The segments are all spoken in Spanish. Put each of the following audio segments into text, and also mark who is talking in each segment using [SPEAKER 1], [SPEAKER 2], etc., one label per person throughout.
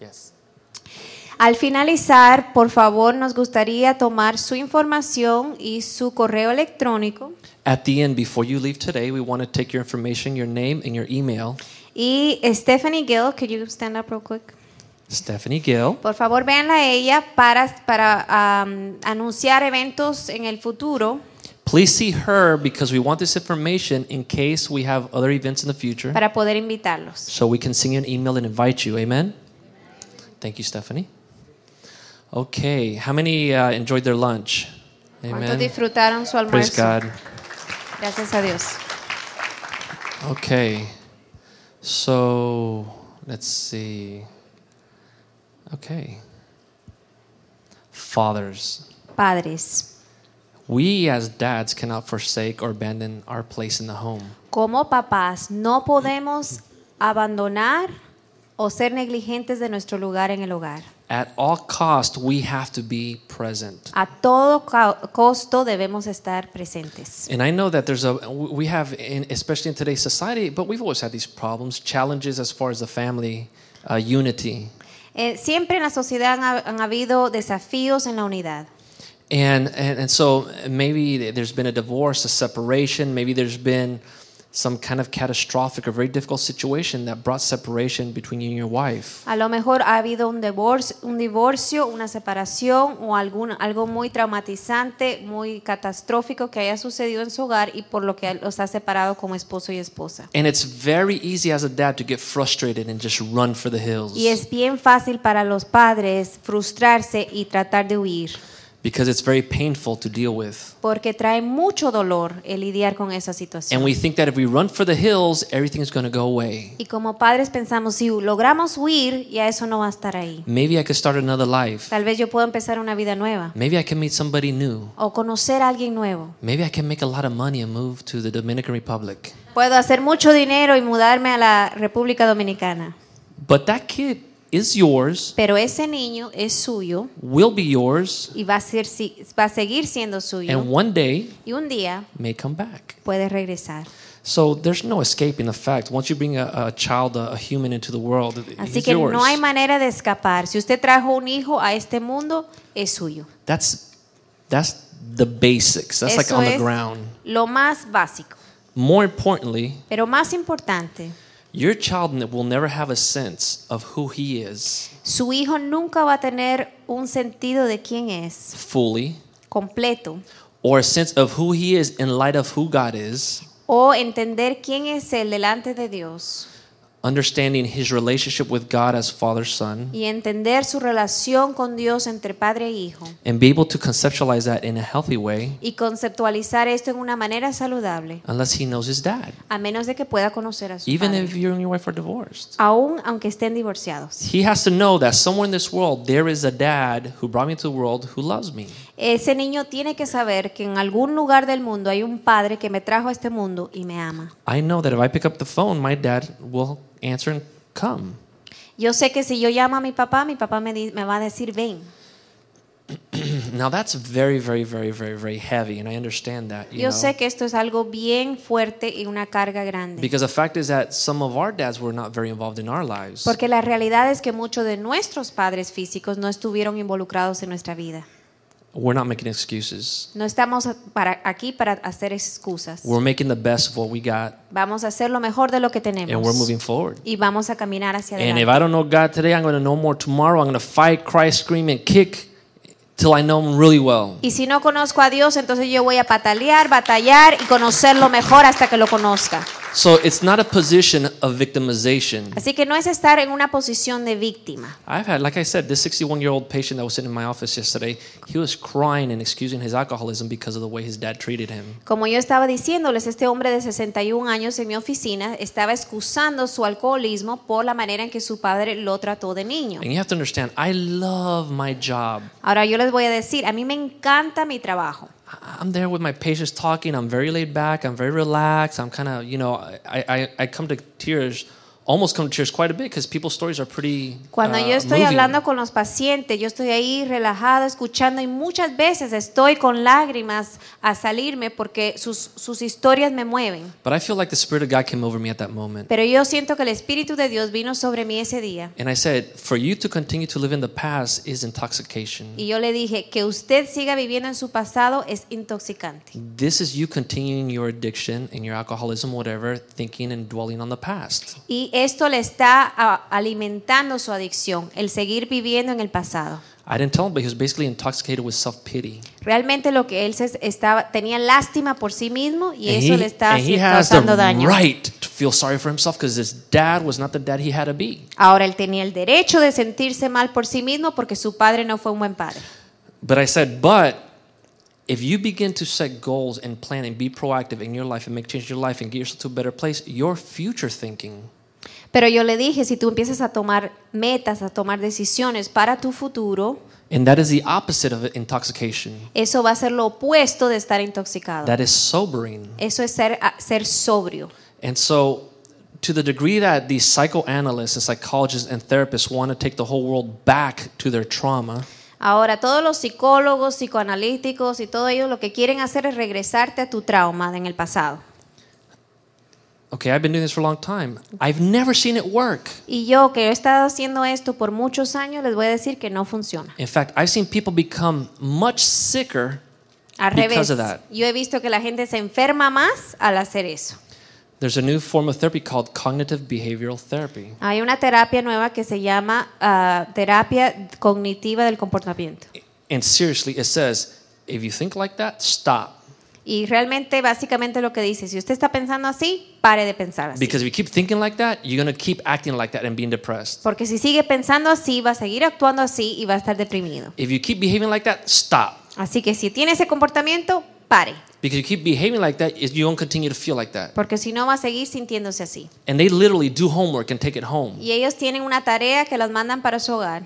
[SPEAKER 1] Yes.
[SPEAKER 2] Al finalizar, por favor, nos gustaría tomar su información y su correo electrónico
[SPEAKER 1] At the end, before you leave today, we want to take your information, your name, and your email.
[SPEAKER 2] y Stephanie Gill, could you stand up real quick?
[SPEAKER 1] Stephanie Gill.
[SPEAKER 2] Por favor, véanla a ella para, para um, anunciar eventos en el futuro,
[SPEAKER 1] Please see her because we want this information in case we have other events in the future.
[SPEAKER 2] para poder invitarlos.
[SPEAKER 1] So we can send you an email and invite you. Amen. Thank you, Stephanie. Okay. How many uh, enjoyed their lunch?
[SPEAKER 2] ¿Cuántos
[SPEAKER 1] Amen.
[SPEAKER 2] disfrutaron su
[SPEAKER 1] Praise
[SPEAKER 2] almuerzo?
[SPEAKER 1] God.
[SPEAKER 2] Gracias a Dios.
[SPEAKER 1] Okay. So let's see. Okay. Fathers.
[SPEAKER 2] Padres,
[SPEAKER 1] We as dads cannot forsake or abandon our place in the home.
[SPEAKER 2] como papás, no podemos abandonar o ser negligentes de nuestro lugar en el hogar.
[SPEAKER 1] At all cost, we have to be present.
[SPEAKER 2] A todo ca- costo debemos estar presentes.
[SPEAKER 1] And I know that there's a we have in, especially in today's society, but we've always had these problems, challenges as far as the family uh, unity.
[SPEAKER 2] Eh, siempre en la sociedad han, ha- han habido desafíos en la unidad.
[SPEAKER 1] And, and and so maybe there's been a divorce, a separation, maybe there's been some kind of catastrophic or very difficult situation that brought separation between you and your wife.
[SPEAKER 2] A lo mejor ha habido un divorcio, un divorcio una separación o algún, algo muy traumatizante, muy catastrófico que haya sucedido en su hogar y por lo que los ha separado como esposo y esposa.
[SPEAKER 1] And it's very easy as a dad to get frustrated and just run for the hills.
[SPEAKER 2] Y es bien fácil para los padres frustrarse y tratar de huir,
[SPEAKER 1] because it's very painful to deal with.
[SPEAKER 2] porque trae mucho dolor el lidiar con esa
[SPEAKER 1] And
[SPEAKER 2] situación.
[SPEAKER 1] we think that if we run for the hills, everything's going to go away.
[SPEAKER 2] Y como padres pensamos, si logramos huir, ya eso no va a estar ahí.
[SPEAKER 1] Maybe I could start another life.
[SPEAKER 2] Tal vez yo puedo empezar una vida nueva
[SPEAKER 1] Maybe I can meet somebody new.
[SPEAKER 2] o conocer a alguien nuevo.
[SPEAKER 1] Maybe I can make a lot of money and move to the Dominican Republic.
[SPEAKER 2] Puedo hacer mucho dinero y mudarme a la República Dominicana.
[SPEAKER 1] But that kid is yours,
[SPEAKER 2] Pero ese niño es suyo
[SPEAKER 1] will be yours,
[SPEAKER 2] y va a, ser, si- va a seguir siendo
[SPEAKER 1] and
[SPEAKER 2] suyo
[SPEAKER 1] one day
[SPEAKER 2] y un día
[SPEAKER 1] may come back.
[SPEAKER 2] puede regresar.
[SPEAKER 1] So there's no escaping the fact. Once you bring a, a child, a, a human into the world,
[SPEAKER 2] Así
[SPEAKER 1] it's
[SPEAKER 2] que
[SPEAKER 1] yours.
[SPEAKER 2] no hay manera de escapar. Si usted trajo un hijo a este mundo, es suyo.
[SPEAKER 1] That's that's the basics. That's like
[SPEAKER 2] Eso
[SPEAKER 1] on the
[SPEAKER 2] es
[SPEAKER 1] ground.
[SPEAKER 2] lo más básico.
[SPEAKER 1] More importantly,
[SPEAKER 2] Pero más importante,
[SPEAKER 1] Your child n- will never have a sense of who he is
[SPEAKER 2] su hijo nunca va a tener un sentido de quién es
[SPEAKER 1] fully
[SPEAKER 2] completo
[SPEAKER 1] or a sense of who he is in light of who God is,
[SPEAKER 2] o entender quién es él delante de Dios.
[SPEAKER 1] understanding his relationship with God as father son,
[SPEAKER 2] y entender su relación con Dios entre padre e hijo
[SPEAKER 1] and be able to conceptualize that in a healthy way
[SPEAKER 2] y conceptualizar esto en una manera saludable,
[SPEAKER 1] unless he knows his dad,
[SPEAKER 2] a menos de que pueda conocer a su
[SPEAKER 1] even
[SPEAKER 2] padre,
[SPEAKER 1] if you and your wife are divorced.
[SPEAKER 2] aún aunque estén divorciados.
[SPEAKER 1] He has to know that somewhere in this world there is a dad who brought me to the world who loves me.
[SPEAKER 2] Ese niño tiene que saber que en algún lugar del mundo hay un padre que me trajo a este mundo y me ama.
[SPEAKER 1] I know that if I pick up the phone, my dad will answer and come.
[SPEAKER 2] Yo sé que si yo llamo a mi papá, mi papá me, di- me va a decir ven.
[SPEAKER 1] Now that's very, very, very, very, very heavy, and I understand that. You
[SPEAKER 2] Yo
[SPEAKER 1] know?
[SPEAKER 2] sé que esto es algo bien fuerte y una carga grande.
[SPEAKER 1] Because the fact is that some of our dads were not very involved in our lives.
[SPEAKER 2] Porque la realidad es que muchos de nuestros padres físicos no estuvieron involucrados en nuestra vida.
[SPEAKER 1] We're not making excuses.
[SPEAKER 2] No estamos para, aquí para hacer excusas.
[SPEAKER 1] We're making the best of what we got
[SPEAKER 2] Vamos a hacer lo mejor de lo que
[SPEAKER 1] and we're
[SPEAKER 2] tenemos.
[SPEAKER 1] moving forward.
[SPEAKER 2] Y vamos a caminar hacia
[SPEAKER 1] And if
[SPEAKER 2] adelante.
[SPEAKER 1] I don't know God today, I'm going to know more tomorrow. I'm going to fight, cry, scream, and kick till I know Him really well.
[SPEAKER 2] Y si no conozco a Dios, entonces yo voy a patalear, batallar y conocerlo mejor hasta que lo conozca.
[SPEAKER 1] So it's not a position of victimization.
[SPEAKER 2] Así que no es estar en una posición de víctima.
[SPEAKER 1] I've had, like I said, this 61 year old patient that was sitting in my office yesterday, he was crying and excusing his alcoholism because of the way his dad treated him.
[SPEAKER 2] Como yo estaba diciéndoles, este hombre de 61 años en mi oficina estaba excusando su alcoholismo por la manera en que su padre lo trató de niño.
[SPEAKER 1] And you have to understand, I love my job.
[SPEAKER 2] Ahora yo les voy a decir, a mí me encanta mi trabajo.
[SPEAKER 1] I- I'm there with my patients talking. I'm very laid back. I'm very relaxed. I'm kind of, you know, I, I, I come to tears, almost come to tears quite a bit because people's stories are pretty.
[SPEAKER 2] Cuando
[SPEAKER 1] uh,
[SPEAKER 2] yo estoy
[SPEAKER 1] moving.
[SPEAKER 2] hablando con los pacientes, yo estoy ahí relajado, escuchando y muchas veces estoy con lágrimas a salirme porque sus, sus historias me mueven.
[SPEAKER 1] But I feel like the Spirit of God came over me at that moment.
[SPEAKER 2] Pero yo siento que el Espíritu de Dios vino sobre mí ese día.
[SPEAKER 1] And I said, for you to continue to live in the past is intoxication.
[SPEAKER 2] Y yo le dije, que usted siga viviendo en su pasado es intoxicante.
[SPEAKER 1] This is you continuing your addiction and your alcoholism, whatever, thinking and dwelling on the past.
[SPEAKER 2] Y esto le está a- alimentando su adicción, el seguir viviendo en el pasado.
[SPEAKER 1] I didn't tell him, but he was basically intoxicated with self pity.
[SPEAKER 2] Realmente lo que él se estaba, tenía lástima por sí mismo y
[SPEAKER 1] and
[SPEAKER 2] eso
[SPEAKER 1] he,
[SPEAKER 2] le está
[SPEAKER 1] and he
[SPEAKER 2] haci-
[SPEAKER 1] has the
[SPEAKER 2] causando daño.
[SPEAKER 1] right to feel sorry for himself because his dad was not the dad he had to be.
[SPEAKER 2] Ahora él tenía el derecho de sentirse mal por sí mismo porque su padre no fue un buen padre.
[SPEAKER 1] But I said, but if you begin to set goals and plan and be proactive in your life and make changes in your life and get yourself to a better place, your future thinking,
[SPEAKER 2] Pero yo le dije, si tú empiezas a tomar metas, a tomar decisiones para tu futuro,
[SPEAKER 1] and that is the opposite of intoxication.
[SPEAKER 2] eso va a ser lo opuesto de estar intoxicado.
[SPEAKER 1] That is sobering.
[SPEAKER 2] Eso es ser, a- ser sobrio.
[SPEAKER 1] And so, to the degree that these psychoanalysts and psychologists and therapists want to take the whole world back to their trauma,
[SPEAKER 2] Ahora, todos los psicólogos, psicoanalíticos y todo ellos lo que quieren hacer es regresarte a tu trauma en el pasado.
[SPEAKER 1] okay, I've been doing this for a long time. I've never seen it work.
[SPEAKER 2] Y yo que he estado haciendo esto por muchos años, les voy a decir que no funciona.
[SPEAKER 1] In fact, I've seen people become much sicker
[SPEAKER 2] Al
[SPEAKER 1] Because
[SPEAKER 2] revés,
[SPEAKER 1] of that.
[SPEAKER 2] yo he visto que la gente se enferma más al hacer eso.
[SPEAKER 1] There's a new form of therapy called cognitive behavioral therapy.
[SPEAKER 2] Hay una terapia nueva que se llama ah, terapia cognitiva del comportamiento.
[SPEAKER 1] And seriously, it says if you think like that, stop.
[SPEAKER 2] Y realmente, básicamente lo que dice, si usted está pensando así, pare de pensar así.
[SPEAKER 1] Because if you keep thinking like that, you're going to keep acting like that and being depressed.
[SPEAKER 2] Porque si sigue pensando así, va a seguir actuando así y va a estar deprimido.
[SPEAKER 1] If you keep behaving like that, stop.
[SPEAKER 2] Así que si tiene ese comportamiento, pare.
[SPEAKER 1] Because you keep behaving like that, is- you won't continue to feel like that.
[SPEAKER 2] Porque si no, va a seguir sintiéndose así.
[SPEAKER 1] And they literally do homework and take it home.
[SPEAKER 2] Y ellos tienen una tarea que los mandan para su hogar.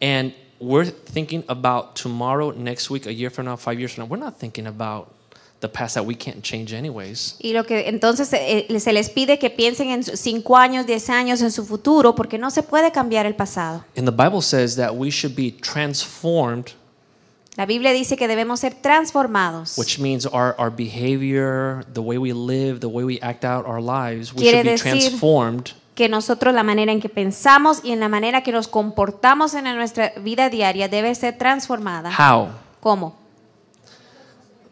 [SPEAKER 1] And we're thinking about tomorrow, next week, a year from now, five years from now. We're not thinking about the past that we can't change, anyways.
[SPEAKER 2] Y lo que entonces eh, se les pide que piensen en sus cinco años, 10 años, en su futuro, porque no se puede cambiar el pasado.
[SPEAKER 1] And the Bible says that we should be transformed
[SPEAKER 2] La Biblia dice que debemos ser transformados.
[SPEAKER 1] which means our, our behavior, the way we live, the way we act out our lives, we
[SPEAKER 2] Quiere
[SPEAKER 1] should be
[SPEAKER 2] decir-
[SPEAKER 1] transformed
[SPEAKER 2] que nosotros la manera en que pensamos y en la manera que nos comportamos en nuestra vida diaria debe ser transformada.
[SPEAKER 1] how?
[SPEAKER 2] ¿Cómo?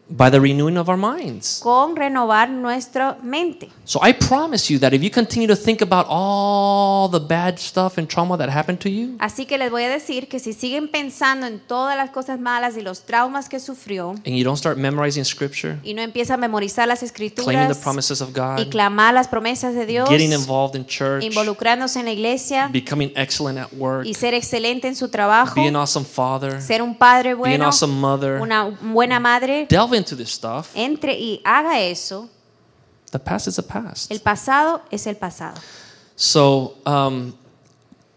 [SPEAKER 1] By the renewing of our minds.
[SPEAKER 2] Con renovar nuestra mente.
[SPEAKER 1] So I promise you that if you continue to think about all the bad stuff and trauma that happened to you,
[SPEAKER 2] Así que les voy a decir que si siguen pensando en todas las cosas malas y los traumas que sufrió
[SPEAKER 1] and you don't start memorizing scripture,
[SPEAKER 2] y no empiezan a memorizar las
[SPEAKER 1] claiming the
[SPEAKER 2] escrituras
[SPEAKER 1] promises of
[SPEAKER 2] y
[SPEAKER 1] God,
[SPEAKER 2] clamar las promesas de Dios,
[SPEAKER 1] getting involved in church,
[SPEAKER 2] involucrándose en la iglesia
[SPEAKER 1] becoming excellent at work,
[SPEAKER 2] y ser excelente en su trabajo,
[SPEAKER 1] be an awesome father,
[SPEAKER 2] ser un padre
[SPEAKER 1] be an
[SPEAKER 2] bueno,
[SPEAKER 1] awesome mother,
[SPEAKER 2] una Eh, buena madre,
[SPEAKER 1] delve into this stuff.
[SPEAKER 2] entre y haga eso,
[SPEAKER 1] The past is the past.
[SPEAKER 2] el pasado es el pasado.
[SPEAKER 1] So, um,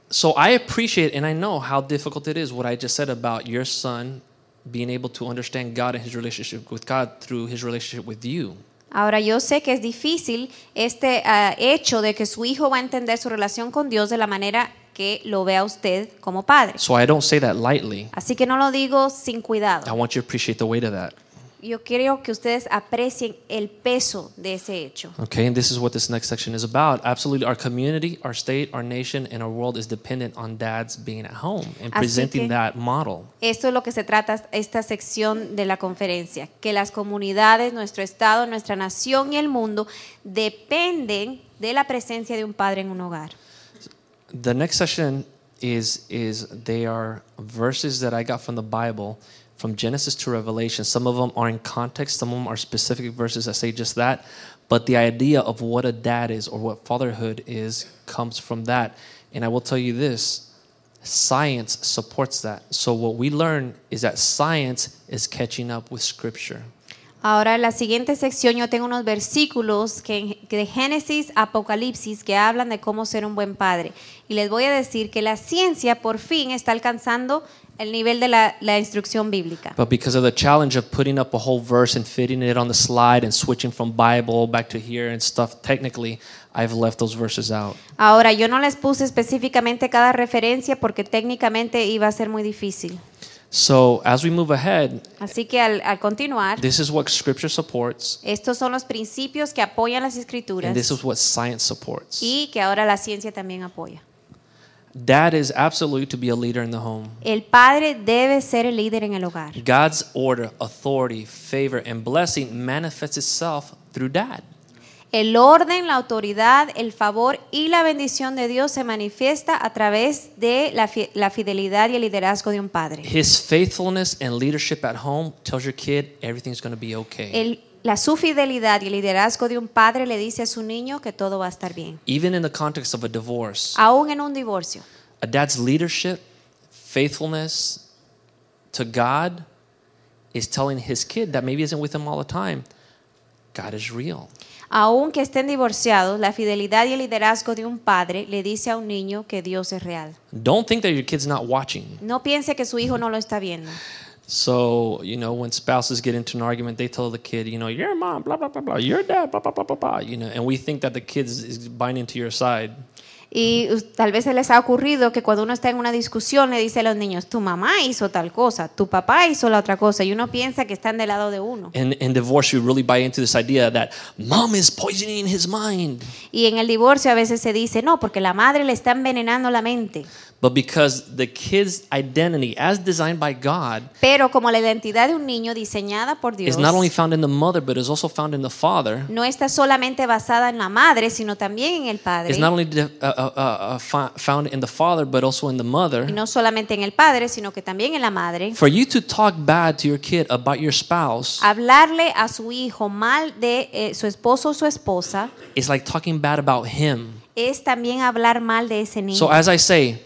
[SPEAKER 1] so I appreciate and I know how difficult it is what I just said about your son being able to understand God and his relationship with God through his relationship with you.
[SPEAKER 2] Ahora yo sé que es difícil este ah, hecho de que su hijo va a entender su relación con Dios de la manera que lo vea usted como padre.
[SPEAKER 1] So I don't say that lightly.
[SPEAKER 2] Así que no lo digo sin
[SPEAKER 1] I
[SPEAKER 2] cuidado.
[SPEAKER 1] want you to appreciate the weight of that.
[SPEAKER 2] Yo quiero que ustedes aprecien el peso de ese hecho.
[SPEAKER 1] Okay, and this is what this next section is about. Absolutely, our community, our state, our nation, and our world is dependent on dads being at home and
[SPEAKER 2] Así
[SPEAKER 1] presenting
[SPEAKER 2] que-
[SPEAKER 1] that model.
[SPEAKER 2] Esto es lo que se trata esta sección de la conferencia, que las comunidades, nuestro estado, nuestra nación y el mundo dependen de la presencia de un padre en un hogar.
[SPEAKER 1] The next session is is they are verses that I got from the Bible from Genesis to Revelation. Some of them are in context, some of them are specific verses that say just that. But the idea of what a dad is or what fatherhood is comes from that. And I will tell you this science supports that. So, what we learn is that science is catching up with scripture.
[SPEAKER 2] Ahora, en la siguiente sección yo tengo unos versículos que, que de Génesis a Apocalipsis que hablan de cómo ser un buen padre. Y les voy a decir que la ciencia por fin está alcanzando el nivel de la, la instrucción bíblica.
[SPEAKER 1] But because of the challenge of putting up a whole verse and fitting it on the slide and switching from Bible back to here and stuff, technically, I've left those verses out.
[SPEAKER 2] Ahora, yo no les puse específicamente cada referencia porque técnicamente iba a ser muy difícil.
[SPEAKER 1] So, as we move ahead,
[SPEAKER 2] Así que al, al continuar,
[SPEAKER 1] this is what scripture supports
[SPEAKER 2] estos son los principios que apoyan las escrituras
[SPEAKER 1] and this is what science supports.
[SPEAKER 2] y que ahora la ciencia también apoya.
[SPEAKER 1] Dad is absolutely to be a leader in the home.
[SPEAKER 2] El padre debe ser el líder en el hogar.
[SPEAKER 1] God's order, authority, favor, and blessing manifests itself through dad.
[SPEAKER 2] El orden, la autoridad, el favor y la bendición de Dios se manifiesta a través de la, fi- la fidelidad y el liderazgo de un padre.
[SPEAKER 1] His faithfulness and leadership at home tells your kid everything's going to be okay.
[SPEAKER 2] El- la su fidelidad y el liderazgo de un padre le dice a su niño que todo va a estar bien,
[SPEAKER 1] Even in the context of a divorce,
[SPEAKER 2] aún en un divorcio.
[SPEAKER 1] a dad's leadership, faithfulness to God is telling his kid that maybe isn't with him all the time, God is real.
[SPEAKER 2] Aún que estén divorciados, la fidelidad y el liderazgo de un padre le dice a un niño que Dios es real.
[SPEAKER 1] Don't think that your kid's not watching.
[SPEAKER 2] No piense que su hijo no lo está viendo.
[SPEAKER 1] So, you know, when spouses get into an argument, they tell the kid, you know, your mom, blah, blah, blah, blah, your dad, blah, blah, blah, blah, blah, you know, and we think that the kid is binding to your side.
[SPEAKER 2] Y us- tal vez se les ha ocurrido que cuando uno está en una discusión le dice a los niños, tu mamá hizo tal cosa, tu papá hizo la otra cosa, y uno piensa que están del lado de uno.
[SPEAKER 1] And in divorce, you really buy into this idea that mom is poisoning his mind.
[SPEAKER 2] Y en el divorcio a veces se dice, no, porque la madre le está envenenando la mente.
[SPEAKER 1] But because the kid's identity, as designed by God,
[SPEAKER 2] Pero como la identidad de un niño diseñada por Dios
[SPEAKER 1] is not only found in the mother, but is also found in the father,
[SPEAKER 2] no está solamente basada en la madre, sino también en el padre.
[SPEAKER 1] is not only de- uh, uh, uh, uh, fo- found in the father, but also in the
[SPEAKER 2] Y
[SPEAKER 1] mother.
[SPEAKER 2] no solamente en el padre, sino que también en la madre.
[SPEAKER 1] For you to talk bad to your kid about your spouse
[SPEAKER 2] Hablarle a su hijo mal de eh, su esposo o su esposa
[SPEAKER 1] is like talking bad about him.
[SPEAKER 2] es también hablar mal de ese niño.
[SPEAKER 1] So as I say,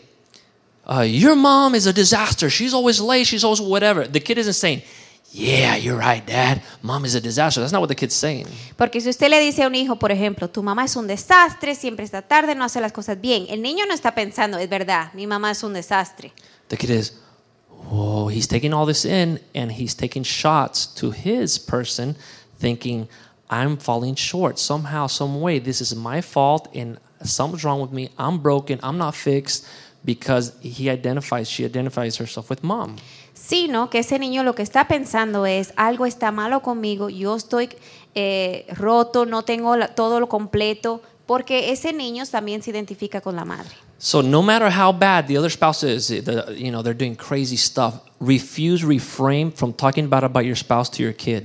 [SPEAKER 1] uh, your mom is a disaster. She's always late. She's always whatever. The kid isn't saying, "Yeah, you're right, Dad. Mom is a disaster." That's not what the kid's saying.
[SPEAKER 2] Porque si usted le dice a un hijo, por ejemplo, tu mamá es un desastre, siempre está tarde, no hace las cosas bien, el niño no está pensando, es verdad, mi mamá es un desastre.
[SPEAKER 1] The kid is, "Whoa!" He's taking all this in, and he's taking shots to his person, thinking, "I'm falling short somehow, some way. This is my fault, and something's wrong with me. I'm broken. I'm not fixed." Because he identifies, she identifies herself with mom.
[SPEAKER 2] Sino que ese niño lo que está pensando es, algo está malo conmigo, yo estoy eh, roto, no tengo la- todo lo completo, porque ese niño también se identifica con la madre.
[SPEAKER 1] So no matter how bad the other spouse is, the, you know, they're doing crazy stuff. Refuse, refrain from talking bad about your spouse to your kid.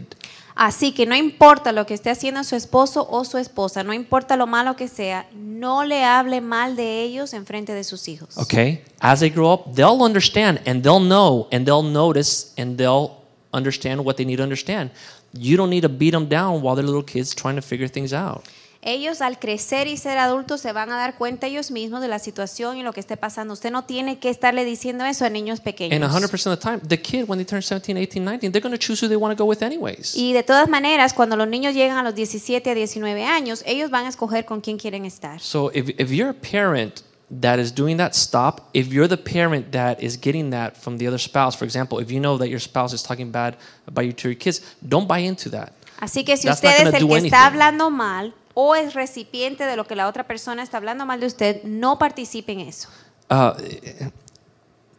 [SPEAKER 2] Así que no importa lo que esté haciendo su esposo o su esposa, no importa lo malo que sea, no le hable mal de ellos en frente de sus hijos.
[SPEAKER 1] Okay? As they grow up, they'll understand and they'll know and they'll notice and they'll understand what they need to understand. You don't need to beat them down while they're little kids trying to figure things out.
[SPEAKER 2] Ellos al crecer y ser adultos se van a dar cuenta ellos mismos de la situación y lo que esté pasando. Usted no tiene que estarle diciendo eso a niños
[SPEAKER 1] And
[SPEAKER 2] pequeños.
[SPEAKER 1] 100% of the time, the kid, when they turn 17, 18, 19, they're going to choose who they want to go with anyways.
[SPEAKER 2] Y de todas maneras, cuando los niños llegan a los 17 a 19 años, ellos van a escoger con quién quieren estar.
[SPEAKER 1] So if, if you're a parent that is doing that, stop. If you're the parent that is getting that from the other spouse, for example, if you know that your spouse is talking bad about you to your kids, don't buy into that.
[SPEAKER 2] Así que si
[SPEAKER 1] That's
[SPEAKER 2] usted
[SPEAKER 1] not
[SPEAKER 2] es
[SPEAKER 1] gonna
[SPEAKER 2] el
[SPEAKER 1] do
[SPEAKER 2] que está
[SPEAKER 1] anything.
[SPEAKER 2] hablando mal o es recipiente de lo que la otra persona está hablando mal de usted, no participe en eso.
[SPEAKER 1] Uh,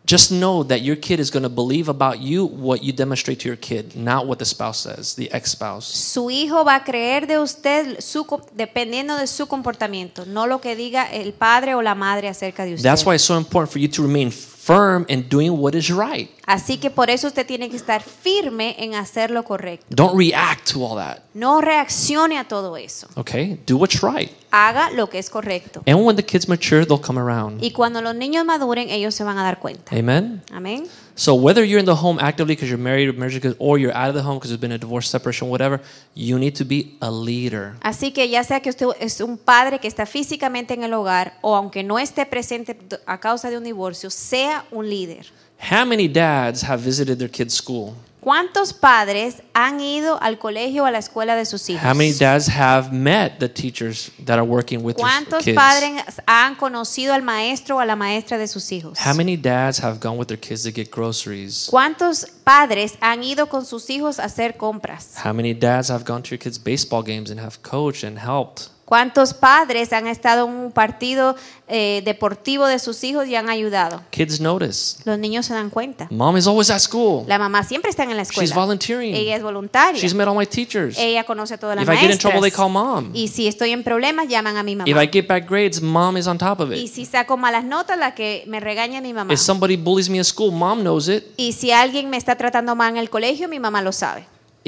[SPEAKER 1] just know that your kid is going to believe about you what you demonstrate to your kid, not what the spouse says, the ex-spouse.
[SPEAKER 2] Su hijo va a creer de usted su co- dependiendo de su comportamiento, no lo que diga el padre o la madre acerca de usted.
[SPEAKER 1] That's why it's so important for you to remain firm in doing what is right.
[SPEAKER 2] Así que por eso usted tiene que estar firme en hacer lo correcto.
[SPEAKER 1] Don't react to all that.
[SPEAKER 2] No reaccione a todo eso.
[SPEAKER 1] Okay? Do what's right.
[SPEAKER 2] Haga lo que es correcto.
[SPEAKER 1] And when the kids mature, they'll come around.
[SPEAKER 2] Y cuando los niños maduren, ellos se van a dar cuenta.
[SPEAKER 1] Amen.
[SPEAKER 2] Amén.
[SPEAKER 1] So whether you're in the home actively because you're married or marriage or you're out of the home because there's been a divorce, separation, whatever, you need to be a leader.
[SPEAKER 2] Así que ya sea que usted es un padre que está físicamente en el hogar o aunque no esté presente do- a causa de un divorcio, sea un líder.
[SPEAKER 1] How many dads have visited their kids' school?
[SPEAKER 2] ¿Cuántos padres han ido al colegio o a la escuela de sus hijos?
[SPEAKER 1] How many dads have met the teachers that are working with their
[SPEAKER 2] ¿Cuántos
[SPEAKER 1] kids?
[SPEAKER 2] padres han conocido al maestro o a la maestra de sus hijos?
[SPEAKER 1] How many dads have gone with their kids to get groceries?
[SPEAKER 2] ¿Cuántos padres han ido con sus hijos a hacer compras?
[SPEAKER 1] How many dads have gone to your kids' baseball games and have coached and helped?
[SPEAKER 2] ¿Cuántos padres han estado en un partido eh, deportivo de sus hijos y han ayudado?
[SPEAKER 1] Kids notice.
[SPEAKER 2] Los niños se dan cuenta.
[SPEAKER 1] Mom is always at school.
[SPEAKER 2] La mamá siempre está en la
[SPEAKER 1] She's
[SPEAKER 2] escuela. Ella
[SPEAKER 1] volunteering.
[SPEAKER 2] es voluntaria.
[SPEAKER 1] She's met all my teachers.
[SPEAKER 2] Ella conoce a todas las
[SPEAKER 1] If I get in
[SPEAKER 2] maestras.
[SPEAKER 1] trouble, they call mom.
[SPEAKER 2] Y si estoy en problemas, llaman a mi
[SPEAKER 1] If
[SPEAKER 2] mamá.
[SPEAKER 1] I get bad grades, mom is on top of
[SPEAKER 2] Y
[SPEAKER 1] it.
[SPEAKER 2] si saco malas notas, la que me regaña es mi mamá.
[SPEAKER 1] If somebody bullies me at school, mom knows it.
[SPEAKER 2] Y si alguien me está tratando mal en el colegio, mi mamá lo sabe.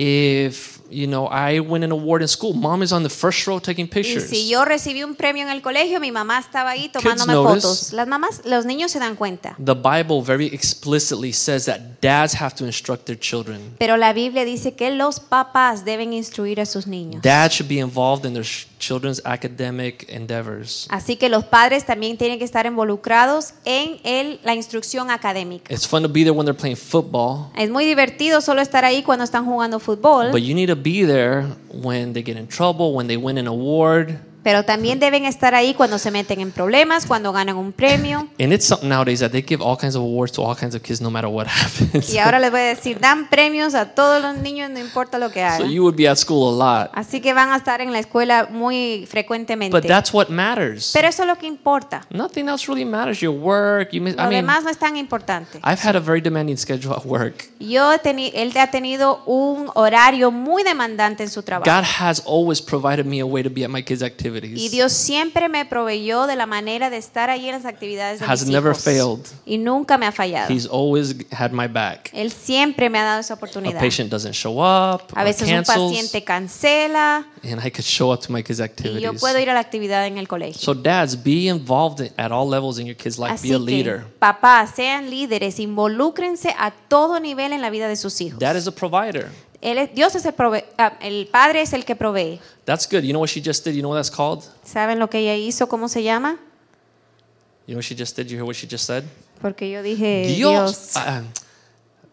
[SPEAKER 1] If you know I win an award in school, mom is on the first row taking
[SPEAKER 2] Y
[SPEAKER 1] pictures.
[SPEAKER 2] si yo recibí un premio en el colegio, mi mamá estaba ahí tomándome
[SPEAKER 1] notice.
[SPEAKER 2] fotos. Las mamás, los niños se dan cuenta.
[SPEAKER 1] The Bible very explicitly says that dads have to instruct their children.
[SPEAKER 2] Pero la Biblia dice que los papás deben instruir a sus niños.
[SPEAKER 1] Dads should be involved in their sh- children's academic endeavors.
[SPEAKER 2] Así que los padres también tienen que estar involucrados en el- la instrucción académica.
[SPEAKER 1] It's fun to be there when they're playing football,
[SPEAKER 2] Es muy divertido solo estar ahí cuando están jugando fútbol,
[SPEAKER 1] but you need to be there when they get in trouble, when they win an award.
[SPEAKER 2] pero también deben estar ahí cuando se meten en problemas, cuando ganan un premio.
[SPEAKER 1] And it's something nowadays that they give all kinds of awards to all kinds of kids no matter what happens.
[SPEAKER 2] Y ahora les voy a decir, dan premios a todos los niños, no importa lo que
[SPEAKER 1] so
[SPEAKER 2] hagan.
[SPEAKER 1] you would be at school a lot.
[SPEAKER 2] Así que van a estar en la escuela muy
[SPEAKER 1] But
[SPEAKER 2] frecuentemente.
[SPEAKER 1] that's what matters.
[SPEAKER 2] Pero eso es lo que importa.
[SPEAKER 1] Nothing else really matters. Your work, you miss,
[SPEAKER 2] Lo
[SPEAKER 1] I mean,
[SPEAKER 2] demás no es tan importante.
[SPEAKER 1] I've had a very demanding schedule at work.
[SPEAKER 2] Yo he teni- él ha tenido un horario muy demandante en su trabajo.
[SPEAKER 1] God has always provided me a way to be at my kids'
[SPEAKER 2] y
[SPEAKER 1] activities.
[SPEAKER 2] Dios siempre me proveyó de la manera de estar ahí en las actividades de
[SPEAKER 1] Has
[SPEAKER 2] mis
[SPEAKER 1] never
[SPEAKER 2] hijos.
[SPEAKER 1] failed.
[SPEAKER 2] Y nunca me ha fallado.
[SPEAKER 1] He's always had my back.
[SPEAKER 2] él siempre me ha dado esa
[SPEAKER 1] A
[SPEAKER 2] oportunidad.
[SPEAKER 1] patient doesn't show up,
[SPEAKER 2] A
[SPEAKER 1] or
[SPEAKER 2] veces un
[SPEAKER 1] cancels,
[SPEAKER 2] paciente cancela
[SPEAKER 1] and I could show up to my kids'
[SPEAKER 2] y yo
[SPEAKER 1] activities.
[SPEAKER 2] puedo ir a la actividad en el colegio.
[SPEAKER 1] So, dads, be involved in- at all levels in your kids' life. Be
[SPEAKER 2] Así
[SPEAKER 1] a
[SPEAKER 2] que,
[SPEAKER 1] leader.
[SPEAKER 2] papás, sean líderes, involúcrense a todo nivel en la vida de sus hijos.
[SPEAKER 1] Dad is a provider.
[SPEAKER 2] Él es- Dios es el prove- ah, el padre es el que provee.
[SPEAKER 1] That's good. You know what she just did? You know what that's called?
[SPEAKER 2] ¿Saben lo que ella hizo? ¿Cómo se llama?
[SPEAKER 1] You know what she just did? You hear what she just said?
[SPEAKER 2] Porque yo dije
[SPEAKER 1] Dios.
[SPEAKER 2] Eh, Dios.
[SPEAKER 1] Ah,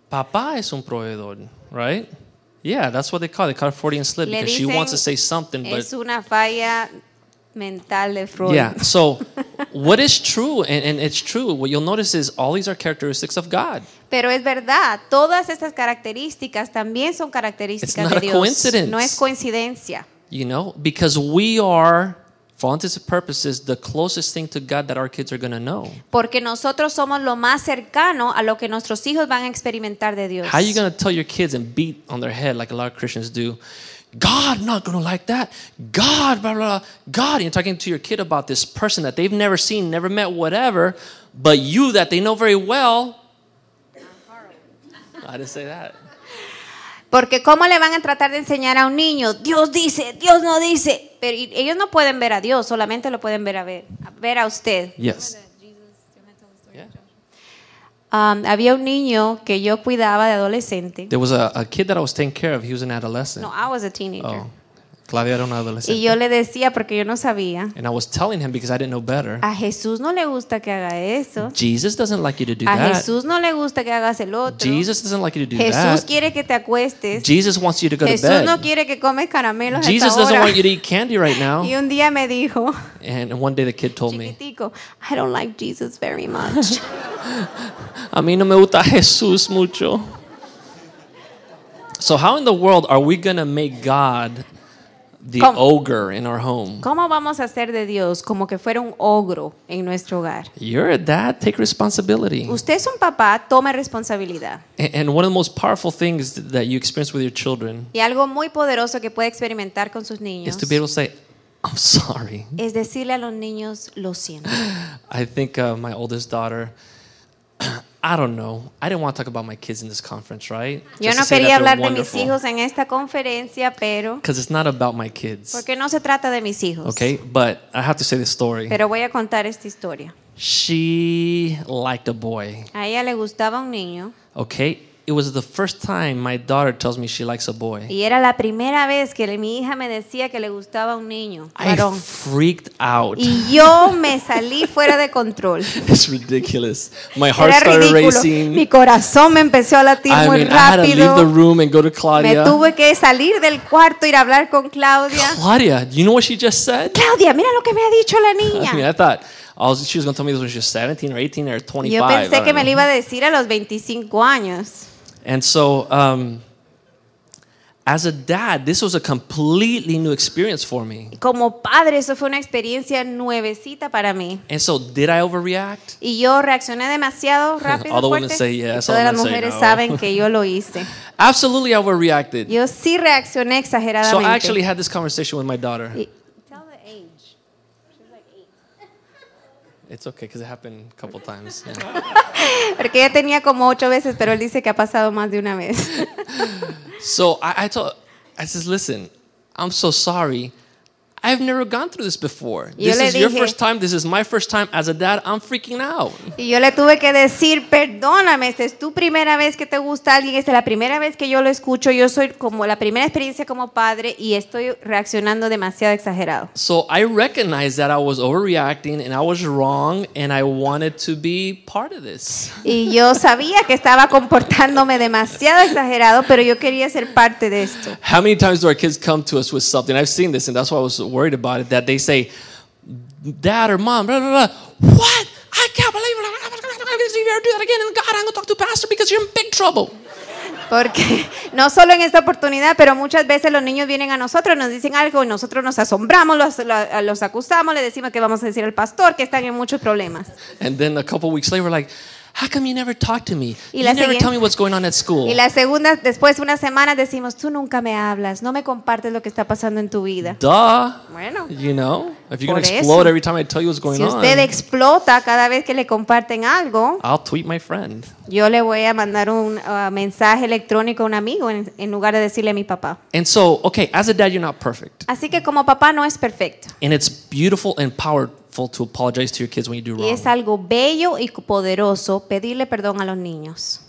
[SPEAKER 1] papá es un proveedor, right? Yeah, that's what they call it. They call it Freudian slip
[SPEAKER 2] Le
[SPEAKER 1] because she wants to say
[SPEAKER 2] dicen,
[SPEAKER 1] something, but
[SPEAKER 2] Es una falla mental de Freud.
[SPEAKER 1] yeah. So what is true, and, and it's true, what you'll notice is all these are characteristics of God.
[SPEAKER 2] Pero es verdad, todas estas características también son
[SPEAKER 1] It's not
[SPEAKER 2] características
[SPEAKER 1] a
[SPEAKER 2] de Dios.
[SPEAKER 1] coincidence.
[SPEAKER 2] No es coincidencia.
[SPEAKER 1] You know, because we are, for all intents and purposes, the closest thing to God that our kids are going to know.
[SPEAKER 2] Porque nosotros somos lo más cercano a lo que nuestros hijos van a experimentar de Dios.
[SPEAKER 1] How are you going to tell your kids and beat on their head like a lot of Christians do? God, not going to like that. God, blah, blah, blah. God, you're talking to your kid about this person that they've never seen, never met, whatever, but you that they know very well. I didn't say that.
[SPEAKER 2] Porque cómo le van a tratar de enseñar a un niño, Dios dice, Dios no dice, pero y- ellos no pueden ver a Dios, solamente lo pueden ver a ver, a ver a usted.
[SPEAKER 1] Yes. Yeah.
[SPEAKER 2] Um, había un niño que yo cuidaba de adolescente.
[SPEAKER 1] There was a, a kid that I was taking care of. He was an adolescent.
[SPEAKER 2] No, I was a teenager.
[SPEAKER 1] Oh, Claudia era un
[SPEAKER 2] y
[SPEAKER 1] adolescente.
[SPEAKER 2] yo le decía porque yo no sabía.
[SPEAKER 1] And I was telling him because I didn't know better.
[SPEAKER 2] A Jesús no le gusta que haga eso.
[SPEAKER 1] Jesus doesn't like you to do
[SPEAKER 2] A
[SPEAKER 1] that.
[SPEAKER 2] Jesús no le gusta que hagas el otro.
[SPEAKER 1] Jesus doesn't like you to do
[SPEAKER 2] Jesús
[SPEAKER 1] that.
[SPEAKER 2] quiere que te acuestes.
[SPEAKER 1] Jesus wants you to go to
[SPEAKER 2] Jesús
[SPEAKER 1] bed.
[SPEAKER 2] no quiere que comes caramelos a esta
[SPEAKER 1] Jesus doesn't
[SPEAKER 2] hora.
[SPEAKER 1] want you to eat candy right now.
[SPEAKER 2] Y un día me dijo,
[SPEAKER 1] And one day the kid told me,
[SPEAKER 2] chiquitico, I don't like Jesus very much.
[SPEAKER 1] A mí no me gusta Jesús mucho. So, how in the world are we going to make God the
[SPEAKER 2] Come.
[SPEAKER 1] ogre in our home?
[SPEAKER 2] ¿Cómo vamos a hacer de Dios como que fuera un ogro en nuestro hogar?
[SPEAKER 1] You're a dad, take responsibility.
[SPEAKER 2] Usted es un papá, tome responsabilidad.
[SPEAKER 1] A- And one of the most powerful things that you experience with your children
[SPEAKER 2] Y algo muy poderoso que puede experimentar con sus niños
[SPEAKER 1] is to be able to say, I'm sorry.
[SPEAKER 2] es decirle a los niños, lo siento.
[SPEAKER 1] I think uh, my oldest daughter, I don't know. I didn't want to talk about my kids in this conference, right?
[SPEAKER 2] Yo no quería hablar de mis hijos en esta conferencia, pero
[SPEAKER 1] Because it's not about my kids.
[SPEAKER 2] porque no se trata de mis hijos.
[SPEAKER 1] Okay, but I have to say this story.
[SPEAKER 2] Pero voy a contar esta historia.
[SPEAKER 1] She liked a boy.
[SPEAKER 2] A ella le gustaba un niño
[SPEAKER 1] Okay, it was the first time my daughter tells me she likes a boy.
[SPEAKER 2] y era la primera vez que le- mi hija me decía que le gustaba un niño,
[SPEAKER 1] I
[SPEAKER 2] varón.
[SPEAKER 1] freaked out.
[SPEAKER 2] Y yo me salí fuera de control.
[SPEAKER 1] It's ridiculous. My heart
[SPEAKER 2] Era
[SPEAKER 1] started
[SPEAKER 2] ridículo. Mi
[SPEAKER 1] racing.
[SPEAKER 2] corazón me empezó a latir
[SPEAKER 1] I
[SPEAKER 2] muy
[SPEAKER 1] mean, I had to leave the
[SPEAKER 2] rápido.
[SPEAKER 1] room and go to
[SPEAKER 2] Me
[SPEAKER 1] Claudia.
[SPEAKER 2] tuve que salir del cuarto ir a hablar con Claudia.
[SPEAKER 1] Claudia, do you know what she just said?
[SPEAKER 2] Claudia, mira lo que me ha dicho la niña.
[SPEAKER 1] I mean, I thought I was, she was going to tell me this when she was 17 or 18 or
[SPEAKER 2] Y
[SPEAKER 1] 25.
[SPEAKER 2] Yo
[SPEAKER 1] I
[SPEAKER 2] pensé
[SPEAKER 1] don't
[SPEAKER 2] que me lo
[SPEAKER 1] know.
[SPEAKER 2] iba a decir a los 25 años.
[SPEAKER 1] And so, um, as a dad, this was a completely new experience for me.
[SPEAKER 2] Como padre, eso fue una experiencia nuevecita para mí.
[SPEAKER 1] And so, did I overreact?
[SPEAKER 2] Y yo reaccioné demasiado rápido.
[SPEAKER 1] All the women
[SPEAKER 2] fuerte.
[SPEAKER 1] say
[SPEAKER 2] Y
[SPEAKER 1] yes, all
[SPEAKER 2] todas
[SPEAKER 1] the
[SPEAKER 2] las
[SPEAKER 1] men say
[SPEAKER 2] mujeres
[SPEAKER 1] no.
[SPEAKER 2] saben que yo lo hice.
[SPEAKER 1] Absolutely, I overreacted.
[SPEAKER 2] Yo sí reaccioné
[SPEAKER 1] So, I
[SPEAKER 2] exageradamente.
[SPEAKER 1] actually had this conversation with my daughter.
[SPEAKER 2] Y-
[SPEAKER 1] It's okay because it happened a couple times. yeah.
[SPEAKER 2] porque ella tenía como ocho veces, pero él dice que ha pasado más de una vez.
[SPEAKER 1] So I, I told, I says, listen, I'm so sorry. I've never gone through this before.
[SPEAKER 2] Yo
[SPEAKER 1] This
[SPEAKER 2] le
[SPEAKER 1] is your
[SPEAKER 2] dije-
[SPEAKER 1] first time. This is my first time as a dad. I'm freaking out.
[SPEAKER 2] Y yo le tuve que decir, perdóname, esta es tu primera vez que te gusta alguien, esta es la primera vez que yo lo escucho, yo soy como la primera experiencia como padre y estoy reaccionando demasiado exagerado.
[SPEAKER 1] So I recognized that I was overreacting and I was wrong and I wanted to be part of this.
[SPEAKER 2] Y yo sabía que estaba comportándome demasiado exagerado, pero yo quería ser parte de esto.
[SPEAKER 1] How many times do our kids come to us with something? I've seen this and that's why I was worried about it that they say, Dad or mom, blah, blah, blah. What? I can't believe it. If you ever do that again, and God, I'm going to talk to Pastor because you're in big trouble.
[SPEAKER 2] Porque no solo en esta oportunidad, pero muchas veces los niños vienen a nosotros, nos dicen algo y nosotros nos asombramos, los, lo- los acusamos, le decimos que vamos a decir al pastor que están en muchos problemas.
[SPEAKER 1] And then a couple weeks later, we're like, how come you never talk to me?
[SPEAKER 2] Y
[SPEAKER 1] You
[SPEAKER 2] la
[SPEAKER 1] never
[SPEAKER 2] siguiente-
[SPEAKER 1] tell me what's going on at school.
[SPEAKER 2] Y la segunda, después de unas semanas decimos, tú nunca me hablas, no me compartes lo que está pasando en tu vida.
[SPEAKER 1] Duh.
[SPEAKER 2] Bueno,
[SPEAKER 1] You know, if you're going
[SPEAKER 2] Por
[SPEAKER 1] to explode
[SPEAKER 2] eso.
[SPEAKER 1] every time I tell you what's going
[SPEAKER 2] si usted
[SPEAKER 1] on,
[SPEAKER 2] explota cada vez que le comparten algo,
[SPEAKER 1] I'll tweet my friend.
[SPEAKER 2] yo le voy a mandar un uh, mensaje electrónico a un amigo en, en lugar de decirle a mi papá.
[SPEAKER 1] And so, okay, as a dad, you're not perfect.
[SPEAKER 2] Así que como papá no es perfecto.
[SPEAKER 1] And it's beautiful and powerful to apologize to your kids when you do
[SPEAKER 2] Y es
[SPEAKER 1] wrong.
[SPEAKER 2] algo bello y poderoso pedirle perdón a los niños.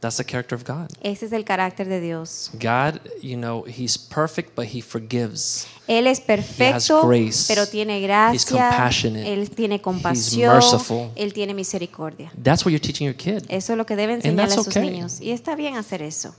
[SPEAKER 1] That's the character of God.
[SPEAKER 2] Ese es el carácter de Dios.
[SPEAKER 1] God, you know, He's perfect, but He forgives.
[SPEAKER 2] Él es perfecto,
[SPEAKER 1] grace.
[SPEAKER 2] pero tiene
[SPEAKER 1] He's
[SPEAKER 2] gracia.
[SPEAKER 1] compassionate.
[SPEAKER 2] Él
[SPEAKER 1] He's
[SPEAKER 2] tiene compasión.
[SPEAKER 1] merciful.
[SPEAKER 2] Él tiene misericordia.
[SPEAKER 1] That's what you're teaching your kid.
[SPEAKER 2] Eso es lo que debe
[SPEAKER 1] And
[SPEAKER 2] enseñar a
[SPEAKER 1] that's
[SPEAKER 2] sus
[SPEAKER 1] okay.
[SPEAKER 2] niños. Y está bien hacer eso.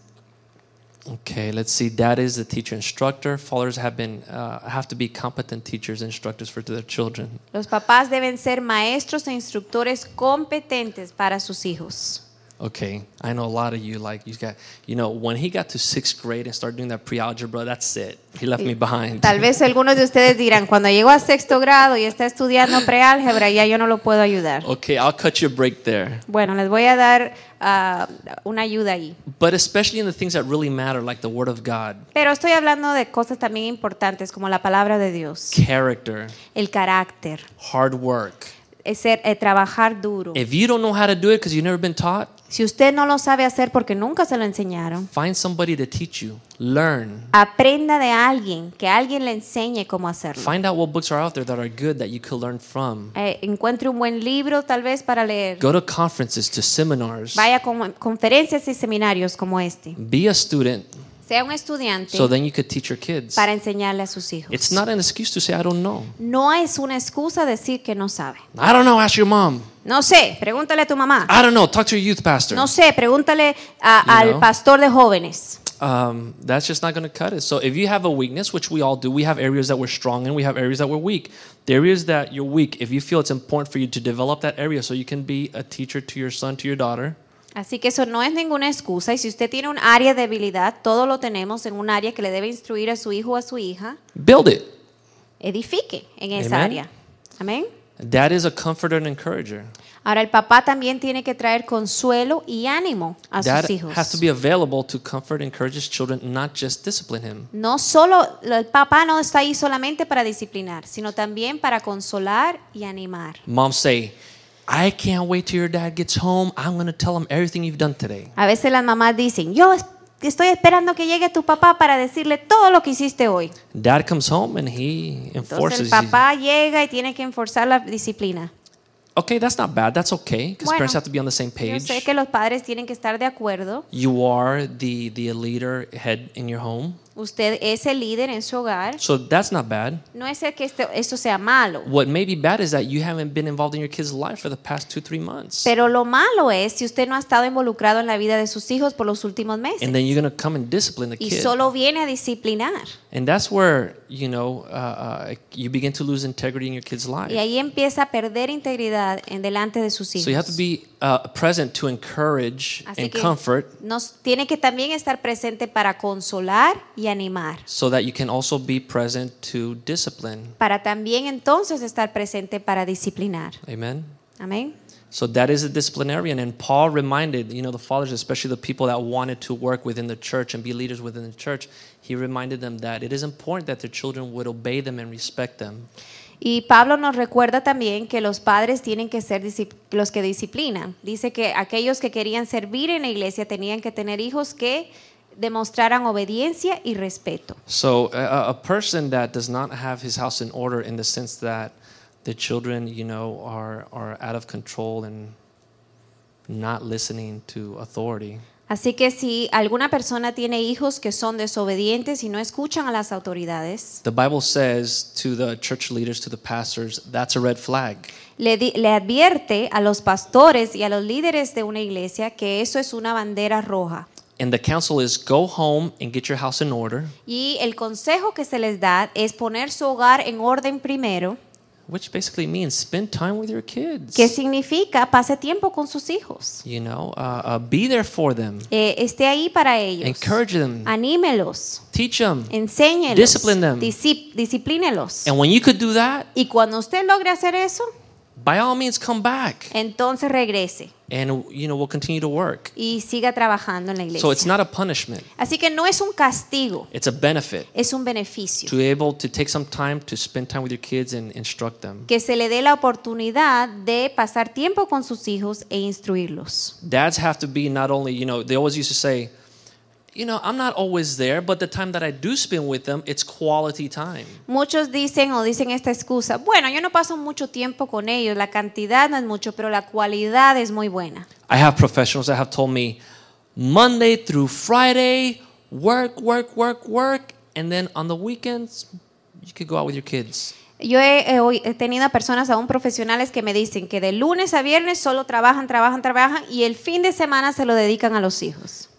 [SPEAKER 1] Okay, let's see. Dad is the teacher instructor. Fathers have been uh, have to be competent teachers instructors for their children.
[SPEAKER 2] Los papás deben ser maestros e instructores competentes para sus hijos.
[SPEAKER 1] Okay, I know a lot of you like you got you know when he got to sixth grade and started doing that pre-algebra, that's it. He left me behind.
[SPEAKER 2] Tal vez algunos de ustedes dirán, cuando llego a sexto grado y está estudiando preálgebra, ya yo no lo puedo ayudar.
[SPEAKER 1] Okay, I'll cut you a break there.
[SPEAKER 2] Bueno, les voy a dar ah, una ayuda ahí.
[SPEAKER 1] But especially in the things that really matter, like the Word of God,
[SPEAKER 2] Pero estoy hablando de cosas también importantes como la palabra de Dios,
[SPEAKER 1] character,
[SPEAKER 2] el carácter,
[SPEAKER 1] hard work.
[SPEAKER 2] es ser, eh, trabajar duro.
[SPEAKER 1] If you don't know how to do it because you've never been taught,
[SPEAKER 2] Si usted no lo sabe hacer porque nunca se lo enseñaron,
[SPEAKER 1] find somebody to teach you. Learn.
[SPEAKER 2] aprenda de alguien, que alguien le enseñe cómo hacerlo.
[SPEAKER 1] Find out what books are out there that are good that you could learn from.
[SPEAKER 2] Eh, encuentre un buen libro tal vez para leer.
[SPEAKER 1] Go to conferences, to seminars.
[SPEAKER 2] Vaya a con- conferencias y seminarios como este.
[SPEAKER 1] Be a student,
[SPEAKER 2] Sea un estudiante
[SPEAKER 1] so then you could teach your kids.
[SPEAKER 2] para enseñarle a sus hijos.
[SPEAKER 1] It's not an excuse to say I don't know.
[SPEAKER 2] No es una excusa decir que no sabe.
[SPEAKER 1] I don't know. Ask your mom.
[SPEAKER 2] No sé, pregúntale a tu mamá.
[SPEAKER 1] I don't know. Talk to your youth pastor.
[SPEAKER 2] No sé, pregúntale a-
[SPEAKER 1] Ah, You
[SPEAKER 2] al
[SPEAKER 1] know.
[SPEAKER 2] pastor de jóvenes.
[SPEAKER 1] Um, that's just not going to cut it. So if you have a weakness, which we all do, we have areas that we're strong in, we have areas that we're weak. The areas that you're weak, if you feel it's important for you to develop that area so you can be a teacher to your son, to your daughter,
[SPEAKER 2] Así que eso no es ninguna excusa. Y si usted tiene un área de debilidad, todo lo tenemos en un área que le debe instruir a su hijo o a su hija,
[SPEAKER 1] build it.
[SPEAKER 2] edifique en esa
[SPEAKER 1] Amen.
[SPEAKER 2] área. Amén.
[SPEAKER 1] That is a comforter and encourager.
[SPEAKER 2] Ahora, el papá también tiene que traer consuelo y ánimo a
[SPEAKER 1] Dad
[SPEAKER 2] sus hijos.
[SPEAKER 1] has to be available to comfort and encourage his children, not just discipline him.
[SPEAKER 2] No solo el papá no está ahí solamente para disciplinar, sino también para consolar y animar.
[SPEAKER 1] Mom say, I can't wait till your dad gets home. I'm going to tell him everything you've done today.
[SPEAKER 2] A veces las mamás dicen, yo es- estoy esperando que llegue tu papá para decirle todo lo que hiciste hoy.
[SPEAKER 1] Dad comes home and he
[SPEAKER 2] Entonces el
[SPEAKER 1] enforces. his-
[SPEAKER 2] papá llega y tiene que enforzar la disciplina.
[SPEAKER 1] Okay, that's not bad. That's okay because
[SPEAKER 2] Bueno,
[SPEAKER 1] parents have to be on the same
[SPEAKER 2] Yo
[SPEAKER 1] page.
[SPEAKER 2] sé que los padres tienen que estar de acuerdo.
[SPEAKER 1] You are the the leader head in your home,
[SPEAKER 2] Usted es el líder en su hogar.
[SPEAKER 1] so that's not bad.
[SPEAKER 2] No es el que esto, esto sea malo.
[SPEAKER 1] What may be bad is that you haven't been involved in your kid's life for the past two three months,
[SPEAKER 2] Pero lo malo es si usted no ha estado involucrado en la vida de sus hijos por los últimos
[SPEAKER 1] and
[SPEAKER 2] meses.
[SPEAKER 1] then you're gonna come and discipline the
[SPEAKER 2] Y
[SPEAKER 1] kid,
[SPEAKER 2] solo viene a disciplinar.
[SPEAKER 1] and that's where you know uh, uh, you begin to lose integrity in your kid's life.
[SPEAKER 2] Y ahí empieza a perder integridad en delante de sus
[SPEAKER 1] So you have
[SPEAKER 2] hijos.
[SPEAKER 1] to be uh, present to encourage
[SPEAKER 2] Así
[SPEAKER 1] and
[SPEAKER 2] que
[SPEAKER 1] comfort,
[SPEAKER 2] nos tiene que también estar presente para consolar y animar.
[SPEAKER 1] so that you can also be present to discipline.
[SPEAKER 2] Para también entonces estar presente para disciplinar.
[SPEAKER 1] Amen.
[SPEAKER 2] Amén.
[SPEAKER 1] So that is a disciplinarian. And Paul reminded, you know, the fathers, especially the people that wanted to work within the church and be leaders within the church, he reminded them that it is important that their children would obey them and respect them.
[SPEAKER 2] Y Pablo nos recuerda también que los padres tienen que ser discip- los que disciplinan. Dice que aquellos que querían servir en la iglesia tenían que tener hijos que demostraran obediencia y respeto.
[SPEAKER 1] So a, a person that does not have his house in order in the sense that the children, you know, are, are out of control and not listening to authority,
[SPEAKER 2] Así que si alguna persona tiene hijos que son desobedientes y no escuchan a las autoridades,
[SPEAKER 1] the Bible says to the church leaders, to the pastors, that's a red flag.
[SPEAKER 2] le, di- le advierte a los pastores y a los líderes de una iglesia que eso es una bandera roja.
[SPEAKER 1] And the counsel is go home and get your house in order.
[SPEAKER 2] Y el consejo que se les da es poner su hogar en orden primero
[SPEAKER 1] which basically means spend time with your kids.
[SPEAKER 2] ¿Qué significa? Pase tiempo con sus hijos.
[SPEAKER 1] You know, uh, uh, be there for them,
[SPEAKER 2] Eh, esté ahí para ellos.
[SPEAKER 1] encourage them,
[SPEAKER 2] Anímelos.
[SPEAKER 1] teach them.
[SPEAKER 2] Enséñelos.
[SPEAKER 1] Discipline them.
[SPEAKER 2] Disip- disciplínelos.
[SPEAKER 1] And when you could do that,
[SPEAKER 2] Y cuando usted logre hacer eso,
[SPEAKER 1] by all means, come back,
[SPEAKER 2] entonces regrese
[SPEAKER 1] and you know we'll continue to work.
[SPEAKER 2] y siga trabajando en la iglesia.
[SPEAKER 1] So it's not a punishment;
[SPEAKER 2] Así que no es un castigo,
[SPEAKER 1] it's a benefit
[SPEAKER 2] es un beneficio.
[SPEAKER 1] to be able to take some time to spend time with your kids and instruct them.
[SPEAKER 2] Que se le dé la oportunidad de pasar tiempo con sus hijos e instruirlos.
[SPEAKER 1] Dads have to be not only you know they always used to say. You know, I'm not always there, but the time that I do spend with them, it's quality time.
[SPEAKER 2] Muchos dicen o dicen esta excusa, bueno, yo no paso mucho tiempo con ellos, la cantidad no es mucho, pero la cualidad es muy buena.
[SPEAKER 1] I have professionals that have told me Monday through Friday, work, work, work, work, and then on the weekends, you could go out with your kids.
[SPEAKER 2] Yo he, he oí- he tenido a personas, aún profesionales, que me dicen que de lunes a viernes solo trabajan, trabajan, trabajan y el fin de semana se lo dedican a los hijos.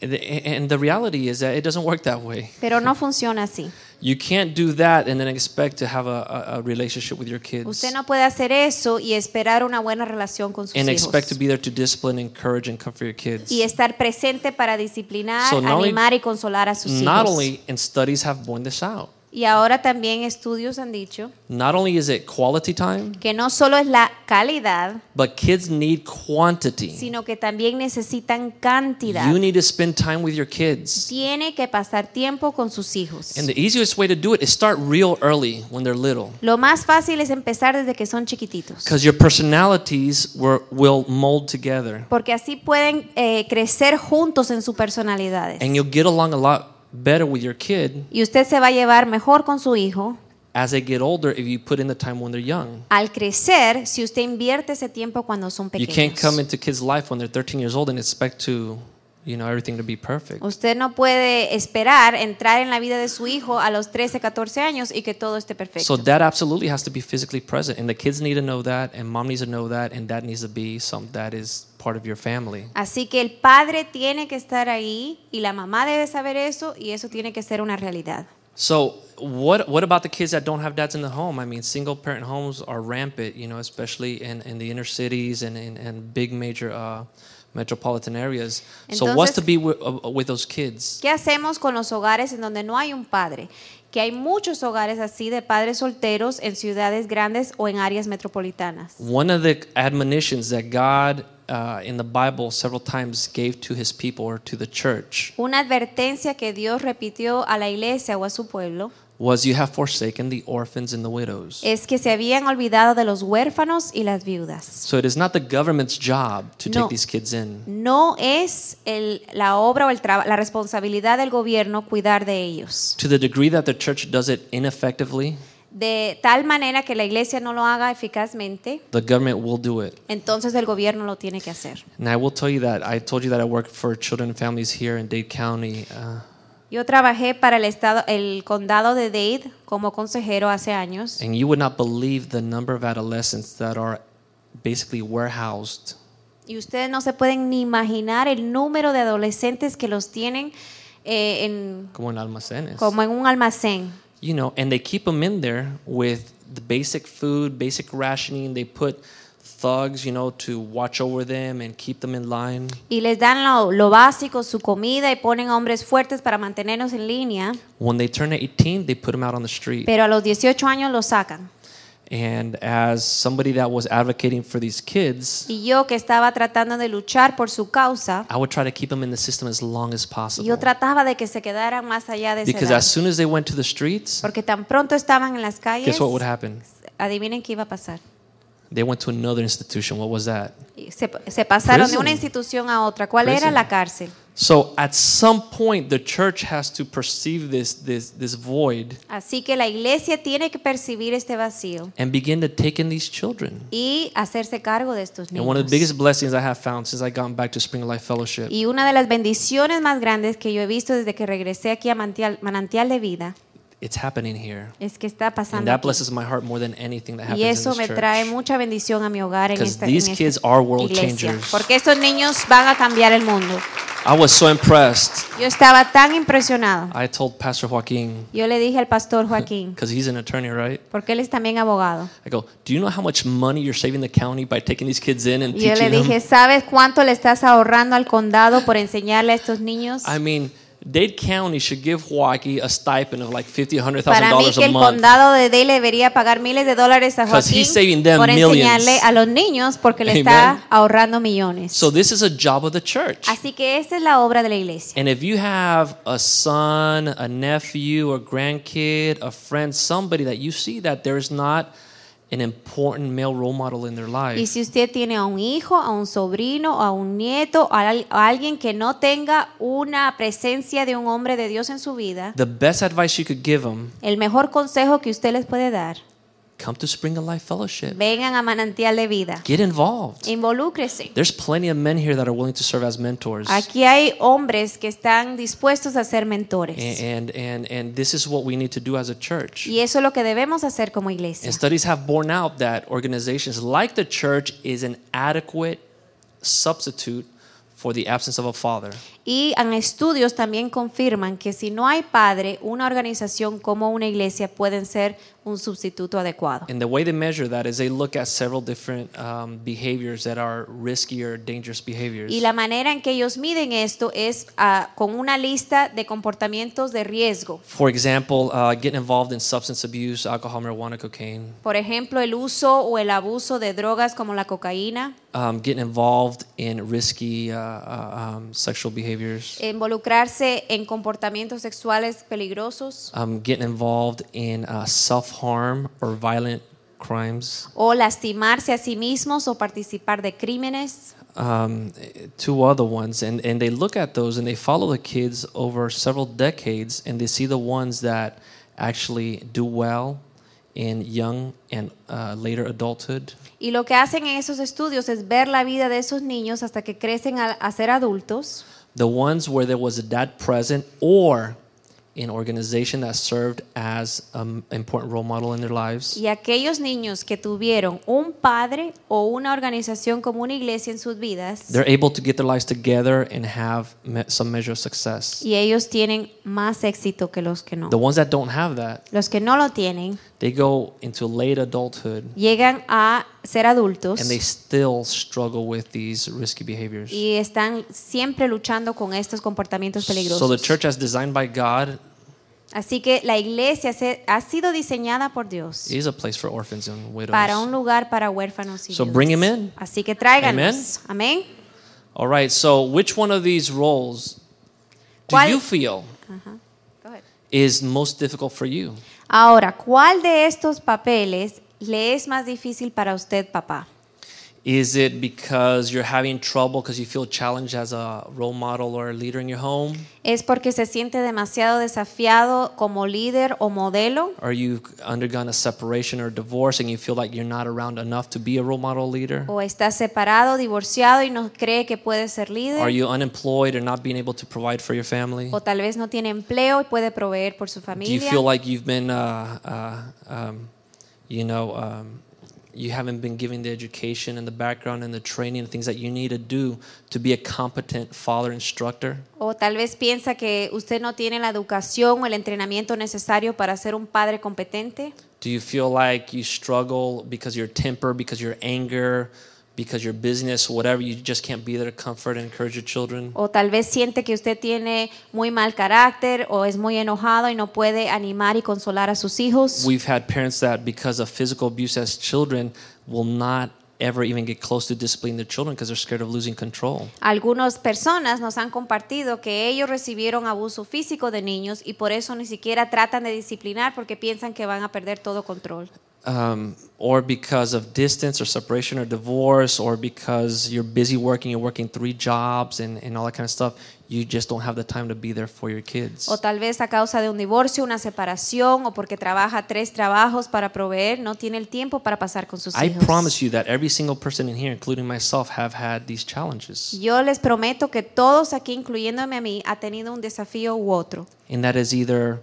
[SPEAKER 1] And the- And the reality is that it doesn't work that way.
[SPEAKER 2] Pero no funciona así.
[SPEAKER 1] You can't do that and then expect to have a, a, a relationship with your kids
[SPEAKER 2] Usted no puede hacer eso y esperar una buena relación con sus
[SPEAKER 1] and
[SPEAKER 2] hijos.
[SPEAKER 1] expect to be there to discipline, encourage, and comfort your kids.
[SPEAKER 2] Y estar presente para disciplinar,
[SPEAKER 1] So not only-
[SPEAKER 2] animar y consolar a sus
[SPEAKER 1] Not
[SPEAKER 2] hijos.
[SPEAKER 1] only, and studies have borne this out,
[SPEAKER 2] Y ahora también estudios han dicho
[SPEAKER 1] not only is it quality time,
[SPEAKER 2] que no solo es la calidad,
[SPEAKER 1] but kids need quantity.
[SPEAKER 2] sino que también necesitan cantidad.
[SPEAKER 1] You need to spend time with your kids.
[SPEAKER 2] Tiene que pasar tiempo con sus hijos.
[SPEAKER 1] And the easiest way to do it is start real early when they're little.
[SPEAKER 2] Lo más fácil es empezar desde que son chiquititos,
[SPEAKER 1] Because your personalities were, will mold together.
[SPEAKER 2] porque así pueden eh, crecer juntos en sus personalidades.
[SPEAKER 1] And you'll get along a lot better with your kid
[SPEAKER 2] Y usted se va a llevar mejor con su hijo
[SPEAKER 1] as they get older if you put in the time when they're young.
[SPEAKER 2] al crecer si usted invierte ese tiempo cuando son
[SPEAKER 1] You can't come
[SPEAKER 2] pequeños.
[SPEAKER 1] into kids' life when they're 13 years old and expect to, you know, everything to be perfect.
[SPEAKER 2] Usted no puede esperar entrar en la vida de su hijo a los 13, 14 años y que todo esté
[SPEAKER 1] So
[SPEAKER 2] perfecto.
[SPEAKER 1] dad absolutely has to be physically present. And the kids need to know that, and mom needs to know that, and dad needs to be some that is part of your family.
[SPEAKER 2] Así que el padre tiene que estar ahí y la mamá debe saber eso y eso tiene que ser una realidad.
[SPEAKER 1] So what what about the kids that don't have dads in the home? I mean, single parent homes are rampant, you know, especially in, in the inner cities and in and big major uh, metropolitan areas. so what's
[SPEAKER 2] Entonces-
[SPEAKER 1] to be with, uh, with those kids?
[SPEAKER 2] ¿Qué hacemos con los hogares en donde no hay un padre? Que hay muchos hogares así de padres solteros en ciudades grandes o en áreas metropolitanas.
[SPEAKER 1] One of the admonitions that God uh, in the Bible several times gave to His people or to the church
[SPEAKER 2] Una advertencia que Dios repitió a la iglesia o a su pueblo
[SPEAKER 1] was you have forsaken the orphans and the widows.
[SPEAKER 2] es que se habían olvidado de los huérfanos y las viudas.
[SPEAKER 1] So it is not the government's job to
[SPEAKER 2] No.
[SPEAKER 1] take these kids in.
[SPEAKER 2] No es el- la obra o el traba- la responsabilidad del gobierno cuidar de ellos.
[SPEAKER 1] To the degree that the church does it ineffectively,
[SPEAKER 2] De tal manera que la iglesia no lo haga eficazmente,
[SPEAKER 1] the government will do it.
[SPEAKER 2] entonces el gobierno lo tiene que hacer.
[SPEAKER 1] And I will tell you that I told you that I work for children and families here in Dade County. Uh,
[SPEAKER 2] Yo trabajé para el estado, el condado de Dade como consejero hace años
[SPEAKER 1] and you would not believe the number of adolescents that are basically warehoused
[SPEAKER 2] y ustedes no se pueden ni imaginar el número de adolescentes que los tienen eh, en-
[SPEAKER 1] como en almacenes.
[SPEAKER 2] como en un almacén.
[SPEAKER 1] you know, and they keep them in there with the basic food, basic rationing. They put thugs, you know, to watch over them and keep them in line.
[SPEAKER 2] Y les dan lo, lo básico, su comida y ponen hombres fuertes para mantenernos en línea,
[SPEAKER 1] When they turn 18, they put them out on the street.
[SPEAKER 2] pero a los 18 años los sacan.
[SPEAKER 1] And as somebody that was advocating for these kids,
[SPEAKER 2] Y yo que estaba tratando de luchar por su causa,
[SPEAKER 1] I would try to keep them in the system as long as possible.
[SPEAKER 2] yo trataba de que se quedaran más allá de esa
[SPEAKER 1] Because
[SPEAKER 2] edad.
[SPEAKER 1] as soon as they went to the streets,
[SPEAKER 2] Porque tan pronto estaban en las calles,
[SPEAKER 1] guess what would happen?
[SPEAKER 2] adivinen qué iba a pasar.
[SPEAKER 1] They went to another institution. What was that?
[SPEAKER 2] Y Se, se pasaron de
[SPEAKER 1] Prison.
[SPEAKER 2] una institución a otra. ¿Cuál era
[SPEAKER 1] Prison.
[SPEAKER 2] la cárcel?
[SPEAKER 1] So at some point, the church has to perceive this this this void
[SPEAKER 2] Así que la iglesia tiene que percibir este vacío
[SPEAKER 1] and begin to take in these children.
[SPEAKER 2] y hacerse cargo de estos
[SPEAKER 1] And one of the
[SPEAKER 2] niños.
[SPEAKER 1] biggest blessings I have found since I gotten back to Spring of Life Fellowship
[SPEAKER 2] Y una de las bendiciones más grandes que yo he visto desde que regresé aquí a Manantial, Manantial de Vida
[SPEAKER 1] it's happening here.
[SPEAKER 2] es que está
[SPEAKER 1] And
[SPEAKER 2] pasando.
[SPEAKER 1] that
[SPEAKER 2] aquí.
[SPEAKER 1] blesses my heart more than anything that happens
[SPEAKER 2] Y eso
[SPEAKER 1] in
[SPEAKER 2] me
[SPEAKER 1] this
[SPEAKER 2] trae
[SPEAKER 1] church.
[SPEAKER 2] mucha bendición a mi hogar en
[SPEAKER 1] 'Cause
[SPEAKER 2] esta,
[SPEAKER 1] these
[SPEAKER 2] en
[SPEAKER 1] kids
[SPEAKER 2] esta
[SPEAKER 1] are world
[SPEAKER 2] iglesia.
[SPEAKER 1] changers.
[SPEAKER 2] Porque estos niños van a cambiar el mundo.
[SPEAKER 1] I was so impressed.
[SPEAKER 2] Yo estaba tan impresionado.
[SPEAKER 1] I told Pastor Joaquin,
[SPEAKER 2] Yo le dije al pastor Joaquín,
[SPEAKER 1] because he's an attorney, right?
[SPEAKER 2] porque él es también abogado.
[SPEAKER 1] I go, Do you know how much money you're saving the county by taking these kids in and
[SPEAKER 2] Y yo le
[SPEAKER 1] teaching
[SPEAKER 2] dije,
[SPEAKER 1] them?
[SPEAKER 2] ¿sabes cuánto le estás ahorrando al condado por enseñarle a estos niños?
[SPEAKER 1] I mean, Dade County should give Joaquin a stipend of like fifty, hundred thousand
[SPEAKER 2] Para mí
[SPEAKER 1] dollars
[SPEAKER 2] que
[SPEAKER 1] a
[SPEAKER 2] el
[SPEAKER 1] month.
[SPEAKER 2] condado de Dale debería pagar miles de dólares a
[SPEAKER 1] 'Cause
[SPEAKER 2] Joaquín
[SPEAKER 1] he's saving them
[SPEAKER 2] por
[SPEAKER 1] millions.
[SPEAKER 2] enseñarle a los niños porque le
[SPEAKER 1] Amen.
[SPEAKER 2] está ahorrando millones.
[SPEAKER 1] So this is a job of the church.
[SPEAKER 2] Así que esa es la obra de la iglesia.
[SPEAKER 1] And if you have a son, a nephew, a grandkid, a friend, somebody that you see that there is not an important male role model in their
[SPEAKER 2] Y
[SPEAKER 1] life,
[SPEAKER 2] si usted tiene a un hijo, a un sobrino, a un nieto, a, al- a alguien que no tenga una presencia de un hombre de Dios en su vida,
[SPEAKER 1] the best advice you could give them
[SPEAKER 2] el mejor consejo que usted les puede dar,
[SPEAKER 1] come to Spring of Life Fellowship.
[SPEAKER 2] vengan a manantial de vida,
[SPEAKER 1] Get involved.
[SPEAKER 2] involúcrese.
[SPEAKER 1] There's plenty of men here that are willing to serve as mentors. And,
[SPEAKER 2] Aquí hay hombres que están dispuestos a ser mentores.
[SPEAKER 1] and and and this is what we need to do as a church.
[SPEAKER 2] Y eso es lo que debemos hacer como iglesia.
[SPEAKER 1] And studies have borne out that organizations like the church is an adequate substitute for the absence of a father.
[SPEAKER 2] Y en estudios también confirman que si no hay padre, una organización como una iglesia pueden ser un sustituto adecuado.
[SPEAKER 1] And the way they measure that is they look at several different um, behaviors that are risky or dangerous behaviors.
[SPEAKER 2] Y la manera en que ellos miden esto es ah, con una lista de comportamientos de riesgo.
[SPEAKER 1] For example, uh, getting involved in substance abuse, alcohol, marijuana, cocaine,
[SPEAKER 2] Por ejemplo, el uso o el abuso de drogas como la cocaína,
[SPEAKER 1] um, getting involved in risky uh, uh, um, sexual behaviors,
[SPEAKER 2] involucrarse en comportamientos sexuales peligrosos
[SPEAKER 1] um, getting involved in uh, self harm or violent crimes.
[SPEAKER 2] o lastimarse a sí mismos o participar de crímenes.
[SPEAKER 1] Um, two other ones, and, and they look at those and they follow the kids over several decades, and they see the ones that actually do well in young and uh, later adulthood.
[SPEAKER 2] Y lo que hacen en esos estudios es ver la vida de esos niños hasta que crecen a, a ser adultos.
[SPEAKER 1] The ones where there was a dad present or an organization that served as an important role model in their lives.
[SPEAKER 2] Y aquellos niños que tuvieron un padre o una organización como una iglesia en sus vidas,
[SPEAKER 1] They're able to get their lives together and have me- some measure of success.
[SPEAKER 2] y ellos tienen más éxito que los que no.
[SPEAKER 1] The ones that don't have that,
[SPEAKER 2] Los que no lo tienen
[SPEAKER 1] they go into late adulthood
[SPEAKER 2] llegan a ser adultos
[SPEAKER 1] and they still struggle with these risky behaviors.
[SPEAKER 2] y están siempre luchando con estos comportamientos
[SPEAKER 1] So the
[SPEAKER 2] peligrosos.
[SPEAKER 1] church as designed by God
[SPEAKER 2] Así que la iglesia se- ha sido diseñada por Dios
[SPEAKER 1] is a place for orphans and widows.
[SPEAKER 2] para un lugar para huérfanos y
[SPEAKER 1] So
[SPEAKER 2] viudas.
[SPEAKER 1] bring him in.
[SPEAKER 2] Así que tráiganos. Amén.
[SPEAKER 1] All right, so which one of these roles do
[SPEAKER 2] ¿Cuál-
[SPEAKER 1] you feel is most difficult for you?
[SPEAKER 2] Ahora, ¿cuál de estos papeles le es más difícil para usted, papá?
[SPEAKER 1] Is it because you're having trouble because you feel challenged as a role model or a leader in your home?
[SPEAKER 2] ¿Es porque se siente demasiado desafiado como líder o modelo?
[SPEAKER 1] Are you undergone a separation or divorce and you feel like you're not around enough to be a role model leader?
[SPEAKER 2] ¿O está separado, divorciado y no cree que puede ser
[SPEAKER 1] Are
[SPEAKER 2] líder?
[SPEAKER 1] you unemployed or not being able to provide for your family?
[SPEAKER 2] ¿O tal vez no tiene empleo y puede proveer por su
[SPEAKER 1] Do you
[SPEAKER 2] familia?
[SPEAKER 1] feel like you've been, uh, uh, um, you know, um, you haven't been given the education and the background and the training and things that you need to do to be a competent father instructor?
[SPEAKER 2] ¿O tal vez piensa que usted no tiene la educación o el entrenamiento necesario para ser un padre competente?
[SPEAKER 1] Do you feel like you struggle because your temper, because your anger, because your business, whatever, you just can't be there to comfort and encourage your children?
[SPEAKER 2] ¿O tal vez siente que usted tiene muy mal carácter o es muy enojado y no puede animar y consolar a sus hijos?
[SPEAKER 1] We've had parents that, because of physical abuse as children, will not ever even get close to disciplining their children because they're scared of losing control.
[SPEAKER 2] Algunas personas nos han compartido que ellos recibieron abuso físico de niños y por eso ni siquiera tratan de disciplinar porque piensan que van a perder todo control.
[SPEAKER 1] um, or because of distance or separation or divorce or because you're busy working you're working three jobs and, and all that kind of stuff you just don't have the time to be there for your kids
[SPEAKER 2] O tal vez a causa de un divorcio, una separación o porque trabaja tres trabajos para proveer, no tiene el tiempo para pasar con sus
[SPEAKER 1] i
[SPEAKER 2] hijos.
[SPEAKER 1] promise you that every single person in here including myself have had these challenges
[SPEAKER 2] Yo les prometo que todos aquí, incluyéndome a mí, ha tenido un desafío u otro.
[SPEAKER 1] and that is either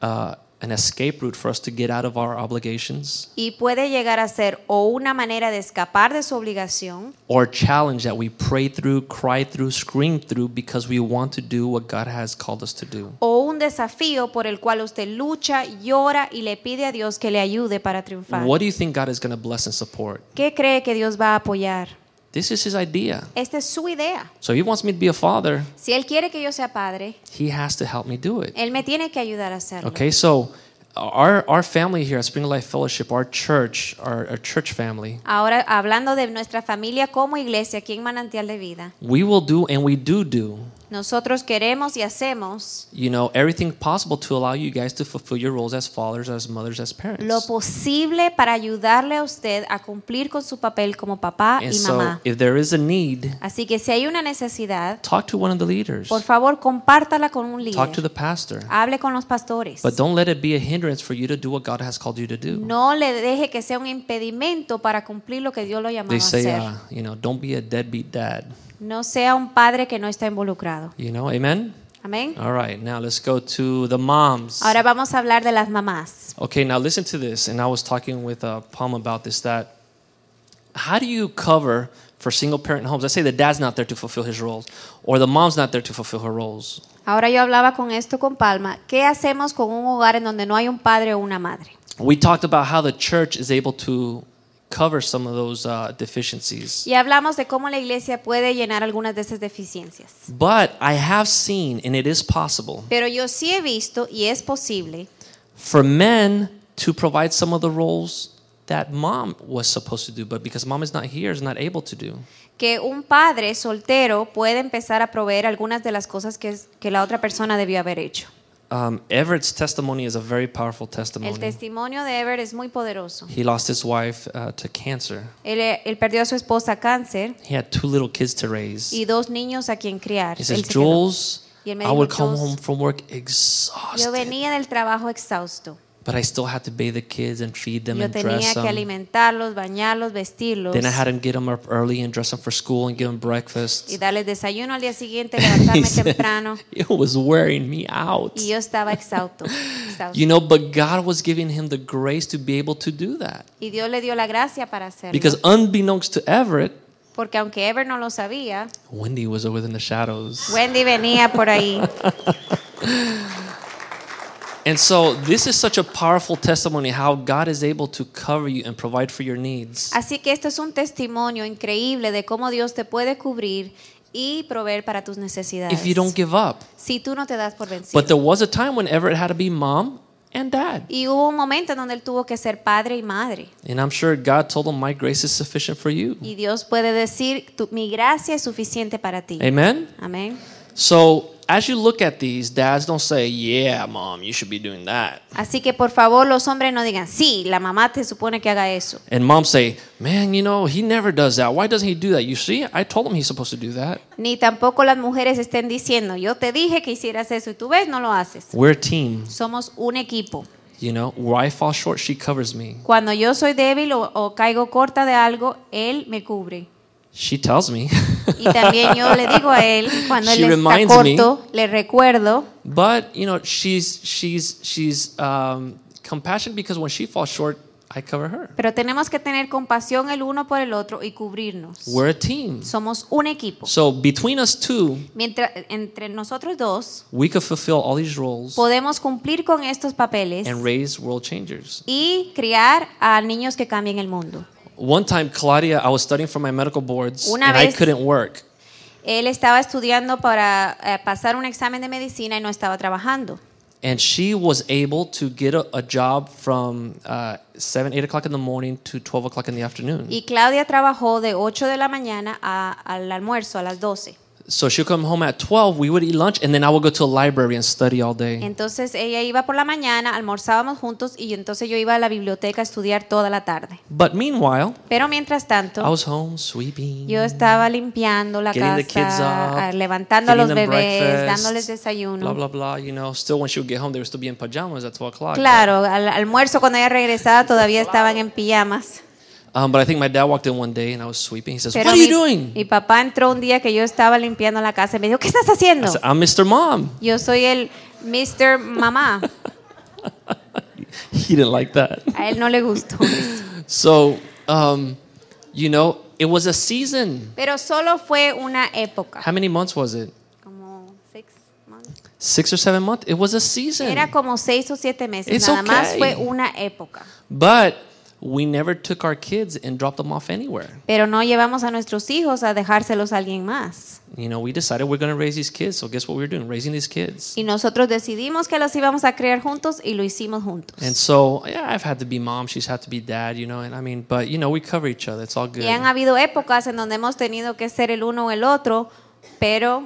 [SPEAKER 1] uh, an escape route for us to get out of our obligations
[SPEAKER 2] Y puede llegar a ser o una manera de escapar de su obligación
[SPEAKER 1] or a challenge that we pray through cry through scream through because we want to do what god has called us to do
[SPEAKER 2] o un desafío por el cual usted lucha, llora y le pide a Dios que le ayude para triunfar.
[SPEAKER 1] what do you think god is going to bless and support
[SPEAKER 2] ¿Qué cree que Dios va a apoyar?
[SPEAKER 1] this is his idea
[SPEAKER 2] Esta es su idea.
[SPEAKER 1] So he wants me to be a father.
[SPEAKER 2] Si Él quiere que yo sea padre,
[SPEAKER 1] He has to help me do it.
[SPEAKER 2] Él me tiene que ayudar a hacerlo.
[SPEAKER 1] Okay, so our our family here at Spring of Life Fellowship, our church, our, our church family,
[SPEAKER 2] Ahora, hablando de nuestra familia como iglesia aquí en Manantial de Vida,
[SPEAKER 1] we will do and we do do,
[SPEAKER 2] nosotros queremos y hacemos
[SPEAKER 1] you know, everything possible to allow you guys to fulfill your roles as fathers, as mothers, as
[SPEAKER 2] lo
[SPEAKER 1] parents.
[SPEAKER 2] posible para ayudarle a usted a cumplir con su papel como papá
[SPEAKER 1] And
[SPEAKER 2] y
[SPEAKER 1] so
[SPEAKER 2] mamá.
[SPEAKER 1] if there is a need,
[SPEAKER 2] Así que si hay una necesidad,
[SPEAKER 1] talk to one of the leaders.
[SPEAKER 2] por favor, Ah, compártala con un
[SPEAKER 1] Talk to
[SPEAKER 2] líder.
[SPEAKER 1] the pastor.
[SPEAKER 2] Hable con los pastores.
[SPEAKER 1] But don't let it be a hindrance for you to do what God has called you to do.
[SPEAKER 2] No le deje que sea un impedimento para cumplir lo que Dios lo llamó a
[SPEAKER 1] They say,
[SPEAKER 2] hacer.
[SPEAKER 1] uh, you know, don't be a deadbeat dad.
[SPEAKER 2] No sea un padre que no está involucrado.
[SPEAKER 1] You know, amen?
[SPEAKER 2] Amén.
[SPEAKER 1] All right, now let's go to the moms.
[SPEAKER 2] Ahora vamos a hablar de las mamás.
[SPEAKER 1] Okay, now listen to this. And I was talking with uh, Palm about this that how do you cover for single parent homes? Let's say the dad's not there to fulfill his roles, or the mom's not there to fulfill her roles.
[SPEAKER 2] Ahora yo hablaba con esto con Palma. ¿Qué hacemos con un hogar en donde no hay un padre o una madre?
[SPEAKER 1] We talked about how the church is able to cover some of those uh, deficiencies.
[SPEAKER 2] Y hablamos de cómo la iglesia puede llenar algunas de esas deficiencias.
[SPEAKER 1] But I have seen, and it is possible,
[SPEAKER 2] Pero yo sí he visto y es posible
[SPEAKER 1] for men to provide some of the roles that mom was supposed to do, but because mom is not here, is not able to do.
[SPEAKER 2] que un padre soltero puede empezar a proveer algunas de las cosas que, es- que la otra persona debió haber hecho.
[SPEAKER 1] Um, Everett's testimony is a very powerful
[SPEAKER 2] El
[SPEAKER 1] testimony.
[SPEAKER 2] testimonio de Everett es muy poderoso.
[SPEAKER 1] He lost his wife uh, to cancer.
[SPEAKER 2] Él, eh, él perdió a su esposa a cáncer
[SPEAKER 1] He had two little kids to raise.
[SPEAKER 2] y dos niños a quien criar.
[SPEAKER 1] He says,
[SPEAKER 2] Él se quedó.
[SPEAKER 1] Jules,
[SPEAKER 2] Y él me
[SPEAKER 1] I
[SPEAKER 2] dijo,
[SPEAKER 1] would come
[SPEAKER 2] "Jules,
[SPEAKER 1] home from work
[SPEAKER 2] yo
[SPEAKER 1] exhausted,
[SPEAKER 2] venía del trabajo exhausto.
[SPEAKER 1] but I still had to bathe the kids and feed them
[SPEAKER 2] Yo
[SPEAKER 1] and dress
[SPEAKER 2] tenía que
[SPEAKER 1] them.
[SPEAKER 2] alimentarlos, bañarlos, vestirlos
[SPEAKER 1] Then I had him get them up early and dress them for school and give them breakfast.
[SPEAKER 2] y darles desayuno al día siguiente,
[SPEAKER 1] He
[SPEAKER 2] levantarme
[SPEAKER 1] said,
[SPEAKER 2] temprano
[SPEAKER 1] it was wearing me out.
[SPEAKER 2] y yo estaba exhausto. exhausto.
[SPEAKER 1] You know, but God was giving him the grace to be able to do that.
[SPEAKER 2] y Dios le dio la gracia para hacerlo.
[SPEAKER 1] Because unbeknownst to Everett,
[SPEAKER 2] porque aunque Ever no lo sabía,
[SPEAKER 1] Wendy was over in the shadows.
[SPEAKER 2] Wendy venía por ahí.
[SPEAKER 1] And so this is such a powerful testimony how God is able to cover you and provide for your needs.
[SPEAKER 2] Así que esto es un testimonio increíble de cómo Dios te puede cubrir y proveer para tus necesidades.
[SPEAKER 1] if you don't give up.
[SPEAKER 2] si tú no te das por vencido.
[SPEAKER 1] But there was a time when Everett had to be mom and dad.
[SPEAKER 2] Y hubo un momento en donde él tuvo que ser padre y madre.
[SPEAKER 1] And I'm sure God told him, My grace is sufficient for you.
[SPEAKER 2] Y Dios puede decir, "Tu- mi gracia es suficiente para ti.
[SPEAKER 1] Amen?
[SPEAKER 2] Amén.
[SPEAKER 1] So as you look at these, dads don't say, "Yeah, mom, you should be doing that,"
[SPEAKER 2] Así que por favor los hombres no digan, sí, la mamá te supone que haga eso.
[SPEAKER 1] and mom say, "Man, you know, he never does that. Why doesn't he do that? You see, I told him he's supposed to do that."
[SPEAKER 2] Ni tampoco las mujeres estén diciendo, yo te dije que hicieras eso y tú ves, no lo haces.
[SPEAKER 1] We're a team,
[SPEAKER 2] Somos un equipo.
[SPEAKER 1] you know. Where I fall short, she covers me.
[SPEAKER 2] Cuando yo soy débil o, o caigo corta de algo, él me cubre.
[SPEAKER 1] She tells me.
[SPEAKER 2] Y también yo le digo a él, cuando él
[SPEAKER 1] She
[SPEAKER 2] está
[SPEAKER 1] reminds me.
[SPEAKER 2] corto, le recuerdo,
[SPEAKER 1] But you know, she's she's she's um, compassionate because when she falls short, I cover her.
[SPEAKER 2] pero tenemos que tener compasión el uno por el otro y cubrirnos.
[SPEAKER 1] We're a team.
[SPEAKER 2] Somos un equipo.
[SPEAKER 1] So between us two,
[SPEAKER 2] Mientras entre nosotros dos
[SPEAKER 1] we could fulfill all these roles
[SPEAKER 2] podemos cumplir con estos papeles
[SPEAKER 1] and raise world changers.
[SPEAKER 2] y criar a niños que cambien el mundo.
[SPEAKER 1] One time, Claudia, I was studying for my medical boards
[SPEAKER 2] Una
[SPEAKER 1] and I
[SPEAKER 2] vez-
[SPEAKER 1] couldn't work.
[SPEAKER 2] Él estaba estudiando para eh, pasar un examen de medicina y no estaba trabajando.
[SPEAKER 1] And she was able to get a, a job from uh, 7, 8 o'clock in the morning to 12 o'clock in the afternoon.
[SPEAKER 2] Y Claudia trabajó de 8 de la mañana a- al almuerzo, a las 12.
[SPEAKER 1] So she'll come home at 12, we would eat lunch, and then I would go to a library and study all day.
[SPEAKER 2] Entonces ella iba por la mañana, almorzábamos juntos y entonces yo iba a la biblioteca a estudiar toda la tarde.
[SPEAKER 1] But meanwhile,
[SPEAKER 2] Pero mientras
[SPEAKER 1] I
[SPEAKER 2] tanto,
[SPEAKER 1] was home sweeping.
[SPEAKER 2] yo estaba limpiando la
[SPEAKER 1] Getting the kids
[SPEAKER 2] casa,
[SPEAKER 1] up,
[SPEAKER 2] eh, levantando a
[SPEAKER 1] feeding
[SPEAKER 2] los
[SPEAKER 1] them
[SPEAKER 2] bebés,
[SPEAKER 1] breakfast,
[SPEAKER 2] dándoles desayuno.
[SPEAKER 1] Blah, blah, blah. You know, still when she would get home, they would still be in pajamas at 12 o'clock.
[SPEAKER 2] Claro, al almuerzo cuando ella regresaba todavía estaban en pijamas.
[SPEAKER 1] Um, but I think my dad walked in one day and I was sweeping. He says,
[SPEAKER 2] Pero
[SPEAKER 1] Pues, What are
[SPEAKER 2] mi,
[SPEAKER 1] you doing?
[SPEAKER 2] mi papá entró un día que yo estaba limpiando la casa y me dijo, ¿qué estás
[SPEAKER 1] I
[SPEAKER 2] haciendo?
[SPEAKER 1] said, I'm Mr. Mom.
[SPEAKER 2] Yo soy el Mr. Mamá.
[SPEAKER 1] He didn't like that.
[SPEAKER 2] A él no le gustó. eso.
[SPEAKER 1] So, um, you know, it was a season.
[SPEAKER 2] Pero solo fue una época.
[SPEAKER 1] How many months was it?
[SPEAKER 2] Como six months.
[SPEAKER 1] Six or seven months? It was a season.
[SPEAKER 2] Era como seis o siete meses.
[SPEAKER 1] It's
[SPEAKER 2] Nada más
[SPEAKER 1] okay.
[SPEAKER 2] fue una época.
[SPEAKER 1] But we never took our kids and dropped them off anywhere.
[SPEAKER 2] Pero no llevamos a nuestros hijos a dejárselos a alguien más.
[SPEAKER 1] You know, we decided we're going to raise these kids. So, guess what we were doing? Raising these kids.
[SPEAKER 2] Y nosotros decidimos que los íbamos a criar juntos y lo hicimos juntos.
[SPEAKER 1] And so, yeah, I've had to be mom. She's had to be dad, you know. And I mean, but, you know, we cover each other. It's all good.
[SPEAKER 2] Y han habido épocas en donde hemos tenido que ser el uno o el otro, pero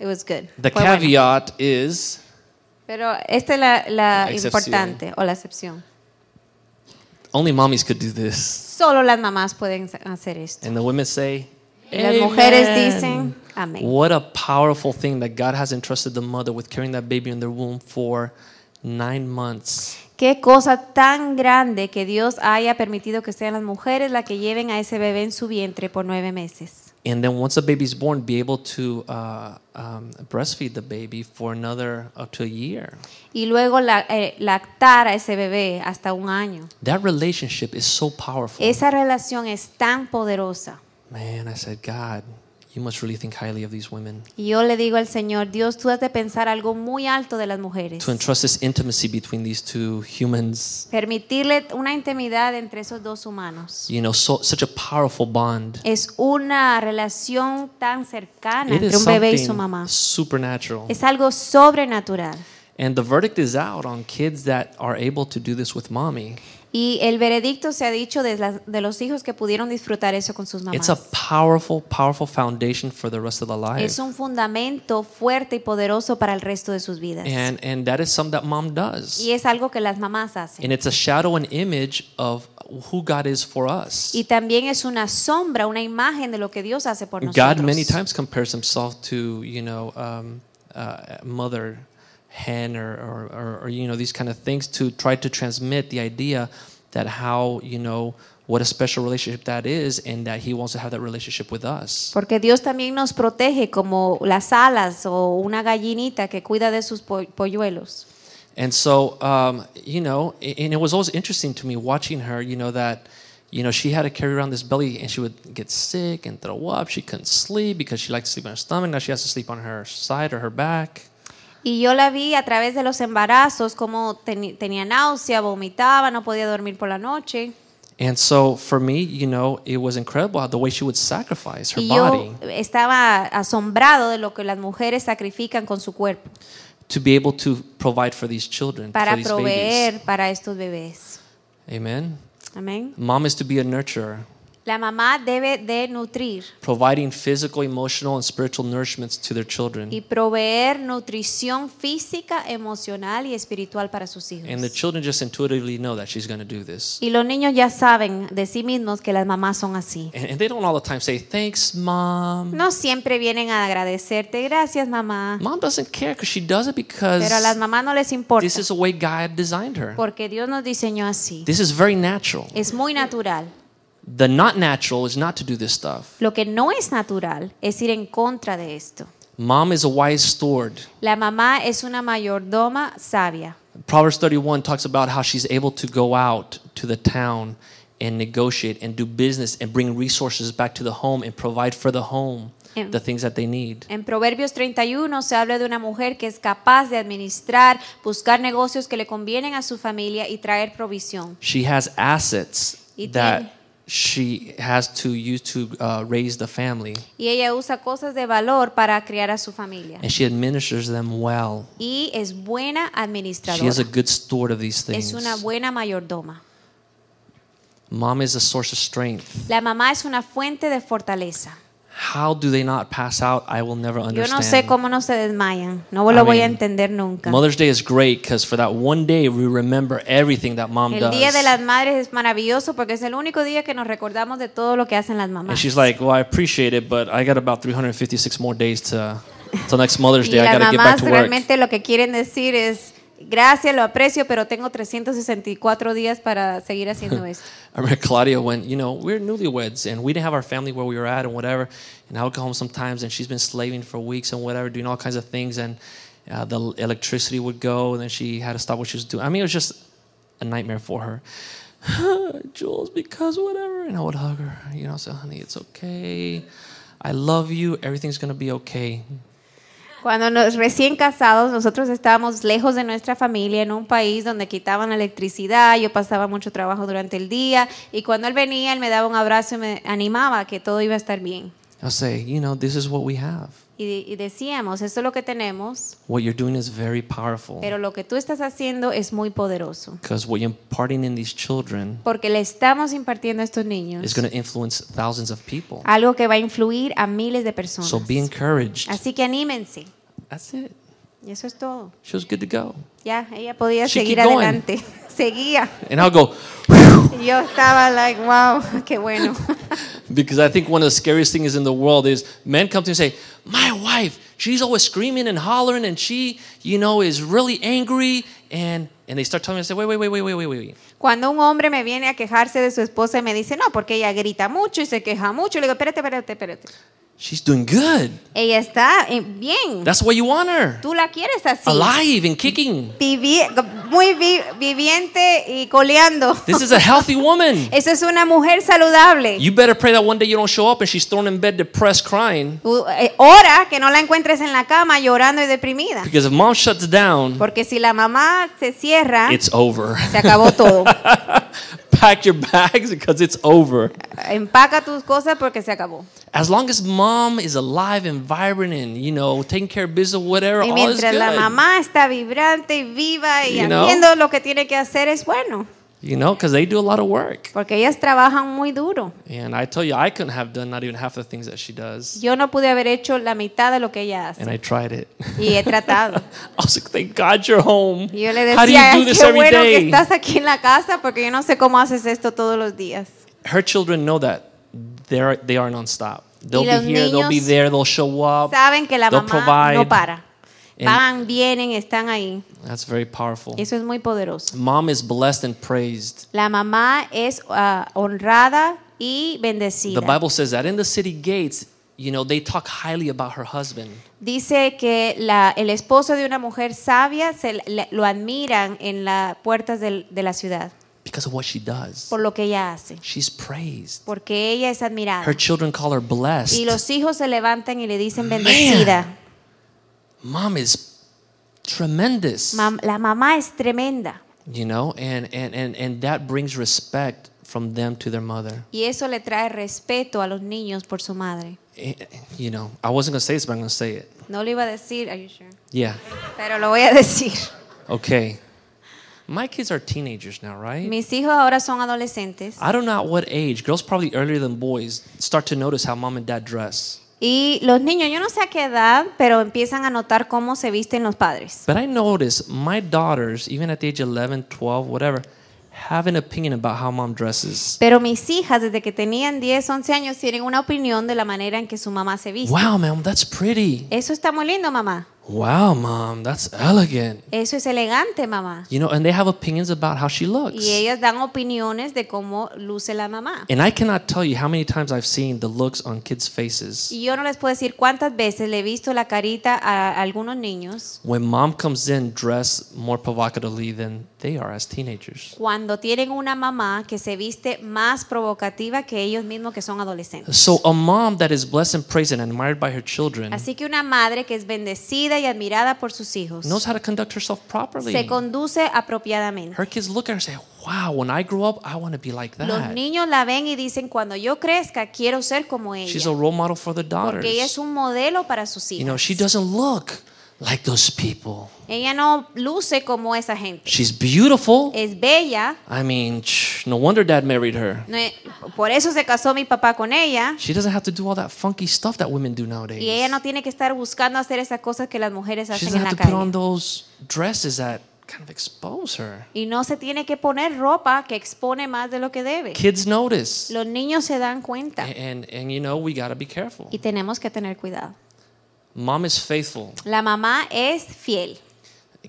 [SPEAKER 2] it was good.
[SPEAKER 1] The
[SPEAKER 2] Fue bueno.
[SPEAKER 1] caveat is
[SPEAKER 2] Pero esta es la, la
[SPEAKER 1] La excepción.
[SPEAKER 2] importante o la excepción.
[SPEAKER 1] only mommies could do this.
[SPEAKER 2] Solo las mamás pueden sa- hacer esto.
[SPEAKER 1] And the women say,
[SPEAKER 2] Y las mujeres
[SPEAKER 1] "Amen."
[SPEAKER 2] dicen, amén.
[SPEAKER 1] What a powerful thing that God has entrusted the mother with carrying that baby in their womb for nine months.
[SPEAKER 2] Qué cosa tan grande que Dios haya permitido que sean las mujeres las que lleven a ese bebé en su vientre por nueve meses.
[SPEAKER 1] And then once the baby's born, be able to uh, um, breastfeed the baby for another up to a year.
[SPEAKER 2] Y luego la- eh, lactar a ese bebé hasta un año.
[SPEAKER 1] That relationship is so powerful.
[SPEAKER 2] Esa relación es tan poderosa.
[SPEAKER 1] Man, I said, God, you must really think highly of these women
[SPEAKER 2] Y yo le digo al Señor, Dios, tú has de pensar algo muy alto de las mujeres.
[SPEAKER 1] to entrust this intimacy between these two humans.
[SPEAKER 2] Permitirle una intimidad entre esos dos humanos.
[SPEAKER 1] You know, so, such a powerful bond.
[SPEAKER 2] Es una relación tan cercana
[SPEAKER 1] It is
[SPEAKER 2] entre un bebé y su
[SPEAKER 1] something
[SPEAKER 2] mamá.
[SPEAKER 1] supernatural.
[SPEAKER 2] Es algo sobrenatural.
[SPEAKER 1] And the verdict is out on kids that are able to do this with mommy.
[SPEAKER 2] Y el veredicto se ha dicho de, las- de los hijos que pudieron disfrutar eso con sus
[SPEAKER 1] It's a
[SPEAKER 2] mamás.
[SPEAKER 1] powerful, powerful foundation for the rest of the life.
[SPEAKER 2] Es un fundamento fuerte y poderoso para el resto de sus vidas.
[SPEAKER 1] and and that is something that mom does.
[SPEAKER 2] Y es algo que las mamás hacen.
[SPEAKER 1] And it's a shadow and image of who God is for us.
[SPEAKER 2] Y también es una sombra, una imagen de lo que Dios hace por
[SPEAKER 1] God many
[SPEAKER 2] nosotros.
[SPEAKER 1] times compares himself to you know um, uh, mother hen or, or, or, or you know these kind of things to try to transmit the idea that how you know what a special relationship that is and that he wants to have that relationship with us.
[SPEAKER 2] Porque Dios también nos protege como las alas o una gallinita que cuida de sus po- polluelos.
[SPEAKER 1] And so, um, you know, a- and it was always interesting to me watching her, you know, that, you know, she had to carry around this belly and she would get sick and throw up. She couldn't sleep because she liked to sleep on her stomach. Now she has to sleep on her side or her back.
[SPEAKER 2] Y yo la vi a través de los embarazos, como teni- tenía náusea, vomitaba, no podía dormir por la noche.
[SPEAKER 1] And so for me, you know, it was incredible how the way she would sacrifice her
[SPEAKER 2] Y yo
[SPEAKER 1] body
[SPEAKER 2] estaba asombrado de lo que las mujeres sacrifican con su cuerpo
[SPEAKER 1] to be able to provide for these children,
[SPEAKER 2] para
[SPEAKER 1] for these babies.
[SPEAKER 2] proveer para estos bebés.
[SPEAKER 1] Amen.
[SPEAKER 2] Amén.
[SPEAKER 1] Mom is to be a nurturer.
[SPEAKER 2] La mamá debe de nutrir
[SPEAKER 1] providing physical, emotional, and spiritual nourishments to their children.
[SPEAKER 2] y proveer nutrición física, emocional y espiritual para sus hijos.
[SPEAKER 1] And the children just intuitively know that she's going to do this.
[SPEAKER 2] Y los niños ya saben de sí mismos que las mamás son así.
[SPEAKER 1] And, and they don't all the time say, Thanks, mom.
[SPEAKER 2] No siempre vienen a agradecerte, gracias mamá.
[SPEAKER 1] Mom doesn't care because she does it
[SPEAKER 2] Pero a
[SPEAKER 1] because
[SPEAKER 2] las mamás no les importa
[SPEAKER 1] Em, pues, this is the way God designed her.
[SPEAKER 2] porque Dios nos diseñó así.
[SPEAKER 1] This is very natural.
[SPEAKER 2] Es muy natural.
[SPEAKER 1] The not natural is not to do this stuff.
[SPEAKER 2] Lo que no es natural es ir en contra de esto.
[SPEAKER 1] Mom is a wise steward.
[SPEAKER 2] La mamá es una mayordoma sabia.
[SPEAKER 1] Proverbs 31 talks about how she's able to go out to the town and negotiate and do business and bring resources back to the home and provide for the home
[SPEAKER 2] Em-
[SPEAKER 1] the things that they need.
[SPEAKER 2] En Proverbios 31 se habla de una mujer que es capaz de administrar, buscar negocios que le convienen a su familia y traer provisión.
[SPEAKER 1] She has assets
[SPEAKER 2] Y tiene-
[SPEAKER 1] that she has to use to uh, raise the family,
[SPEAKER 2] Y ella usa cosas de valor para criar a su familia.
[SPEAKER 1] and she administers them well.
[SPEAKER 2] Y es
[SPEAKER 1] She
[SPEAKER 2] buena
[SPEAKER 1] is a
[SPEAKER 2] administradora.
[SPEAKER 1] good steward of these
[SPEAKER 2] Es una
[SPEAKER 1] things.
[SPEAKER 2] buena mayordoma.
[SPEAKER 1] Mom is a source of strength.
[SPEAKER 2] La mamá es una fuente de fortaleza.
[SPEAKER 1] How do they not pass out? I will never
[SPEAKER 2] Yo no sé
[SPEAKER 1] understand.
[SPEAKER 2] cómo no se desmayan. No lo
[SPEAKER 1] I
[SPEAKER 2] voy a
[SPEAKER 1] mean,
[SPEAKER 2] entender nunca.
[SPEAKER 1] Mother's Day is great because for that one day we remember everything that mom
[SPEAKER 2] El
[SPEAKER 1] does.
[SPEAKER 2] Día de las Madres es maravilloso porque es el único día que nos recordamos de todo lo que hacen las
[SPEAKER 1] And
[SPEAKER 2] mamás.
[SPEAKER 1] she's like, "Well, I appreciate it, but I got about 356 more days to till next Mother's
[SPEAKER 2] y
[SPEAKER 1] Day. I
[SPEAKER 2] las
[SPEAKER 1] got to get back
[SPEAKER 2] mamás
[SPEAKER 1] to work."
[SPEAKER 2] realmente lo que quieren decir es, gracias, lo aprecio, pero tengo 364 días para seguir haciendo esto.
[SPEAKER 1] I remember Claudia when you know we are newlyweds and we didn't have our family where we were at and whatever. And I would go home sometimes, and she's been slaving for weeks and whatever, doing all kinds of things, and uh, the l- electricity would go, and then she had to stop what she was doing. I mean, it was just a nightmare for her. Jules, because whatever, and I would hug her. You know, say, "Honey, it's okay. I love you. Everything's gonna be okay."
[SPEAKER 2] Cuando nos recién casados, nosotros estábamos lejos de nuestra familia, en un país donde quitaban la electricidad, yo pasaba mucho trabajo durante el día, y cuando él venía, él me daba un abrazo y me animaba a que todo iba a estar bien.
[SPEAKER 1] I'll say, "You know, this is what we have."
[SPEAKER 2] Y, de- y decíamos, esto es lo que tenemos,
[SPEAKER 1] What you're doing is very powerful
[SPEAKER 2] pero lo que tú estás haciendo es muy poderoso,
[SPEAKER 1] because what you're imparting in these children
[SPEAKER 2] porque le estamos impartiendo a estos
[SPEAKER 1] is
[SPEAKER 2] niños
[SPEAKER 1] going to influence thousands of people.
[SPEAKER 2] algo que va a influir a miles de personas.
[SPEAKER 1] So be encouraged.
[SPEAKER 2] Así que anímense.
[SPEAKER 1] That's it.
[SPEAKER 2] Y eso es todo.
[SPEAKER 1] She was good to go.
[SPEAKER 2] Ya, ella podía
[SPEAKER 1] She
[SPEAKER 2] seguir
[SPEAKER 1] keep going.
[SPEAKER 2] adelante. Seguía.
[SPEAKER 1] And I'll go,
[SPEAKER 2] Y Yo estaba like, wow, qué bueno.
[SPEAKER 1] because I think one of the scariest things in the world is men come to me and say, My wife, she's always screaming and hollering, and she, you know, is really angry. And and they start telling me, I say, Wait, wait, wait, wait, wait, wait, wait, wait.
[SPEAKER 2] Cuando un hombre me viene a quejarse de su esposa y me dice, no, porque ella grita mucho y se queja mucho, le digo, espérate, espérate, espérate.
[SPEAKER 1] She's doing good.
[SPEAKER 2] Ella está eh, bien.
[SPEAKER 1] That's why you want her.
[SPEAKER 2] Tú la quieres así.
[SPEAKER 1] Alive and kicking.
[SPEAKER 2] Vivi- muy vi- viviente y coleando.
[SPEAKER 1] This is a healthy woman.
[SPEAKER 2] Esa es una mujer saludable.
[SPEAKER 1] You better pray that one day you don't show up and she's thrown in bed depressed crying.
[SPEAKER 2] Tú, eh, ora que no la encuentres en la cama llorando y deprimida.
[SPEAKER 1] Because if mom shuts down,
[SPEAKER 2] Porque si la mamá se cierra,
[SPEAKER 1] it's over.
[SPEAKER 2] se acabó todo.
[SPEAKER 1] Pack your bags because it's over.
[SPEAKER 2] Empaca tus cosas porque se acabó.
[SPEAKER 1] As long as mom is alive and vibrant and, you know, taking care of business, whatever,
[SPEAKER 2] Y
[SPEAKER 1] all is
[SPEAKER 2] mientras
[SPEAKER 1] good.
[SPEAKER 2] la mamá está vibrante y viva y
[SPEAKER 1] You know?
[SPEAKER 2] haciendo lo que tiene que hacer es bueno,
[SPEAKER 1] You know, because they do a lot of work.
[SPEAKER 2] porque ellas trabajan muy duro.
[SPEAKER 1] And I tell you, I couldn't have done not even half the things that she does.
[SPEAKER 2] Yo no pude haber hecho la mitad de lo que ella hace
[SPEAKER 1] And I tried it.
[SPEAKER 2] y he tratado.
[SPEAKER 1] I was like, thank God you're home.
[SPEAKER 2] Y yo le
[SPEAKER 1] How do
[SPEAKER 2] decía,
[SPEAKER 1] you do
[SPEAKER 2] "Ay,
[SPEAKER 1] this
[SPEAKER 2] qué
[SPEAKER 1] every
[SPEAKER 2] bueno que
[SPEAKER 1] day?
[SPEAKER 2] estás aquí en la casa porque yo no sé cómo haces esto todos los días.
[SPEAKER 1] Her children know that they're, they are nonstop. They'll
[SPEAKER 2] los
[SPEAKER 1] be here, they'll be
[SPEAKER 2] niños
[SPEAKER 1] there, they'll show up.
[SPEAKER 2] Saben que la
[SPEAKER 1] they'll
[SPEAKER 2] mamá no
[SPEAKER 1] Oh, provide.
[SPEAKER 2] para.
[SPEAKER 1] And-
[SPEAKER 2] Van, vienen, están ahí.
[SPEAKER 1] That's very powerful.
[SPEAKER 2] Eso es muy poderoso.
[SPEAKER 1] Mom is blessed and praised.
[SPEAKER 2] La mamá es ah, honrada y
[SPEAKER 1] The
[SPEAKER 2] bendecida.
[SPEAKER 1] Bible says that in the city gates, you know, they talk highly about her husband.
[SPEAKER 2] Dice que la- el esposo de una mujer sabia se le- lo admiran en las puertas del- de la ciudad
[SPEAKER 1] because of what she does.
[SPEAKER 2] por lo que ella hace,
[SPEAKER 1] She's praised.
[SPEAKER 2] porque ella es admirada.
[SPEAKER 1] Her children call her
[SPEAKER 2] Y
[SPEAKER 1] blessed.
[SPEAKER 2] los hijos se levantan y le dicen bendecida.
[SPEAKER 1] Mom is tremendous.
[SPEAKER 2] Mam- la mamá es tremenda
[SPEAKER 1] You know, and, and, and, and that brings respect from them to their mother.
[SPEAKER 2] y eso le trae respeto a los niños por su madre.
[SPEAKER 1] Eh, eh, You know, I wasn't going to say this, but I'm going to say it.
[SPEAKER 2] No lo iba a decir, are you sure?
[SPEAKER 1] Yeah.
[SPEAKER 2] pero lo voy a decir.
[SPEAKER 1] Okay. My kids are teenagers now, right?
[SPEAKER 2] Mis hijos ahora son adolescentes
[SPEAKER 1] I don't know at what age, girls probably earlier than boys, start to notice how mom and dad dress.
[SPEAKER 2] y los niños, yo no sé a qué edad, pero empiezan a notar cómo se visten los padres.
[SPEAKER 1] But I notice my daughters, even at the age 11, 12, whatever, have an opinion about how mom dresses.
[SPEAKER 2] Pero mis hijas, desde que tenían 10, 11 años, tienen una opinión de la manera en que su mamá se viste.
[SPEAKER 1] Wow, mom, that's pretty.
[SPEAKER 2] Eso está muy lindo, mamá.
[SPEAKER 1] Wow, mom, that's elegant.
[SPEAKER 2] Eso es elegante, mamá.
[SPEAKER 1] You know, and they have opinions about how she looks.
[SPEAKER 2] Y ellas dan opiniones de cómo luce la mamá.
[SPEAKER 1] And I cannot tell you how many times I've seen the looks on kids' faces.
[SPEAKER 2] Y yo no les puedo decir cuántas veces le he visto la carita a algunos niños
[SPEAKER 1] When mom comes in dressed more provocatively than they are as teenagers.
[SPEAKER 2] cuando tienen una mamá que se viste más provocativa que ellos mismos que son adolescentes.
[SPEAKER 1] So a mom that is blessed and praised and admired by her children
[SPEAKER 2] Así que una madre que es bendecida y admirada por sus hijos
[SPEAKER 1] knows how to conduct herself properly.
[SPEAKER 2] se conduce apropiadamente.
[SPEAKER 1] Her kids look at her and say, Wow, when I grow up, I want to be like
[SPEAKER 2] Los
[SPEAKER 1] that.
[SPEAKER 2] niños la ven y dicen, cuando yo crezca, quiero ser como
[SPEAKER 1] She's a
[SPEAKER 2] ella.
[SPEAKER 1] role model for the daughters.
[SPEAKER 2] Porque ella es un modelo para sus
[SPEAKER 1] You know,
[SPEAKER 2] hijos.
[SPEAKER 1] she doesn't look like those people.
[SPEAKER 2] Ella no luce como esa gente.
[SPEAKER 1] She's beautiful.
[SPEAKER 2] Es bella.
[SPEAKER 1] I mean, shh, no wonder dad married her.
[SPEAKER 2] no es- Por eso se casó mi papá con ella.
[SPEAKER 1] She doesn't have to do all that funky stuff that women do nowadays.
[SPEAKER 2] Y ella no tiene que estar buscando hacer esas cosas que las mujeres
[SPEAKER 1] she
[SPEAKER 2] hacen
[SPEAKER 1] doesn't
[SPEAKER 2] en
[SPEAKER 1] have
[SPEAKER 2] la
[SPEAKER 1] to put on
[SPEAKER 2] calle.
[SPEAKER 1] those dresses that kind of expose her.
[SPEAKER 2] Y no se tiene que poner ropa que expone más de lo que debe.
[SPEAKER 1] Kids Eh. notice.
[SPEAKER 2] Los niños se dan cuenta
[SPEAKER 1] And, and, you know, we got to be careful.
[SPEAKER 2] y tenemos que tener cuidado.
[SPEAKER 1] Mom is faithful.
[SPEAKER 2] La mamá es fiel.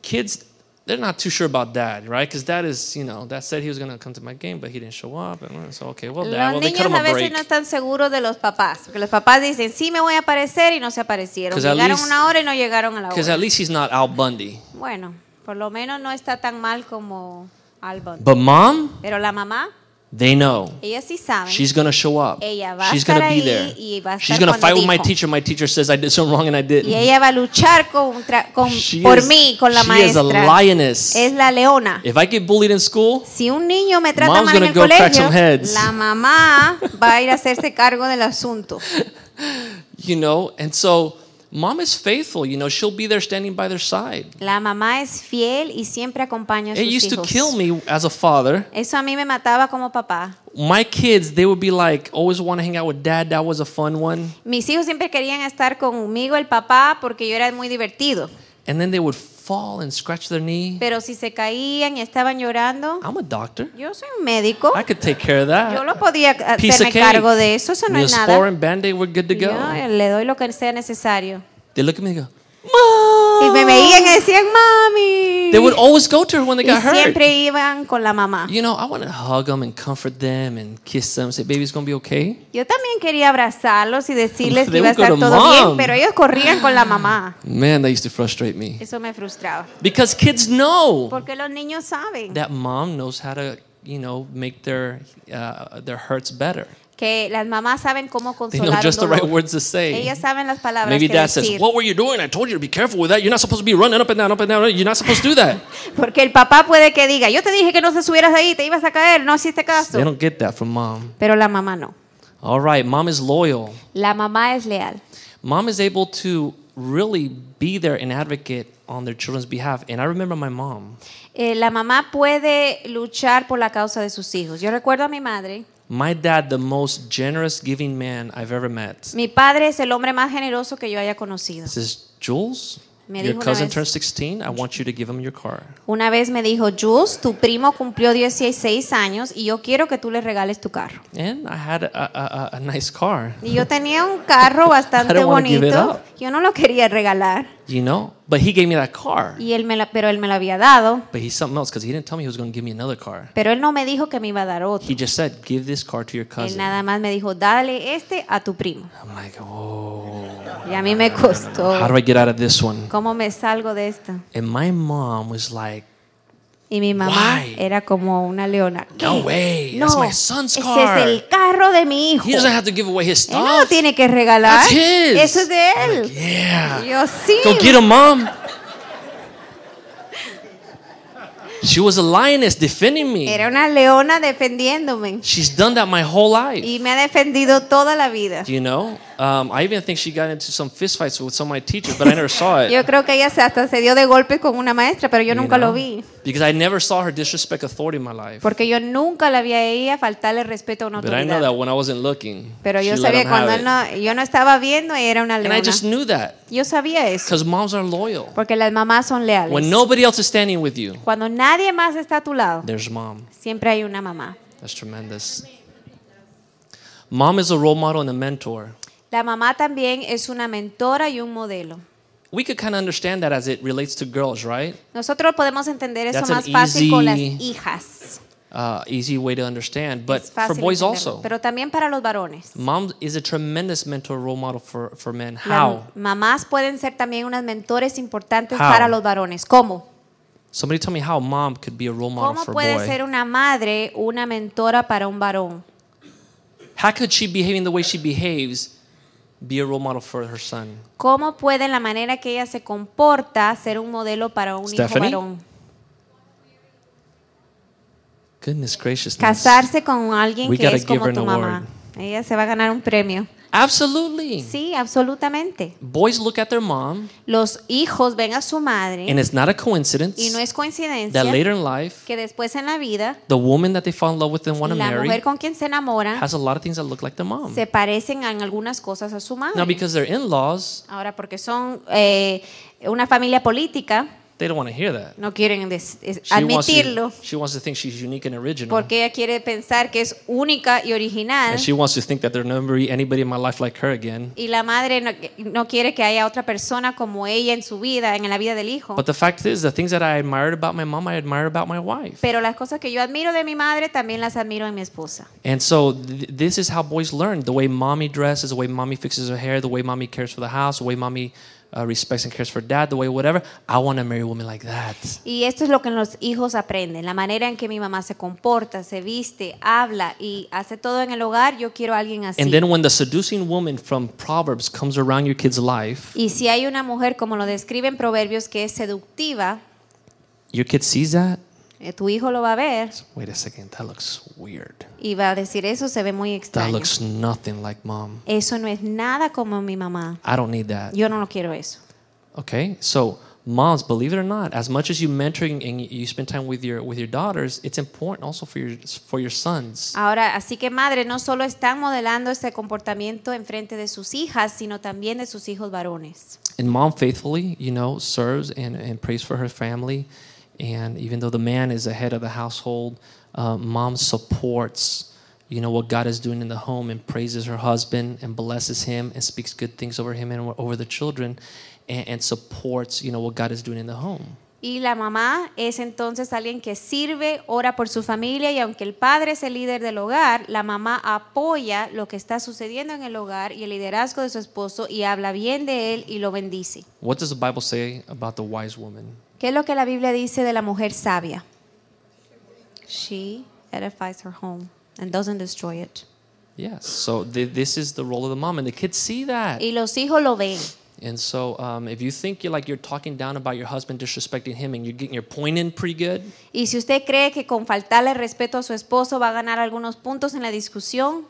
[SPEAKER 1] Kids, they're not too sure about dad, right? Because dad is, you know, dad said he was going to come to my game, but he didn't show up. And so, okay, well, dad, well,
[SPEAKER 2] Los
[SPEAKER 1] they cut
[SPEAKER 2] niños
[SPEAKER 1] him
[SPEAKER 2] a
[SPEAKER 1] a
[SPEAKER 2] veces
[SPEAKER 1] break.
[SPEAKER 2] no están seguros de los papás, porque los papás dicen, sí me voy a aparecer y no se aparecieron.
[SPEAKER 1] 'Cause at
[SPEAKER 2] Llegaron
[SPEAKER 1] least-
[SPEAKER 2] una hora y no llegaron a la
[SPEAKER 1] Because
[SPEAKER 2] hora.
[SPEAKER 1] at least he's not Al Bundy.
[SPEAKER 2] Bueno, por lo menos no está tan mal como Albon.
[SPEAKER 1] But mom,
[SPEAKER 2] Pero la mamá,
[SPEAKER 1] they know.
[SPEAKER 2] ella sí sabe.
[SPEAKER 1] She's going to show up.
[SPEAKER 2] Ella va a
[SPEAKER 1] She's going to
[SPEAKER 2] estar
[SPEAKER 1] be
[SPEAKER 2] ahí
[SPEAKER 1] there.
[SPEAKER 2] y va a
[SPEAKER 1] She's
[SPEAKER 2] estar
[SPEAKER 1] going to
[SPEAKER 2] cuando
[SPEAKER 1] fight with my
[SPEAKER 2] dijo.
[SPEAKER 1] teacher. My teacher says I did something wrong and I didn't.
[SPEAKER 2] Y ella va a luchar contra, con,
[SPEAKER 1] She
[SPEAKER 2] por
[SPEAKER 1] is-
[SPEAKER 2] mí, con la
[SPEAKER 1] she is a
[SPEAKER 2] maestra.
[SPEAKER 1] lioness.
[SPEAKER 2] Es la leona.
[SPEAKER 1] If I get bullied in school,
[SPEAKER 2] Si un niño me trata
[SPEAKER 1] Mom's
[SPEAKER 2] mal en
[SPEAKER 1] gonna
[SPEAKER 2] el
[SPEAKER 1] go crack
[SPEAKER 2] colegio,
[SPEAKER 1] some heads.
[SPEAKER 2] la mamá va a ir a hacerse cargo del asunto.
[SPEAKER 1] you know, and so mom is faithful. You know, she'll be there standing by their side.
[SPEAKER 2] La mamá es fiel y siempre acompaña a sus
[SPEAKER 1] It used to
[SPEAKER 2] hijos.
[SPEAKER 1] kill me as a father.
[SPEAKER 2] Eso a mí me mataba como papá.
[SPEAKER 1] My kids, they would be like, always want to hang out with dad. That was a fun one.
[SPEAKER 2] Mis hijos siempre querían estar conmigo, el papá, porque yo era muy divertido.
[SPEAKER 1] And then they would fall and scratch their knee.
[SPEAKER 2] Pero si se caían y estaban llorando,
[SPEAKER 1] I'm a doctor.
[SPEAKER 2] yo soy un médico.
[SPEAKER 1] I could take care of that.
[SPEAKER 2] Yo lo podía
[SPEAKER 1] Piece
[SPEAKER 2] hacerme
[SPEAKER 1] of cake.
[SPEAKER 2] cargo de eso. Eso no es nada.
[SPEAKER 1] Neosporin, Band-Aid, we're good to go.
[SPEAKER 2] Yo eh, le doy lo que sea necesario.
[SPEAKER 1] They look at me and go,
[SPEAKER 2] Y me veían y decían, mami.
[SPEAKER 1] they would always go to her when they
[SPEAKER 2] Y
[SPEAKER 1] got hurt.
[SPEAKER 2] siempre iban con la mamá.
[SPEAKER 1] You know, I want to hug them and comfort them and kiss them, say, baby, it's going to be okay.
[SPEAKER 2] Yo también quería abrazarlos y decirles que
[SPEAKER 1] They
[SPEAKER 2] iba a
[SPEAKER 1] would go to
[SPEAKER 2] estar todo bien,
[SPEAKER 1] mom.
[SPEAKER 2] pero ellos corrían con la mamá.
[SPEAKER 1] Man, that used to frustrate me.
[SPEAKER 2] Eso me frustraba.
[SPEAKER 1] Because kids know
[SPEAKER 2] Porque los niños saben
[SPEAKER 1] that mom knows how to, you know, make their, uh, their hurts better.
[SPEAKER 2] que las mamás saben cómo
[SPEAKER 1] They know
[SPEAKER 2] consolar. un
[SPEAKER 1] just the right
[SPEAKER 2] dolor.
[SPEAKER 1] words to say.
[SPEAKER 2] Ellas saben las palabras
[SPEAKER 1] Maybe
[SPEAKER 2] que
[SPEAKER 1] dad says,
[SPEAKER 2] decir.
[SPEAKER 1] What were you doing? I told you to be careful with that. You're not supposed to be running up and down, up and down. You're not supposed to do that.
[SPEAKER 2] Porque el papá puede que diga, yo te dije que no te subieras ahí, te ibas a caer, no hiciste caso.
[SPEAKER 1] they don't get that from mom.
[SPEAKER 2] Pero la mamá no.
[SPEAKER 1] All right, mom is loyal.
[SPEAKER 2] La mamá es leal.
[SPEAKER 1] Mom is able to really be there and advocate on their children's behalf. And I remember my mom.
[SPEAKER 2] Eh, la mamá puede luchar por la causa de sus hijos. Yo recuerdo a mi madre.
[SPEAKER 1] My dad, the most generous giving man I've ever met.
[SPEAKER 2] Mi padre es el hombre más generoso que yo haya conocido.
[SPEAKER 1] Says, Jules,
[SPEAKER 2] Me
[SPEAKER 1] your
[SPEAKER 2] dijo una
[SPEAKER 1] cousin
[SPEAKER 2] vez-
[SPEAKER 1] turned 16. I want you to give him your car.
[SPEAKER 2] Una vez me dijo, Jules, tu primo cumplió 16 años y yo quiero que tú le regales tu carro.
[SPEAKER 1] And I had a, a, a, a nice car,
[SPEAKER 2] Y yo tenía un carro bastante
[SPEAKER 1] don't wanna give it
[SPEAKER 2] bonito.
[SPEAKER 1] up.
[SPEAKER 2] Yo no lo quería regalar.
[SPEAKER 1] you know? But he gave me that car.
[SPEAKER 2] Y él me la- pero él me lo había dado.
[SPEAKER 1] But he's something else because he didn't tell me he was going to give me another car.
[SPEAKER 2] Pero él no me dijo que me iba a dar otro.
[SPEAKER 1] He just said, give this car to your
[SPEAKER 2] Él
[SPEAKER 1] cousin.
[SPEAKER 2] nada más me dijo, dale este a tu primo.
[SPEAKER 1] I'm like, oh,
[SPEAKER 2] Y a mí me costó.
[SPEAKER 1] how do I get out of this one?
[SPEAKER 2] ¿Cómo me salgo de esto?
[SPEAKER 1] And my mom was like,
[SPEAKER 2] Y mi mamá
[SPEAKER 1] Why?
[SPEAKER 2] era como una leona.
[SPEAKER 1] no
[SPEAKER 2] "¿Qué?
[SPEAKER 1] way,
[SPEAKER 2] No,
[SPEAKER 1] that's my son's
[SPEAKER 2] ese
[SPEAKER 1] car.
[SPEAKER 2] es el carro de mi hijo.
[SPEAKER 1] He doesn't have to give away his
[SPEAKER 2] Él no lo
[SPEAKER 1] stuff.
[SPEAKER 2] tiene que regalar.
[SPEAKER 1] That's his.
[SPEAKER 2] Eso es de él.
[SPEAKER 1] Yeah.
[SPEAKER 2] Yo sí.
[SPEAKER 1] Go get him, mom. She was a lioness defending me.
[SPEAKER 2] Era una leona defendiéndome
[SPEAKER 1] She's done that my whole life.
[SPEAKER 2] y me ha defendido toda la vida.
[SPEAKER 1] You know, um, I even think she got into some fistfights with some of my teachers, but I never saw it.
[SPEAKER 2] Yo creo que ella se- hasta se dio de golpe con una maestra, pero yo
[SPEAKER 1] you
[SPEAKER 2] nunca
[SPEAKER 1] know?
[SPEAKER 2] lo vi.
[SPEAKER 1] Because I never saw her disrespect authority in my life.
[SPEAKER 2] Porque yo nunca la vi a ella faltarle respeto a una
[SPEAKER 1] But I know that
[SPEAKER 2] autoridad.
[SPEAKER 1] when I wasn't looking,
[SPEAKER 2] Pero yo
[SPEAKER 1] she let
[SPEAKER 2] sabía
[SPEAKER 1] them
[SPEAKER 2] que cuando
[SPEAKER 1] have
[SPEAKER 2] él
[SPEAKER 1] it.
[SPEAKER 2] no- yo no estaba viendo, ella era una
[SPEAKER 1] And I
[SPEAKER 2] leona.
[SPEAKER 1] just knew that
[SPEAKER 2] Yo sabía eso.
[SPEAKER 1] because moms are loyal.
[SPEAKER 2] Porque las mamás son leales.
[SPEAKER 1] When nobody else is standing with you,
[SPEAKER 2] Cuando nadie más está a tu lado,
[SPEAKER 1] there's mom.
[SPEAKER 2] siempre hay una mamá.
[SPEAKER 1] That's tremendous. Mom is a role model and a mentor.
[SPEAKER 2] La mamá también es una mentora y un modelo.
[SPEAKER 1] We could kind of understand that as it relates to girls, right?
[SPEAKER 2] Nosotros podemos entender eso
[SPEAKER 1] That's an
[SPEAKER 2] más fácil con las
[SPEAKER 1] easy-
[SPEAKER 2] hijas.
[SPEAKER 1] Uh, easy way to understand, but
[SPEAKER 2] Es
[SPEAKER 1] for
[SPEAKER 2] fácil
[SPEAKER 1] boys
[SPEAKER 2] entenderlo.
[SPEAKER 1] also.
[SPEAKER 2] Pero también para los varones.
[SPEAKER 1] Mom is a tremendous mentor role model for, for men.
[SPEAKER 2] Las
[SPEAKER 1] How?
[SPEAKER 2] mamás pueden ser también unas mentores importantes
[SPEAKER 1] How?
[SPEAKER 2] para los varones. ¿Cómo?
[SPEAKER 1] Somebody tell me how mom could be a role model
[SPEAKER 2] ¿Cómo
[SPEAKER 1] for a
[SPEAKER 2] puede
[SPEAKER 1] boy.
[SPEAKER 2] ser una madre una mentora para un varón?
[SPEAKER 1] How could she behaving the way she behaves be a role model for her son?
[SPEAKER 2] ¿Cómo puede la manera que ella se comporta ser un modelo para un
[SPEAKER 1] Stephanie?
[SPEAKER 2] hijo varón?
[SPEAKER 1] Goodness gracious.
[SPEAKER 2] Casarse con alguien
[SPEAKER 1] We
[SPEAKER 2] que
[SPEAKER 1] gotta
[SPEAKER 2] es
[SPEAKER 1] give
[SPEAKER 2] como
[SPEAKER 1] her
[SPEAKER 2] tu
[SPEAKER 1] an
[SPEAKER 2] mamá. Ella se va a ganar un premio.
[SPEAKER 1] Absolutely.
[SPEAKER 2] Sí, absolutamente.
[SPEAKER 1] Boys look at their mom,
[SPEAKER 2] Los hijos ven a su
[SPEAKER 1] and
[SPEAKER 2] madre
[SPEAKER 1] it's not a coincidence
[SPEAKER 2] y no es coincidencia
[SPEAKER 1] that later in life,
[SPEAKER 2] que después en la vida
[SPEAKER 1] the woman that they fall in love with and want to
[SPEAKER 2] la
[SPEAKER 1] marry
[SPEAKER 2] mujer con quien se enamoran
[SPEAKER 1] has a lot of things that look like their mom.
[SPEAKER 2] se parecen en algunas cosas a su
[SPEAKER 1] Now,
[SPEAKER 2] madre.
[SPEAKER 1] because they're in laws,
[SPEAKER 2] Ahora, porque son eh, una familia política,
[SPEAKER 1] they don't want to hear that.
[SPEAKER 2] no quieren des- es-
[SPEAKER 1] She wants, to,
[SPEAKER 2] admitirlo
[SPEAKER 1] she wants to think she's unique and original.
[SPEAKER 2] porque ella quiere pensar que es única y original
[SPEAKER 1] And she wants to think that there's never anybody in my life like her again.
[SPEAKER 2] y la madre no, no quiere que haya otra persona como ella en su vida, en la vida del hijo.
[SPEAKER 1] But the fact is, the things that I admired about my mom, I admire about my wife.
[SPEAKER 2] Pero las cosas que yo admiro de mi madre también las admiro en mi esposa.
[SPEAKER 1] And so th- this is how boys learn the way mommy dresses, the way mommy fixes her hair, the way mommy cares for the house, the way mommy uh, respects and cares for dad, the way whatever. I want to marry a woman like that.
[SPEAKER 2] Y esto es lo que los hijos aprenden, la manera en que mi mamá se comporta, se viste, habla y hace todo en el hogar, yo quiero a alguien así.
[SPEAKER 1] And then when the seducing woman from Proverbs comes around your kid's life,
[SPEAKER 2] y si hay una mujer, como lo describen Proverbios, que es seductiva,
[SPEAKER 1] your kid sees that.
[SPEAKER 2] eh, tu hijo lo va a ver
[SPEAKER 1] Wait a second, that looks weird.
[SPEAKER 2] y va a decir, eso se ve muy
[SPEAKER 1] That
[SPEAKER 2] extraño.
[SPEAKER 1] looks nothing like mom.
[SPEAKER 2] Eso no es nada como mi mamá.
[SPEAKER 1] I don't need that.
[SPEAKER 2] Yo no lo quiero eso.
[SPEAKER 1] Okay, so moms, believe it or not, as much as you mentoring and you- you spend time with your with your daughters, it's important also for your for your sons.
[SPEAKER 2] Ahora, así que madre, no solo están modelando este comportamiento en frente de sus hijas, sino también de sus hijos varones.
[SPEAKER 1] And mom faithfully, you know, serves and, and prays for her family. And even though the man is the head of the household, uh, mom supports, you know, what God is doing in the home and praises her husband and blesses him and speaks good things over him and over the children and, and supports, you know, what God is doing in the home.
[SPEAKER 2] Y la mamá es entonces alguien que sirve, ora por su familia y aunque el padre es el líder del hogar, la mamá apoya lo que está sucediendo en el hogar y el liderazgo de su esposo y habla bien de él y lo bendice.
[SPEAKER 1] What does the Bible say about the wise woman?
[SPEAKER 2] ¿Qué es lo que la Biblia dice de la mujer sabia? She edifies her home and doesn't destroy it.
[SPEAKER 1] Yes. So th- this is the role of the mom, and the kids see that.
[SPEAKER 2] Y los hijos lo ven.
[SPEAKER 1] And so um, if you think you're like you're talking down about your husband, disrespecting him, and you're getting your point in pretty good,
[SPEAKER 2] Y si usted cree que con faltarle respeto a su esposo va a ganar algunos puntos en la discusión,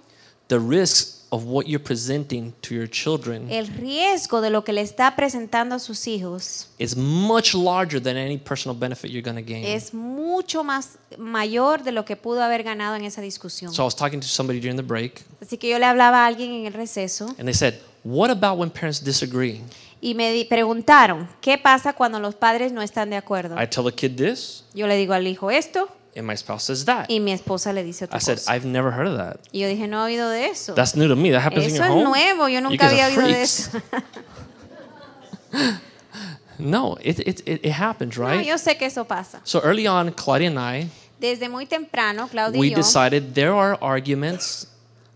[SPEAKER 1] the risks of what you're presenting to your children
[SPEAKER 2] el riesgo de lo que le está presentando a sus hijos
[SPEAKER 1] is much larger than any personal benefit you're going to gain.
[SPEAKER 2] es mucho más mayor de lo que pudo haber ganado en esa discusión.
[SPEAKER 1] so I was talking to somebody during the break,
[SPEAKER 2] Así que yo le hablaba a alguien en el receso
[SPEAKER 1] and they said, "What about when parents disagree?"
[SPEAKER 2] y me di- preguntaron, ¿qué pasa cuando los padres no están de acuerdo?
[SPEAKER 1] I tell the kid this,
[SPEAKER 2] Yo le digo al hijo esto
[SPEAKER 1] and my spouse says that.
[SPEAKER 2] y mi esposa le
[SPEAKER 1] I
[SPEAKER 2] dice otra
[SPEAKER 1] said,
[SPEAKER 2] cosa.
[SPEAKER 1] "I've never heard of that.
[SPEAKER 2] Y yo dije, no he oído de eso.
[SPEAKER 1] That's new to me. That happens in
[SPEAKER 2] Eso
[SPEAKER 1] your
[SPEAKER 2] es
[SPEAKER 1] home."
[SPEAKER 2] nuevo, yo
[SPEAKER 1] You
[SPEAKER 2] nunca
[SPEAKER 1] guys
[SPEAKER 2] había
[SPEAKER 1] are
[SPEAKER 2] oído de
[SPEAKER 1] freaks.
[SPEAKER 2] eso.
[SPEAKER 1] No, it, it, it, it happens,
[SPEAKER 2] No,
[SPEAKER 1] right?
[SPEAKER 2] yo sé que eso pasa.
[SPEAKER 1] So early on, Claudia and I,
[SPEAKER 2] Desde muy temprano, Claudia
[SPEAKER 1] we
[SPEAKER 2] y yo,
[SPEAKER 1] decided there are arguments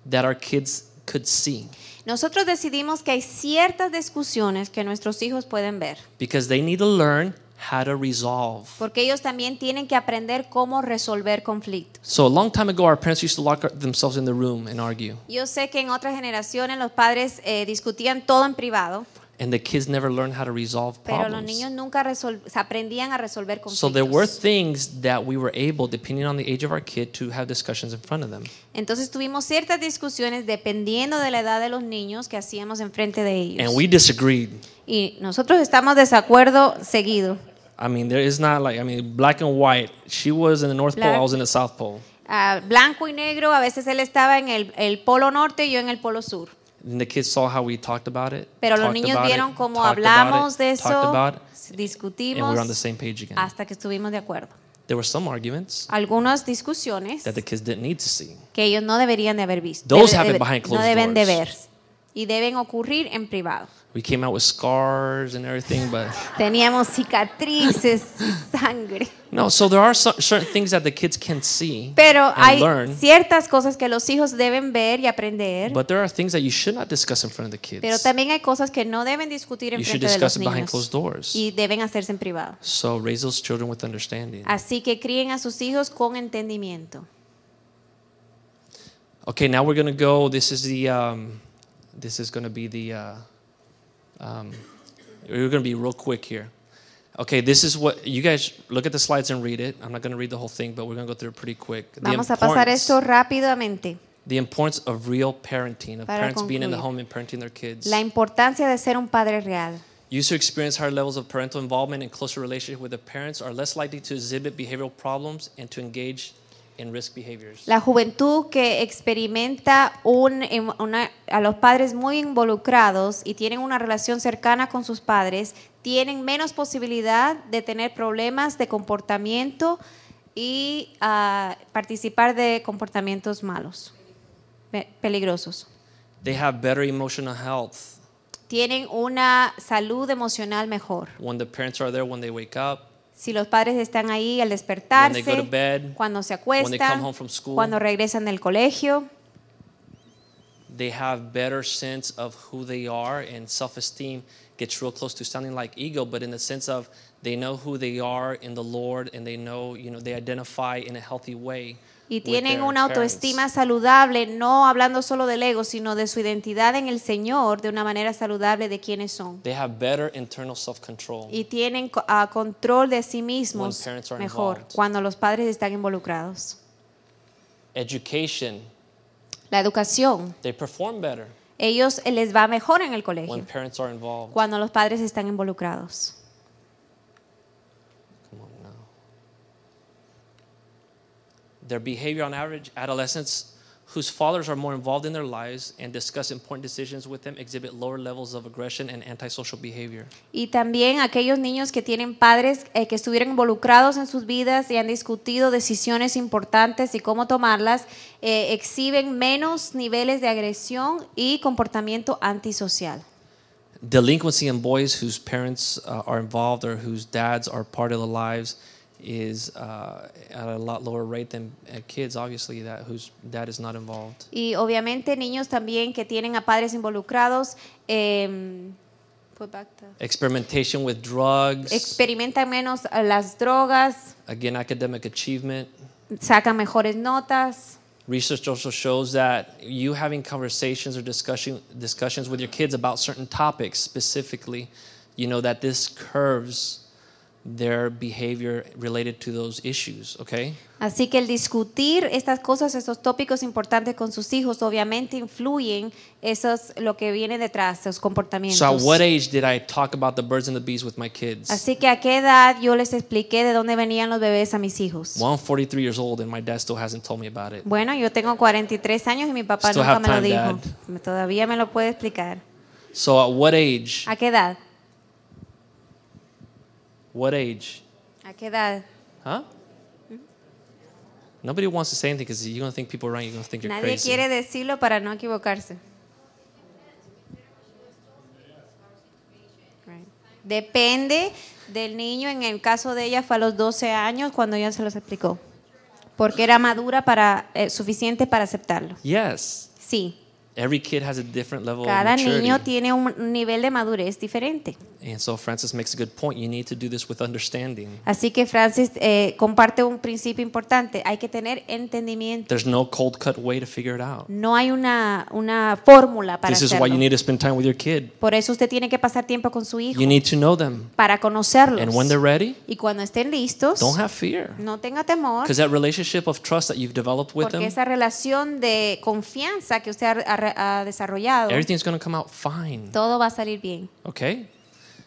[SPEAKER 1] that our kids could see
[SPEAKER 2] nosotros decidimos que hay ciertas discusiones que nuestros hijos pueden ver,
[SPEAKER 1] because they need to learn how to resolve.
[SPEAKER 2] porque ellos también tienen que aprender cómo resolver conflictos.
[SPEAKER 1] So a long time ago, our parents used to lock our- themselves in the room and argue.
[SPEAKER 2] Yo sé que en otras generaciones los padres eh, discutían todo en privado
[SPEAKER 1] and the kids never learned how to resolve
[SPEAKER 2] Pero los niños
[SPEAKER 1] problems.
[SPEAKER 2] nunca resol- se aprendían a resolver
[SPEAKER 1] So there were
[SPEAKER 2] conflictos.
[SPEAKER 1] things that we were able, depending on the age of our kid, to have discussions in front of them.
[SPEAKER 2] Entonces tuvimos ciertas discusiones dependiendo de la edad de los niños que hacíamos enfrente de ellos.
[SPEAKER 1] And we disagreed.
[SPEAKER 2] Y nosotros estamos desacuerdo seguido.
[SPEAKER 1] I mean, there is not like, I mean, black and white. She was in the North Pole, I
[SPEAKER 2] Black-
[SPEAKER 1] was in the South Pole.
[SPEAKER 2] Ah, blanco y negro, a veces él estaba en el, el polo norte y yo en el polo sur.
[SPEAKER 1] And the kids saw how we talked about it.
[SPEAKER 2] Pero los
[SPEAKER 1] talked
[SPEAKER 2] niños
[SPEAKER 1] about it,
[SPEAKER 2] vieron cómo
[SPEAKER 1] talked about
[SPEAKER 2] hablamos
[SPEAKER 1] it,
[SPEAKER 2] de
[SPEAKER 1] Talked about
[SPEAKER 2] eso,
[SPEAKER 1] it, and we
[SPEAKER 2] discutimos
[SPEAKER 1] were on the same page again.
[SPEAKER 2] hasta que estuvimos de acuerdo.
[SPEAKER 1] There were some arguments
[SPEAKER 2] Algunas discusiones
[SPEAKER 1] that the kids didn't need to see.
[SPEAKER 2] que ellos no deberían de haber visto.
[SPEAKER 1] Those
[SPEAKER 2] Debe-
[SPEAKER 1] happen
[SPEAKER 2] debe-
[SPEAKER 1] behind
[SPEAKER 2] no
[SPEAKER 1] closed
[SPEAKER 2] deben de ver
[SPEAKER 1] doors.
[SPEAKER 2] y deben ocurrir en privado.
[SPEAKER 1] We came out with scars and everything, but
[SPEAKER 2] Teníamos cicatrices y sangre.
[SPEAKER 1] no. So there are so, certain things that the kids can see
[SPEAKER 2] Pero
[SPEAKER 1] and
[SPEAKER 2] hay
[SPEAKER 1] learn,
[SPEAKER 2] ciertas cosas que los hijos deben ver y aprender.
[SPEAKER 1] but there are things that you should not discuss in front of the kids.
[SPEAKER 2] Pero también hay cosas que no deben discutir en
[SPEAKER 1] you should
[SPEAKER 2] frente de
[SPEAKER 1] discuss
[SPEAKER 2] los
[SPEAKER 1] it behind closed
[SPEAKER 2] niños
[SPEAKER 1] doors.
[SPEAKER 2] y deben hacerse en privado.
[SPEAKER 1] So raise those children with understanding.
[SPEAKER 2] Así que críen a sus hijos con entendimiento.
[SPEAKER 1] Okay, now we're gonna go. This is the. Um, this is gonna be the. Uh, um, we're gonna be real quick here. Okay, this is what you guys look at the slides and read it. I'm not gonna read the whole thing, but we're gonna go through it pretty quick. The
[SPEAKER 2] Vamos a pasar
[SPEAKER 1] importance-
[SPEAKER 2] esto rápidamente.
[SPEAKER 1] The importance of real parenting, of
[SPEAKER 2] Para
[SPEAKER 1] parents being in the
[SPEAKER 2] concluir.
[SPEAKER 1] home and parenting their kids.
[SPEAKER 2] La importancia de ser un padre real.
[SPEAKER 1] Used to experience higher levels of parental involvement and closer relationship with their parents are less likely to exhibit behavioral problems and to engage in risk behaviors.
[SPEAKER 2] La juventud que experimenta un- en- una- a los padres muy involucrados y tienen una relación cercana con sus padres, tienen menos posibilidad de tener problemas de comportamiento y ah, participar de comportamientos malos, pe- peligrosos.
[SPEAKER 1] They have better emotional health
[SPEAKER 2] Tienen una salud emocional mejor.
[SPEAKER 1] when the parents are there when they wake up.
[SPEAKER 2] Si los padres están ahí
[SPEAKER 1] When they
[SPEAKER 2] al
[SPEAKER 1] go
[SPEAKER 2] despertarse,
[SPEAKER 1] to bed,
[SPEAKER 2] cuando se
[SPEAKER 1] when they come
[SPEAKER 2] acuestan,
[SPEAKER 1] home from school.
[SPEAKER 2] cuando regresan del colegio,
[SPEAKER 1] They have better sense of who they are and self-esteem gets real close to sounding like ego, but in the sense of they know who they are in the Lord and they know, you know, they identify in a healthy way.
[SPEAKER 2] Y
[SPEAKER 1] with
[SPEAKER 2] tienen
[SPEAKER 1] their
[SPEAKER 2] una autoestima
[SPEAKER 1] parents.
[SPEAKER 2] saludable, no hablando solo del ego, sino de su identidad en el Señor de una manera saludable de quiénes son.
[SPEAKER 1] They have better internal self-control.
[SPEAKER 2] Y tienen co- ah, control de sí
[SPEAKER 1] When
[SPEAKER 2] mismos
[SPEAKER 1] parents are
[SPEAKER 2] mejor
[SPEAKER 1] involved.
[SPEAKER 2] cuando los padres están involucrados.
[SPEAKER 1] Education,
[SPEAKER 2] La educación,
[SPEAKER 1] they perform better
[SPEAKER 2] ellos eh, les va mejor en el
[SPEAKER 1] when
[SPEAKER 2] colegio
[SPEAKER 1] parents are involved.
[SPEAKER 2] cuando los padres están involucrados.
[SPEAKER 1] Come on now. Their behavior on average, adolescents whose fathers are more involved in their lives and discuss important decisions with them exhibit lower levels of aggression and antisocial behavior.
[SPEAKER 2] Y también aquellos niños que tienen padres eh, que estuvieron involucrados en sus vidas y han discutido decisiones importantes y cómo tomarlas, eh, exhiben menos niveles de agresión y comportamiento antisocial.
[SPEAKER 1] Delinquency in boys whose parents uh, are involved or whose dads are part of the lives is uh, at a lot lower rate than uh, kids, obviously, that whose dad is not involved.
[SPEAKER 2] Y obviamente niños también que tienen a padres involucrados eh,
[SPEAKER 1] Experimentation with drugs,
[SPEAKER 2] experimentan menos eh, las drogas,
[SPEAKER 1] again, academic achievement.
[SPEAKER 2] sacan mejores notas.
[SPEAKER 1] Research also shows that you having conversations or discussion, discussions with your kids about certain topics specifically, you know, that this curves their behavior related to those issues, okay?
[SPEAKER 2] Así que el discutir estas cosas, estos tópicos importantes con sus hijos, obviamente influyen esos, lo que viene detrás, esos comportamientos.
[SPEAKER 1] So, at what age did I talk about the birds and the bees with my kids?
[SPEAKER 2] Así que a qué edad yo les expliqué de dónde venían los bebés a mis hijos.
[SPEAKER 1] Well, I'm 43 years old and my dad still hasn't told me about it.
[SPEAKER 2] Bueno, yo tengo 43 años y mi papá
[SPEAKER 1] Still
[SPEAKER 2] nunca
[SPEAKER 1] have
[SPEAKER 2] me lo
[SPEAKER 1] time,
[SPEAKER 2] dijo. Todavía me lo puede explicar.
[SPEAKER 1] So, at what age?
[SPEAKER 2] ¿A qué edad?
[SPEAKER 1] What age?
[SPEAKER 2] ¿A qué edad?
[SPEAKER 1] Huh? Mm-hmm. Nobody wants to say anything because you're going to think people around you are going to think you're
[SPEAKER 2] Nadie
[SPEAKER 1] crazy.
[SPEAKER 2] quiere decirlo para no equivocarse. Right. Depende del niño. En el caso de ella fue a los 12 años cuando ella se los explicó. Porque era madura para eh, suficiente para aceptarlo.
[SPEAKER 1] Yes.
[SPEAKER 2] Sí.
[SPEAKER 1] Every kid has a different level
[SPEAKER 2] Cada
[SPEAKER 1] of Oh, maturity.
[SPEAKER 2] niño tiene un nivel de madurez diferente.
[SPEAKER 1] And so Francis makes a good point. You need to do this with understanding.
[SPEAKER 2] Así que Francis eh, comparte un principio importante. Hay que tener entendimiento.
[SPEAKER 1] There's no cold cut way to figure it out.
[SPEAKER 2] No hay una, una fórmula para
[SPEAKER 1] This is why you
[SPEAKER 2] hacerlo.
[SPEAKER 1] need to spend time with your kid.
[SPEAKER 2] Por eso usted tiene que pasar tiempo con su hijo
[SPEAKER 1] You need to know them.
[SPEAKER 2] para conocerlos.
[SPEAKER 1] And when they're ready,
[SPEAKER 2] y cuando estén listos,
[SPEAKER 1] don't have fear.
[SPEAKER 2] no tenga temor,
[SPEAKER 1] Because that relationship of trust that you've developed with
[SPEAKER 2] porque
[SPEAKER 1] them,
[SPEAKER 2] esa relación de confianza que usted ha- ha, ha desarrollado,
[SPEAKER 1] everything's going to come out fine.
[SPEAKER 2] todo va a salir bien.
[SPEAKER 1] Okay?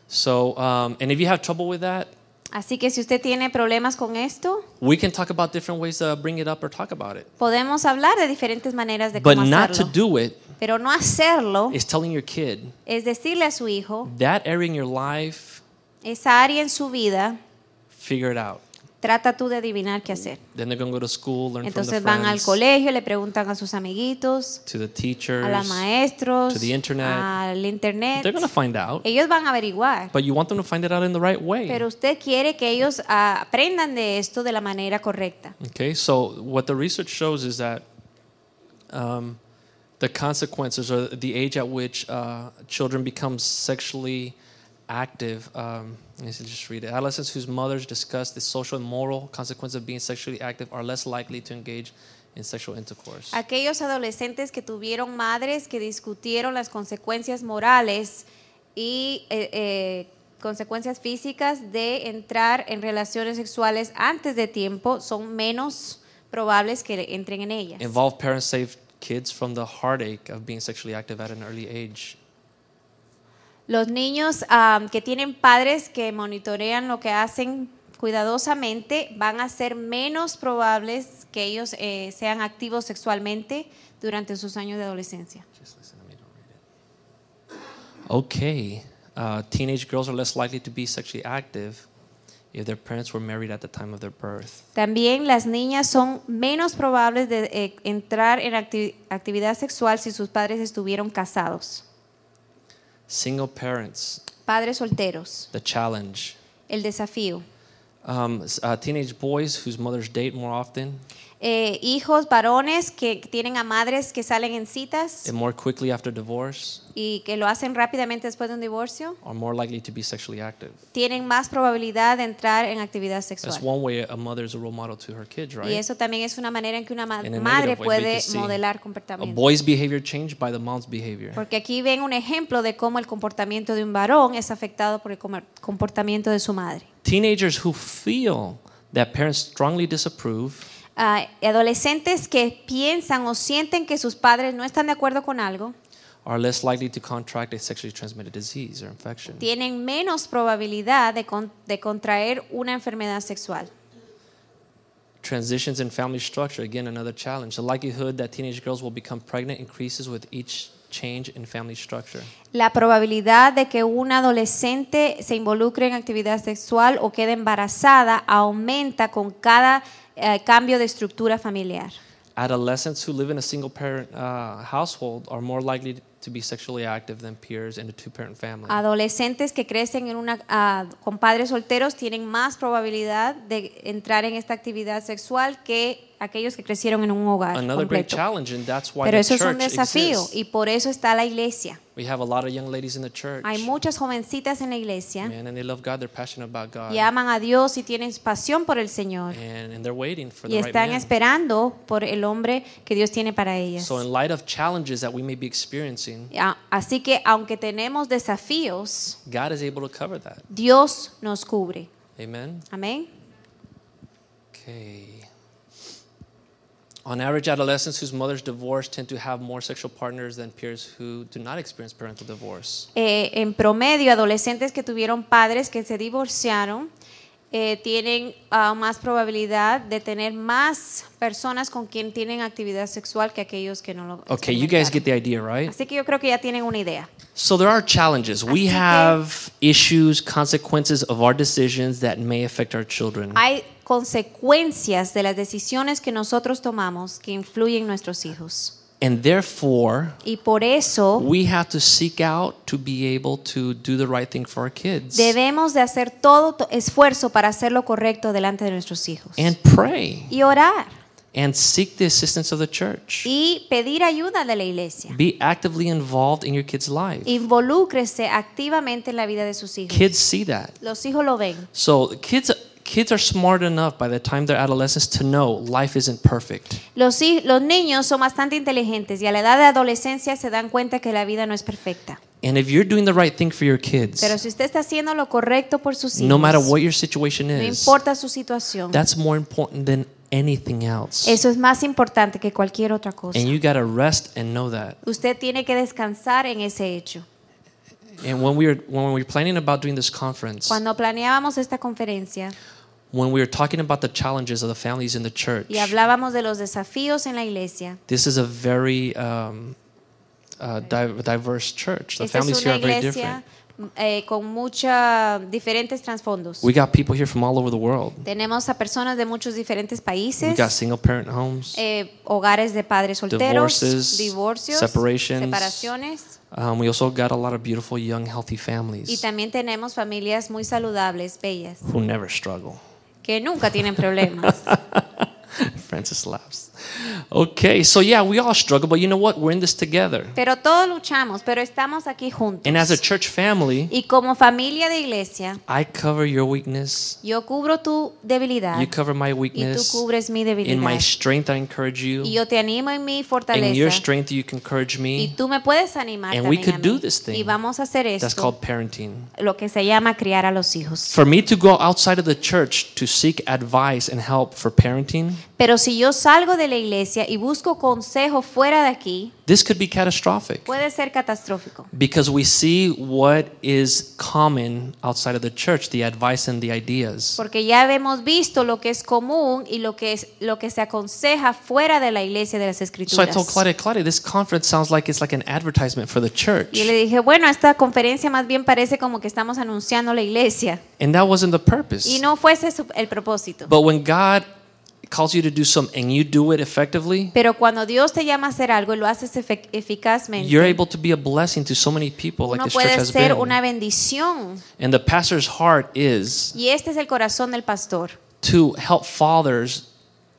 [SPEAKER 1] So, um, and if you have trouble with that,
[SPEAKER 2] Así que si usted tiene problemas con esto,
[SPEAKER 1] we can talk about different ways to bring it up or talk about it.
[SPEAKER 2] podemos hablar de diferentes maneras de
[SPEAKER 1] But
[SPEAKER 2] cómo
[SPEAKER 1] not to
[SPEAKER 2] hacerlo.
[SPEAKER 1] do it
[SPEAKER 2] Pero no hacerlo
[SPEAKER 1] is telling your kid
[SPEAKER 2] es decirle a su hijo,
[SPEAKER 1] that area in your life,
[SPEAKER 2] esa área en su vida,
[SPEAKER 1] figure it out.
[SPEAKER 2] trata tú de adivinar qué hacer.
[SPEAKER 1] Then they're going to go to school, learn
[SPEAKER 2] Entonces
[SPEAKER 1] from
[SPEAKER 2] van
[SPEAKER 1] their
[SPEAKER 2] al
[SPEAKER 1] friends,
[SPEAKER 2] colegio, le preguntan a sus amiguitos,
[SPEAKER 1] to the teachers.
[SPEAKER 2] a los maestros,
[SPEAKER 1] to the internet.
[SPEAKER 2] al internet.
[SPEAKER 1] They're going to find out.
[SPEAKER 2] Ellos van a averiguar.
[SPEAKER 1] But you want them to find it out in the right way.
[SPEAKER 2] Pero usted quiere que ellos ah, aprendan de esto de la manera correcta.
[SPEAKER 1] Okay, so what the research shows is that um, the consequences or the age at which uh, children become sexually active. Um, let me just read it. Adolescents whose mothers discuss the social and moral consequence of being sexually active are less likely to engage in sexual intercourse.
[SPEAKER 2] Aquellos adolescentes que tuvieron madres que discutieron las consecuencias morales y eh, eh, consecuencias físicas de entrar en relaciones sexuales antes de tiempo son menos probables que entren en ellas.
[SPEAKER 1] Involved parents save kids from the heartache of being sexually active at an early age.
[SPEAKER 2] Los niños am, que tienen padres que monitorean lo que hacen cuidadosamente van a ser menos probables que ellos eh, sean activos sexualmente durante sus años de adolescencia.
[SPEAKER 1] Just listen to me, don't read it. Okay. Uh, teenage girls are less likely to be sexually active if their parents were married at the time of their birth.
[SPEAKER 2] También las niñas son menos probables de eh, entrar en acti- actividad sexual si sus padres estuvieron casados.
[SPEAKER 1] Single parents,
[SPEAKER 2] Padres solteros,
[SPEAKER 1] the challenge.
[SPEAKER 2] el desafío.
[SPEAKER 1] Um, s- uh, teenage boys whose mothers date more often
[SPEAKER 2] Eh, hijos varones que tienen a madres que salen en citas
[SPEAKER 1] and more quickly after divorce
[SPEAKER 2] y que lo hacen rápidamente después de un divorcio.
[SPEAKER 1] are more likely to be sexually active.
[SPEAKER 2] tienen más probabilidad de entrar en actividad
[SPEAKER 1] That's
[SPEAKER 2] sexual.
[SPEAKER 1] one way a mother is a role model to her kids, right?
[SPEAKER 2] Y eso también es una manera en que una ma-
[SPEAKER 1] In a
[SPEAKER 2] madre
[SPEAKER 1] negative way,
[SPEAKER 2] puede
[SPEAKER 1] because see,
[SPEAKER 2] modelar
[SPEAKER 1] A
[SPEAKER 2] comportamiento.
[SPEAKER 1] boy's behavior changed by the mom's behavior.
[SPEAKER 2] Porque aquí ven un ejemplo de cómo el comportamiento de un varón es afectado por el com- comportamiento de su madre.
[SPEAKER 1] Teenagers who feel that parents strongly disapprove
[SPEAKER 2] Ah, adolescentes que piensan o sienten que sus padres no están de acuerdo con algo
[SPEAKER 1] are less likely to contract a sexually transmitted disease or infection.
[SPEAKER 2] tienen menos probabilidad de, con- de contraer una enfermedad sexual.
[SPEAKER 1] Transitions in family structure, again, another challenge. The likelihood that teenage girls will become pregnant increases with each change in family structure.
[SPEAKER 2] La probabilidad de que un adolescente se involucre en actividad sexual o quede embarazada aumenta con cada eh, cambio de estructura familiar.
[SPEAKER 1] Adolescents who live in a single parent uh, household are more likely to be sexually active than peers in a two parent family.
[SPEAKER 2] Adolescentes que crecen en una, ah, con padres solteros tienen más probabilidad de entrar en esta actividad sexual que aquellos que crecieron en un hogar
[SPEAKER 1] Another great
[SPEAKER 2] completo.
[SPEAKER 1] challenge, and that's why
[SPEAKER 2] Pero
[SPEAKER 1] the
[SPEAKER 2] eso es un
[SPEAKER 1] church
[SPEAKER 2] desafío
[SPEAKER 1] exists.
[SPEAKER 2] y por eso está la iglesia.
[SPEAKER 1] We have a lot of young ladies in the church.
[SPEAKER 2] Hay muchas jovencitas en la iglesia
[SPEAKER 1] Man, and they love God, they're passionate about God.
[SPEAKER 2] y aman a Dios y tienen pasión por el Señor.
[SPEAKER 1] And, and they're waiting for
[SPEAKER 2] y
[SPEAKER 1] the right
[SPEAKER 2] están
[SPEAKER 1] man.
[SPEAKER 2] esperando por el hombre que Dios tiene para ellas.
[SPEAKER 1] So, in light of challenges that we may be experiencing,
[SPEAKER 2] A- Así que aunque tenemos desafíos,
[SPEAKER 1] God is able to cover that.
[SPEAKER 2] Dios nos cubre.
[SPEAKER 1] Amen.
[SPEAKER 2] Amén.
[SPEAKER 1] Okay. On average, adolescents whose mothers divorce tend to have more sexual partners than peers who do not experience parental divorce.
[SPEAKER 2] Eh, en promedio, adolescentes que tuvieron padres que se divorciaron eh, tienen ah, más probabilidad de tener más personas con quien tienen actividad sexual que aquellos que no lo
[SPEAKER 1] Okay, you guys get
[SPEAKER 2] experimentaron.
[SPEAKER 1] the idea, right?
[SPEAKER 2] Así que yo creo que ya tienen una idea.
[SPEAKER 1] So there are challenges. We
[SPEAKER 2] Así que-
[SPEAKER 1] have issues, consequences of our decisions that may affect our children.
[SPEAKER 2] Hay consecuencias de las decisiones que nosotros tomamos que influyen en nuestros hijos.
[SPEAKER 1] And therefore,
[SPEAKER 2] Y por eso
[SPEAKER 1] we have to seek out to be able to do the right thing for our kids
[SPEAKER 2] debemos de hacer todo to- esfuerzo para hacer lo correcto delante de nuestros hijos.
[SPEAKER 1] and pray.
[SPEAKER 2] Y orar.
[SPEAKER 1] and seek the assistance of the church.
[SPEAKER 2] y pedir ayuda de la iglesia.
[SPEAKER 1] Be actively involved in your kids' lives.
[SPEAKER 2] Involúcrese activamente en la vida de sus hijos.
[SPEAKER 1] Kids see that.
[SPEAKER 2] Los hijos lo ven.
[SPEAKER 1] So kids kids are smart enough by the time they're adolescents to know life isn't perfect.
[SPEAKER 2] Los, hij- los niños son bastante inteligentes y a la edad de adolescencia se dan cuenta que la vida no es perfecta.
[SPEAKER 1] And if you're doing the right thing for your kids,
[SPEAKER 2] Pero si usted está haciendo lo correcto por sus hijos,
[SPEAKER 1] no matter what your situation
[SPEAKER 2] no
[SPEAKER 1] is,
[SPEAKER 2] importa su situación,
[SPEAKER 1] that's more important than anything else.
[SPEAKER 2] eso es más importante que cualquier otra cosa.
[SPEAKER 1] And you got to rest and know that.
[SPEAKER 2] Usted tiene que descansar en ese hecho.
[SPEAKER 1] And when we were when we were planning about doing this conference,
[SPEAKER 2] Cuando planeábamos esta conferencia
[SPEAKER 1] when we were talking about the challenges of the families in the church,
[SPEAKER 2] y hablábamos de los desafíos en la iglesia,
[SPEAKER 1] this is a very um, uh, di- diverse church. The
[SPEAKER 2] esta
[SPEAKER 1] families
[SPEAKER 2] es
[SPEAKER 1] here
[SPEAKER 2] una
[SPEAKER 1] are very different.
[SPEAKER 2] iglesia eh, con muchos diferentes trasfondos.
[SPEAKER 1] We got people here from all over the world.
[SPEAKER 2] Tenemos a personas de muchos diferentes
[SPEAKER 1] We
[SPEAKER 2] países.
[SPEAKER 1] got single parent homes.
[SPEAKER 2] eh, hogares de padres solteros,
[SPEAKER 1] Divorces,
[SPEAKER 2] divorcios,
[SPEAKER 1] separations.
[SPEAKER 2] separaciones
[SPEAKER 1] Um, we also got a lot of beautiful, young, healthy
[SPEAKER 2] y
[SPEAKER 1] families
[SPEAKER 2] también tenemos familias muy saludables, bellas,
[SPEAKER 1] who never struggle.
[SPEAKER 2] que nunca tienen problemas.
[SPEAKER 1] Francis laughs. Okay, so yeah, we all struggle, but you know what? We're in this together.
[SPEAKER 2] pero todos luchamos, pero estamos aquí juntos.
[SPEAKER 1] And as a church family,
[SPEAKER 2] Y como familia de iglesia,
[SPEAKER 1] I cover your weakness,
[SPEAKER 2] yo cubro tu debilidad
[SPEAKER 1] you cover my
[SPEAKER 2] y tú
[SPEAKER 1] weakness.
[SPEAKER 2] cubres mi
[SPEAKER 1] In my
[SPEAKER 2] debilidad.
[SPEAKER 1] strength, I encourage
[SPEAKER 2] Y
[SPEAKER 1] you.
[SPEAKER 2] yo te animo en mi
[SPEAKER 1] In your
[SPEAKER 2] fortaleza.
[SPEAKER 1] strength, you can encourage
[SPEAKER 2] Y
[SPEAKER 1] me.
[SPEAKER 2] tú me puedes animar
[SPEAKER 1] And we
[SPEAKER 2] también a
[SPEAKER 1] could do
[SPEAKER 2] mí.
[SPEAKER 1] this thing.
[SPEAKER 2] Y vamos a hacer
[SPEAKER 1] That's
[SPEAKER 2] esto,
[SPEAKER 1] called parenting.
[SPEAKER 2] lo que se llama criar a los hijos.
[SPEAKER 1] For me to go outside of the church to seek advice and help for parenting,
[SPEAKER 2] Pero si yo salgo de la iglesia y busco consejo fuera de aquí,
[SPEAKER 1] this could be catastrophic.
[SPEAKER 2] puede ser catastrófico.
[SPEAKER 1] Because we see what is common outside of the church, the advice and the ideas.
[SPEAKER 2] Porque ya hemos visto lo que es común y lo que es lo que se aconseja fuera de la iglesia de las
[SPEAKER 1] So I
[SPEAKER 2] escrituras.
[SPEAKER 1] told Claudia, Claudia, this conference sounds like it's like an advertisement for the church.
[SPEAKER 2] Y yo le dije, bueno, esta conferencia más bien parece como que estamos anunciando la iglesia.
[SPEAKER 1] And that wasn't the
[SPEAKER 2] Y
[SPEAKER 1] purpose.
[SPEAKER 2] no fuese su- el propósito.
[SPEAKER 1] But when God calls you to do something and you do it effectively,
[SPEAKER 2] Pero cuando Dios te llama a hacer algo y lo haces efe- eficazmente,
[SPEAKER 1] you're able to be a blessing to so many people like
[SPEAKER 2] uno
[SPEAKER 1] this church
[SPEAKER 2] puede
[SPEAKER 1] has
[SPEAKER 2] ser una
[SPEAKER 1] been.
[SPEAKER 2] bendición.
[SPEAKER 1] And the pastor's heart is
[SPEAKER 2] Y este es el corazón del pastor.
[SPEAKER 1] to help fathers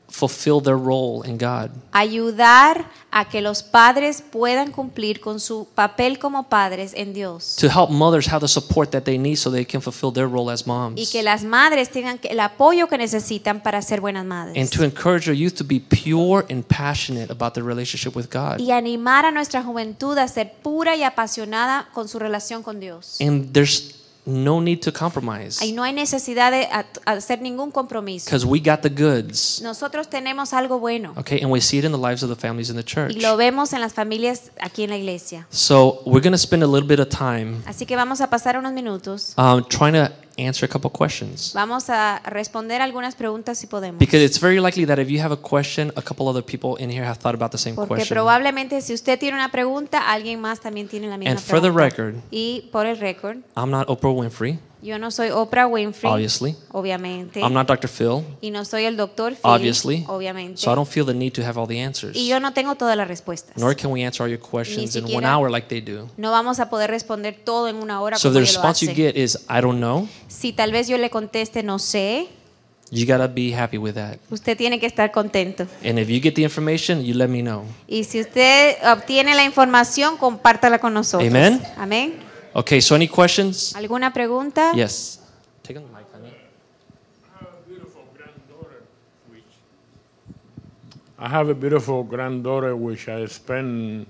[SPEAKER 1] fulfill their role in God.
[SPEAKER 2] Ayudar a que los padres puedan cumplir con su papel como padres en Dios.
[SPEAKER 1] to help mothers have the support that they need so they can fulfill their role as
[SPEAKER 2] y
[SPEAKER 1] moms.
[SPEAKER 2] que las madres tengan que- el apoyo que necesitan para ser buenas
[SPEAKER 1] And
[SPEAKER 2] madres
[SPEAKER 1] to encourage our youth to be pure and passionate about their relationship with God.
[SPEAKER 2] y animar a nuestra juventud a ser pura y apasionada con su relación con Dios.
[SPEAKER 1] And there's no need to compromise
[SPEAKER 2] Ahí no hay necesidad de at- hacer ningún compromiso.
[SPEAKER 1] because we got the goods,
[SPEAKER 2] Nosotros tenemos algo bueno
[SPEAKER 1] okay? And we see it in the lives of the families in the
[SPEAKER 2] y
[SPEAKER 1] church.
[SPEAKER 2] lo vemos en las familias aquí en la iglesia.
[SPEAKER 1] So we're going to spend a little bit of time
[SPEAKER 2] Así que vamos a pasar unos minutos.
[SPEAKER 1] um, trying to answer a couple questions
[SPEAKER 2] Vamos a responder algunas preguntas si podemos.
[SPEAKER 1] because it's very likely that if you have a question, a couple other people in here have thought about the same
[SPEAKER 2] Porque
[SPEAKER 1] question.
[SPEAKER 2] probablemente si usted tiene una pregunta, alguien más también tiene la misma
[SPEAKER 1] And for the record-
[SPEAKER 2] pregunta. Y por el récord,
[SPEAKER 1] I'm not Oprah Winfrey,
[SPEAKER 2] yo no soy Oprah Winfrey,
[SPEAKER 1] obviously.
[SPEAKER 2] obviamente.
[SPEAKER 1] I'm not Dr. Phil,
[SPEAKER 2] Y no soy el doctor Phil,
[SPEAKER 1] obviously.
[SPEAKER 2] obviamente.
[SPEAKER 1] So I don't feel the need to have all the answers.
[SPEAKER 2] Y yo no tengo todas las respuestas.
[SPEAKER 1] Nor can we answer all your questions in one
[SPEAKER 2] siquiera-
[SPEAKER 1] hour like they do.
[SPEAKER 2] No vamos a poder responder todo en una hora
[SPEAKER 1] So if
[SPEAKER 2] como
[SPEAKER 1] the
[SPEAKER 2] ella lo
[SPEAKER 1] response you
[SPEAKER 2] hace.
[SPEAKER 1] get is I don't know,
[SPEAKER 2] Si tal vez yo le conteste no sé,
[SPEAKER 1] you gotta be happy with that.
[SPEAKER 2] usted tiene que estar contento.
[SPEAKER 1] And if you get the information, you let me know.
[SPEAKER 2] Y si usted obtiene la información, compártala con nosotros.
[SPEAKER 1] Amen.
[SPEAKER 2] Amén.
[SPEAKER 1] Okay, so any questions?
[SPEAKER 2] ¿Alguna pregunta?
[SPEAKER 1] Yes. Take on the mic, honey.
[SPEAKER 3] I have a beautiful granddaughter which I spend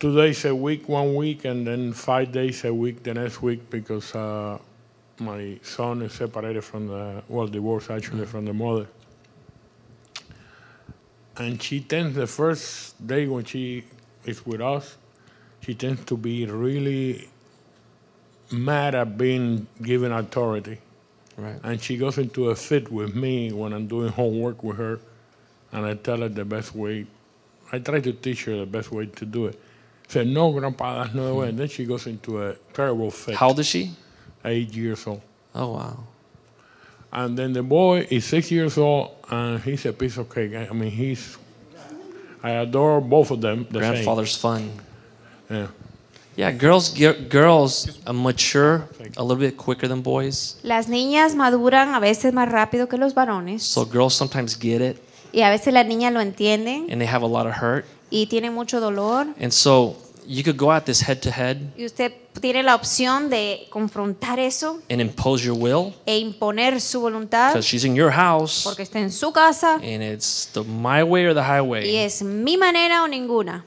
[SPEAKER 3] two days a week, one week, and then five days a week the next week because uh, my son is separated from the, well, divorced actually from the mother. And she tends, the first day when she is with us, she tends to be really mad at being given authority
[SPEAKER 1] Right.
[SPEAKER 3] and she goes into a fit with me when I'm doing homework with her, and I tell her the best way. I try to teach her the best way to do it. Said no, grandpa, that's not the way. And then she goes into a terrible fit.
[SPEAKER 1] How old is she?
[SPEAKER 3] Eight years old.
[SPEAKER 1] Oh wow.
[SPEAKER 3] And then the boy is six years old, and he's a piece of cake. I I mean, he's. I adore both of them. The same.
[SPEAKER 1] Grandfather's fun.
[SPEAKER 3] Yeah.
[SPEAKER 1] Yeah, girls gi- girls uh, mature a little bit quicker than boys.
[SPEAKER 2] Las niñas maduran a veces más rápido que los varones
[SPEAKER 1] So girls sometimes get it
[SPEAKER 2] y a veces las niñas lo entienden
[SPEAKER 1] and they have a lot of hurt.
[SPEAKER 2] y tienen mucho dolor.
[SPEAKER 1] And so you could go at this head to head
[SPEAKER 2] Y usted tiene la opción de confrontar eso
[SPEAKER 1] and impose your will
[SPEAKER 2] e imponer su voluntad
[SPEAKER 1] because she's in your house
[SPEAKER 2] porque está en su casa
[SPEAKER 1] and it's the my way or the
[SPEAKER 2] y
[SPEAKER 1] highway.
[SPEAKER 2] es mi manera o ninguna.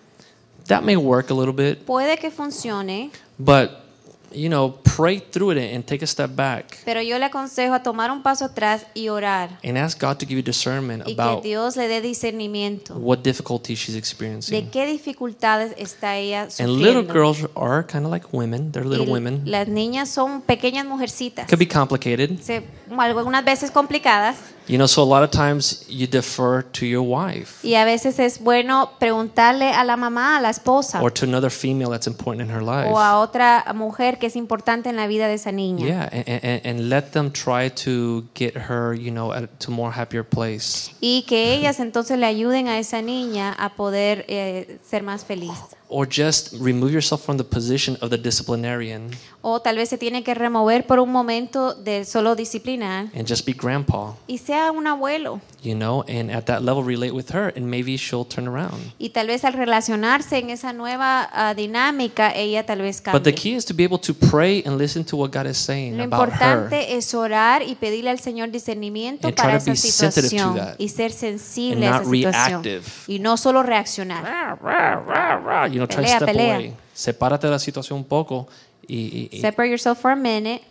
[SPEAKER 1] That may work a little bit,
[SPEAKER 2] Puede que funcione,
[SPEAKER 1] but you know, pray through it and take a step back
[SPEAKER 2] pero yo le aconsejo a tomar un paso atrás y orar
[SPEAKER 1] and ask God to give you discernment
[SPEAKER 2] y que
[SPEAKER 1] about
[SPEAKER 2] Dios le dé discernimiento
[SPEAKER 1] what difficulty she's
[SPEAKER 2] de
[SPEAKER 1] experiencing.
[SPEAKER 2] qué dificultades está ella
[SPEAKER 1] And little
[SPEAKER 2] sufriendo.
[SPEAKER 1] girls are kind of like women. They're
[SPEAKER 2] Y
[SPEAKER 1] little women.
[SPEAKER 2] las niñas son pequeñas mujercitas,
[SPEAKER 1] Could be complicated.
[SPEAKER 2] se- algunas veces complicadas
[SPEAKER 1] You know, so a lot of times you defer to your wife
[SPEAKER 2] y a veces es bueno preguntarle a la mamá, a la esposa.
[SPEAKER 1] or to another female that's important in her
[SPEAKER 2] o a
[SPEAKER 1] life.
[SPEAKER 2] otra mujer que es importante en la vida de esa niña.
[SPEAKER 1] Yeah, and, and, and let them try to get her, you know, at, to more happier place.
[SPEAKER 2] Y que ellas entonces le ayuden a esa niña a poder eh, ser más feliz.
[SPEAKER 1] Or just remove yourself from the position of the disciplinarian
[SPEAKER 2] O tal vez se tiene que remover por un momento de solo disciplinar
[SPEAKER 1] and just be grandpa,
[SPEAKER 2] y sea un abuelo.
[SPEAKER 1] you know, and at that level relate with her and maybe she'll turn around.
[SPEAKER 2] Y tal vez al relacionarse en esa nueva ah, dinámica, ella tal vez
[SPEAKER 1] But the
[SPEAKER 2] cambie.
[SPEAKER 1] key is to be able to pray and listen to what God is saying
[SPEAKER 2] Lo
[SPEAKER 1] about her.
[SPEAKER 2] importante es orar y pedirle al Señor discernimiento
[SPEAKER 1] And try
[SPEAKER 2] para
[SPEAKER 1] to
[SPEAKER 2] esa
[SPEAKER 1] be sensitive to
[SPEAKER 2] situación
[SPEAKER 1] that.
[SPEAKER 2] y ser sensible a
[SPEAKER 1] And
[SPEAKER 2] esa
[SPEAKER 1] not
[SPEAKER 2] situación
[SPEAKER 1] reactive.
[SPEAKER 2] y no solo reaccionar.
[SPEAKER 1] rah, rah, rah, rah, you know, try to
[SPEAKER 2] Pelea,
[SPEAKER 1] step
[SPEAKER 2] pelea.
[SPEAKER 1] away. Sepárate de la situación un poco y, y- y-
[SPEAKER 2] Separate yourself for a minute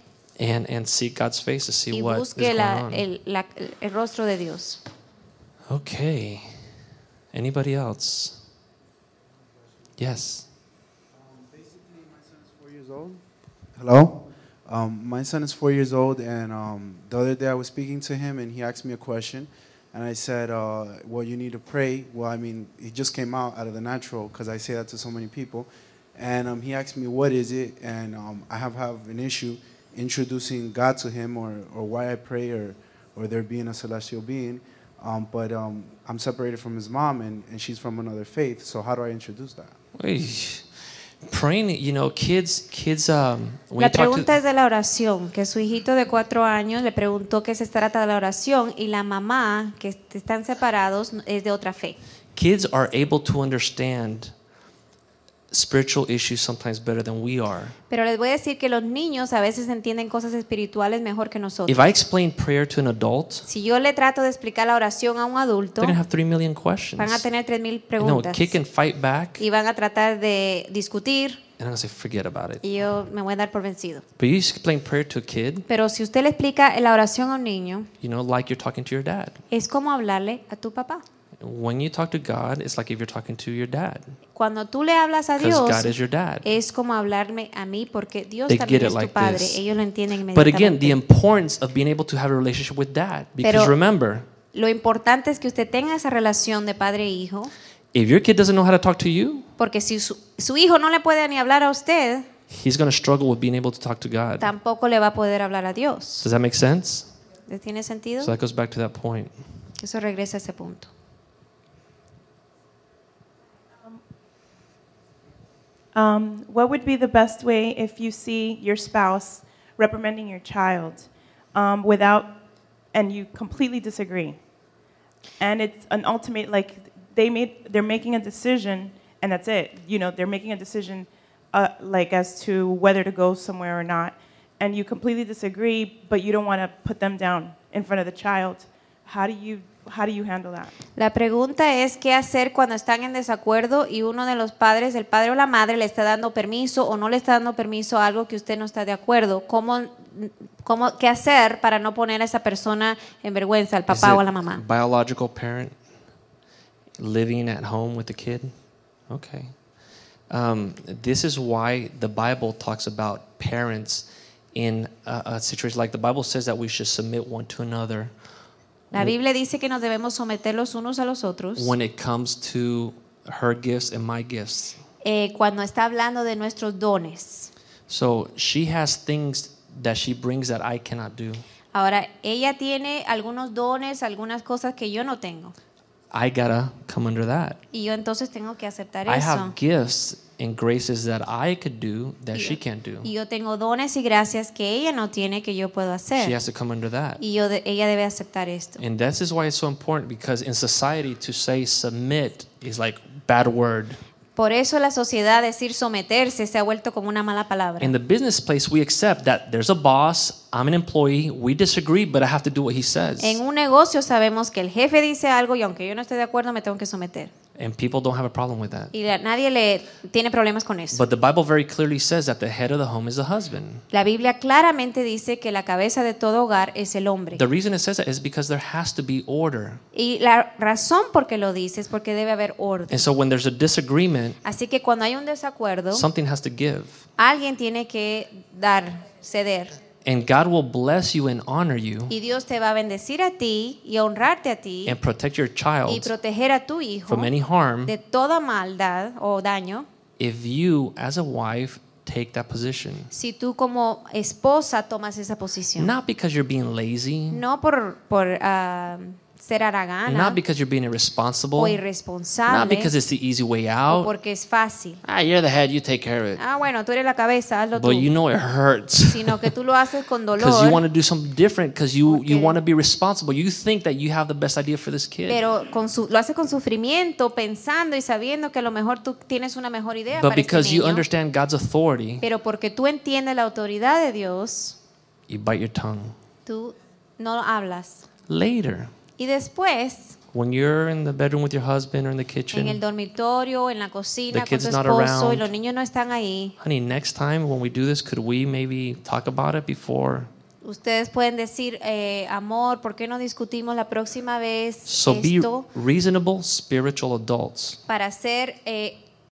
[SPEAKER 1] and, and seek God's face to see
[SPEAKER 2] y
[SPEAKER 1] what is
[SPEAKER 2] busque
[SPEAKER 1] going
[SPEAKER 2] la-
[SPEAKER 1] on.
[SPEAKER 2] el, la- el rostro de Dios.
[SPEAKER 1] Okay. Anybody else? Yes.
[SPEAKER 4] four years old. Hello. Um, my son is four years old, and um, the other day I was speaking to him, and he asked me a question, and I said, uh, "Well, you need to pray." Well, I mean, it just came out out of the natural because I say that to so many people, and um, he asked me, "What is it?" And um, I have have an issue introducing God to him, or or why I pray, or or there being a celestial being. Um, but um, I'm separated from his mom, and, and she's from another faith. So how do I introduce that?
[SPEAKER 1] Oy. Praying, you know, kids, kids, um, when
[SPEAKER 2] La
[SPEAKER 1] you talk
[SPEAKER 2] pregunta
[SPEAKER 1] to,
[SPEAKER 2] es de la oración, que su hijito de cuatro años le preguntó qué se trata de la oración y la mamá, que est- están separados, es de otra fe.
[SPEAKER 1] kids are able to understand spiritual issues sometimes better than we are.
[SPEAKER 2] Pero les voy a decir que los niños a veces entienden cosas espirituales mejor que
[SPEAKER 1] If
[SPEAKER 2] nosotros.
[SPEAKER 1] I explain prayer to an adult,
[SPEAKER 2] Si yo le trato de explicar la oración a un adulto,
[SPEAKER 1] they're gonna have three million questions.
[SPEAKER 2] van a tener 3.000
[SPEAKER 1] And they'll
[SPEAKER 2] preguntas
[SPEAKER 1] kick and fight back,
[SPEAKER 2] y van a tratar de discutir
[SPEAKER 1] and I'm gonna say, forget about it.
[SPEAKER 2] y yo me voy a dar por vencido.
[SPEAKER 1] But you explain prayer to a kid,
[SPEAKER 2] Pero si usted le explica la oración a un niño,
[SPEAKER 1] you know, like you're talking to your dad.
[SPEAKER 2] es como hablarle a tu papá.
[SPEAKER 1] When you talk to God, it's like if you're talking to your dad,
[SPEAKER 2] Cuando tú le hablas a
[SPEAKER 1] because
[SPEAKER 2] Dios,
[SPEAKER 1] God is your dad.
[SPEAKER 2] es como hablarme a mí porque Dios
[SPEAKER 1] They
[SPEAKER 2] también
[SPEAKER 1] get it
[SPEAKER 2] es tu
[SPEAKER 1] like
[SPEAKER 2] padre.
[SPEAKER 1] this.
[SPEAKER 2] Ellos lo entienden
[SPEAKER 1] But again, the
[SPEAKER 2] inmediatamente.
[SPEAKER 1] importance of being able to have a relationship with dad, because
[SPEAKER 2] Pero-
[SPEAKER 1] remember,
[SPEAKER 2] lo importante es que usted tenga esa relación de padre e hijo,
[SPEAKER 1] if your kid doesn't know how to talk to you,
[SPEAKER 2] porque si su, su hijo no le puede ni hablar a usted,
[SPEAKER 1] he's gonna struggle with being able to talk to God.
[SPEAKER 2] tampoco le va a poder hablar a Dios.
[SPEAKER 1] Does that make sense?
[SPEAKER 2] ¿Le ¿Tiene sentido?
[SPEAKER 1] So that goes back to that point.
[SPEAKER 2] Eso regresa a ese punto.
[SPEAKER 5] Um, what would be the best way if you see your spouse reprimanding your child um, without, and you completely disagree? And it's an ultimate, like, they made, they're making a decision, and that's it. You know, they're making a decision, uh, like, as to whether to go somewhere or not. And you completely disagree, but you don't want to put them down in front of the child. How do you, how do you handle that?
[SPEAKER 2] La pregunta es qué hacer cuando están en desacuerdo y uno de los padres, el padre o la madre, le está dando permiso o no le está dando permiso a algo que usted no está de acuerdo. ¿Cómo, cómo, ¿Qué hacer para no poner a esa persona en vergüenza, al
[SPEAKER 1] Is
[SPEAKER 2] papá o
[SPEAKER 1] it
[SPEAKER 2] a la mamá?
[SPEAKER 1] Biological parent living at home with the kid. Okay. Um, this is why the Bible talks about parents in a, a situation like the Bible says that we should submit one to another
[SPEAKER 2] La Biblia dice que nos debemos someter los unos a los otros
[SPEAKER 1] when it comes to her gifts and my gifts.
[SPEAKER 2] eh, cuando está hablando de nuestros dones.
[SPEAKER 1] So she has things that she brings that I cannot do.
[SPEAKER 2] Ahora, ella tiene algunos dones, algunas cosas que yo no tengo.
[SPEAKER 1] I gotta come under that.
[SPEAKER 2] Y yo entonces tengo que aceptar
[SPEAKER 1] I
[SPEAKER 2] eso.
[SPEAKER 1] have gifts and graces that I could do that she can't do.
[SPEAKER 2] Y yo tengo dones y gracias que ella no tiene que yo puedo
[SPEAKER 1] She
[SPEAKER 2] hacer.
[SPEAKER 1] has to come under that.
[SPEAKER 2] Y yo de- ella debe aceptar esto.
[SPEAKER 1] And this is why it's so important because in society to say submit is like bad word.
[SPEAKER 2] Por eso la sociedad decir someterse se ha vuelto como una mala palabra.
[SPEAKER 1] In the business place we accept that there's a boss, I'm an employee, we disagree but I have to do what he says.
[SPEAKER 2] En un negocio sabemos que el jefe dice algo y aunque yo no esté de acuerdo me tengo que someter.
[SPEAKER 1] And people don't have a problem with that.
[SPEAKER 2] Y la- nadie le tiene problemas con eso.
[SPEAKER 1] But the Bible very clearly says that the head of the home is the husband.
[SPEAKER 2] La Biblia claramente dice que la cabeza de todo hogar es el hombre.
[SPEAKER 1] The reason it says that is because there has to be order.
[SPEAKER 2] Y la razón por qué lo dice es porque debe haber orden.
[SPEAKER 1] And so when there's a disagreement,
[SPEAKER 2] Así que cuando hay un desacuerdo,
[SPEAKER 1] something has to give.
[SPEAKER 2] alguien tiene que dar, ceder.
[SPEAKER 1] And God will bless you and honor you
[SPEAKER 2] Y Dios te va a bendecir a ti y a honrarte a ti
[SPEAKER 1] and protect your
[SPEAKER 2] y
[SPEAKER 1] child
[SPEAKER 2] proteger a tu hijo
[SPEAKER 1] from any harm
[SPEAKER 2] de toda maldad o daño
[SPEAKER 1] if you, as a wife, take that position.
[SPEAKER 2] si tú como esposa tomas esa posición.
[SPEAKER 1] Not because you're being lazy,
[SPEAKER 2] No por, por ah, ser aragana
[SPEAKER 1] not because you're being
[SPEAKER 2] o
[SPEAKER 1] irresponsible, not
[SPEAKER 2] irresponsable
[SPEAKER 1] because it's the easy way
[SPEAKER 2] o
[SPEAKER 1] out.
[SPEAKER 2] porque es fácil.
[SPEAKER 1] Ah, you're the head, you take care of it.
[SPEAKER 2] Ah, bueno, tú eres la cabeza, hazlo tú.
[SPEAKER 1] But you know it hurts.
[SPEAKER 2] Sino que tú lo haces con
[SPEAKER 1] Because you want
[SPEAKER 2] dolor,
[SPEAKER 1] to do something different, because you, you
[SPEAKER 2] Porque-
[SPEAKER 1] want to be responsible. You think that you have the best idea for this kid.
[SPEAKER 2] pero con su- lo haces con sufrimiento, pensando y sabiendo que a lo mejor tú tienes una mejor idea
[SPEAKER 1] But
[SPEAKER 2] para este
[SPEAKER 1] because you
[SPEAKER 2] niño.
[SPEAKER 1] understand God's authority,
[SPEAKER 2] Pero porque tú entiendes la autoridad de Dios,
[SPEAKER 1] you bite your tongue.
[SPEAKER 2] tú no hablas.
[SPEAKER 1] Later,
[SPEAKER 2] Y después,
[SPEAKER 1] when you're in the bedroom with your husband or in the kitchen,
[SPEAKER 2] en el dormitorio, en la
[SPEAKER 1] The
[SPEAKER 2] cocina, con
[SPEAKER 1] kid's
[SPEAKER 2] tu
[SPEAKER 1] not
[SPEAKER 2] esposo y
[SPEAKER 1] around.
[SPEAKER 2] los niños no están ahí,
[SPEAKER 1] honey, next time when we do this, could we maybe talk about it before?
[SPEAKER 2] ustedes pueden decir, eh, amor, ¿por qué no discutimos la próxima vez
[SPEAKER 1] So be
[SPEAKER 2] esto?
[SPEAKER 1] reasonable, spiritual adults.
[SPEAKER 2] Para ser eh,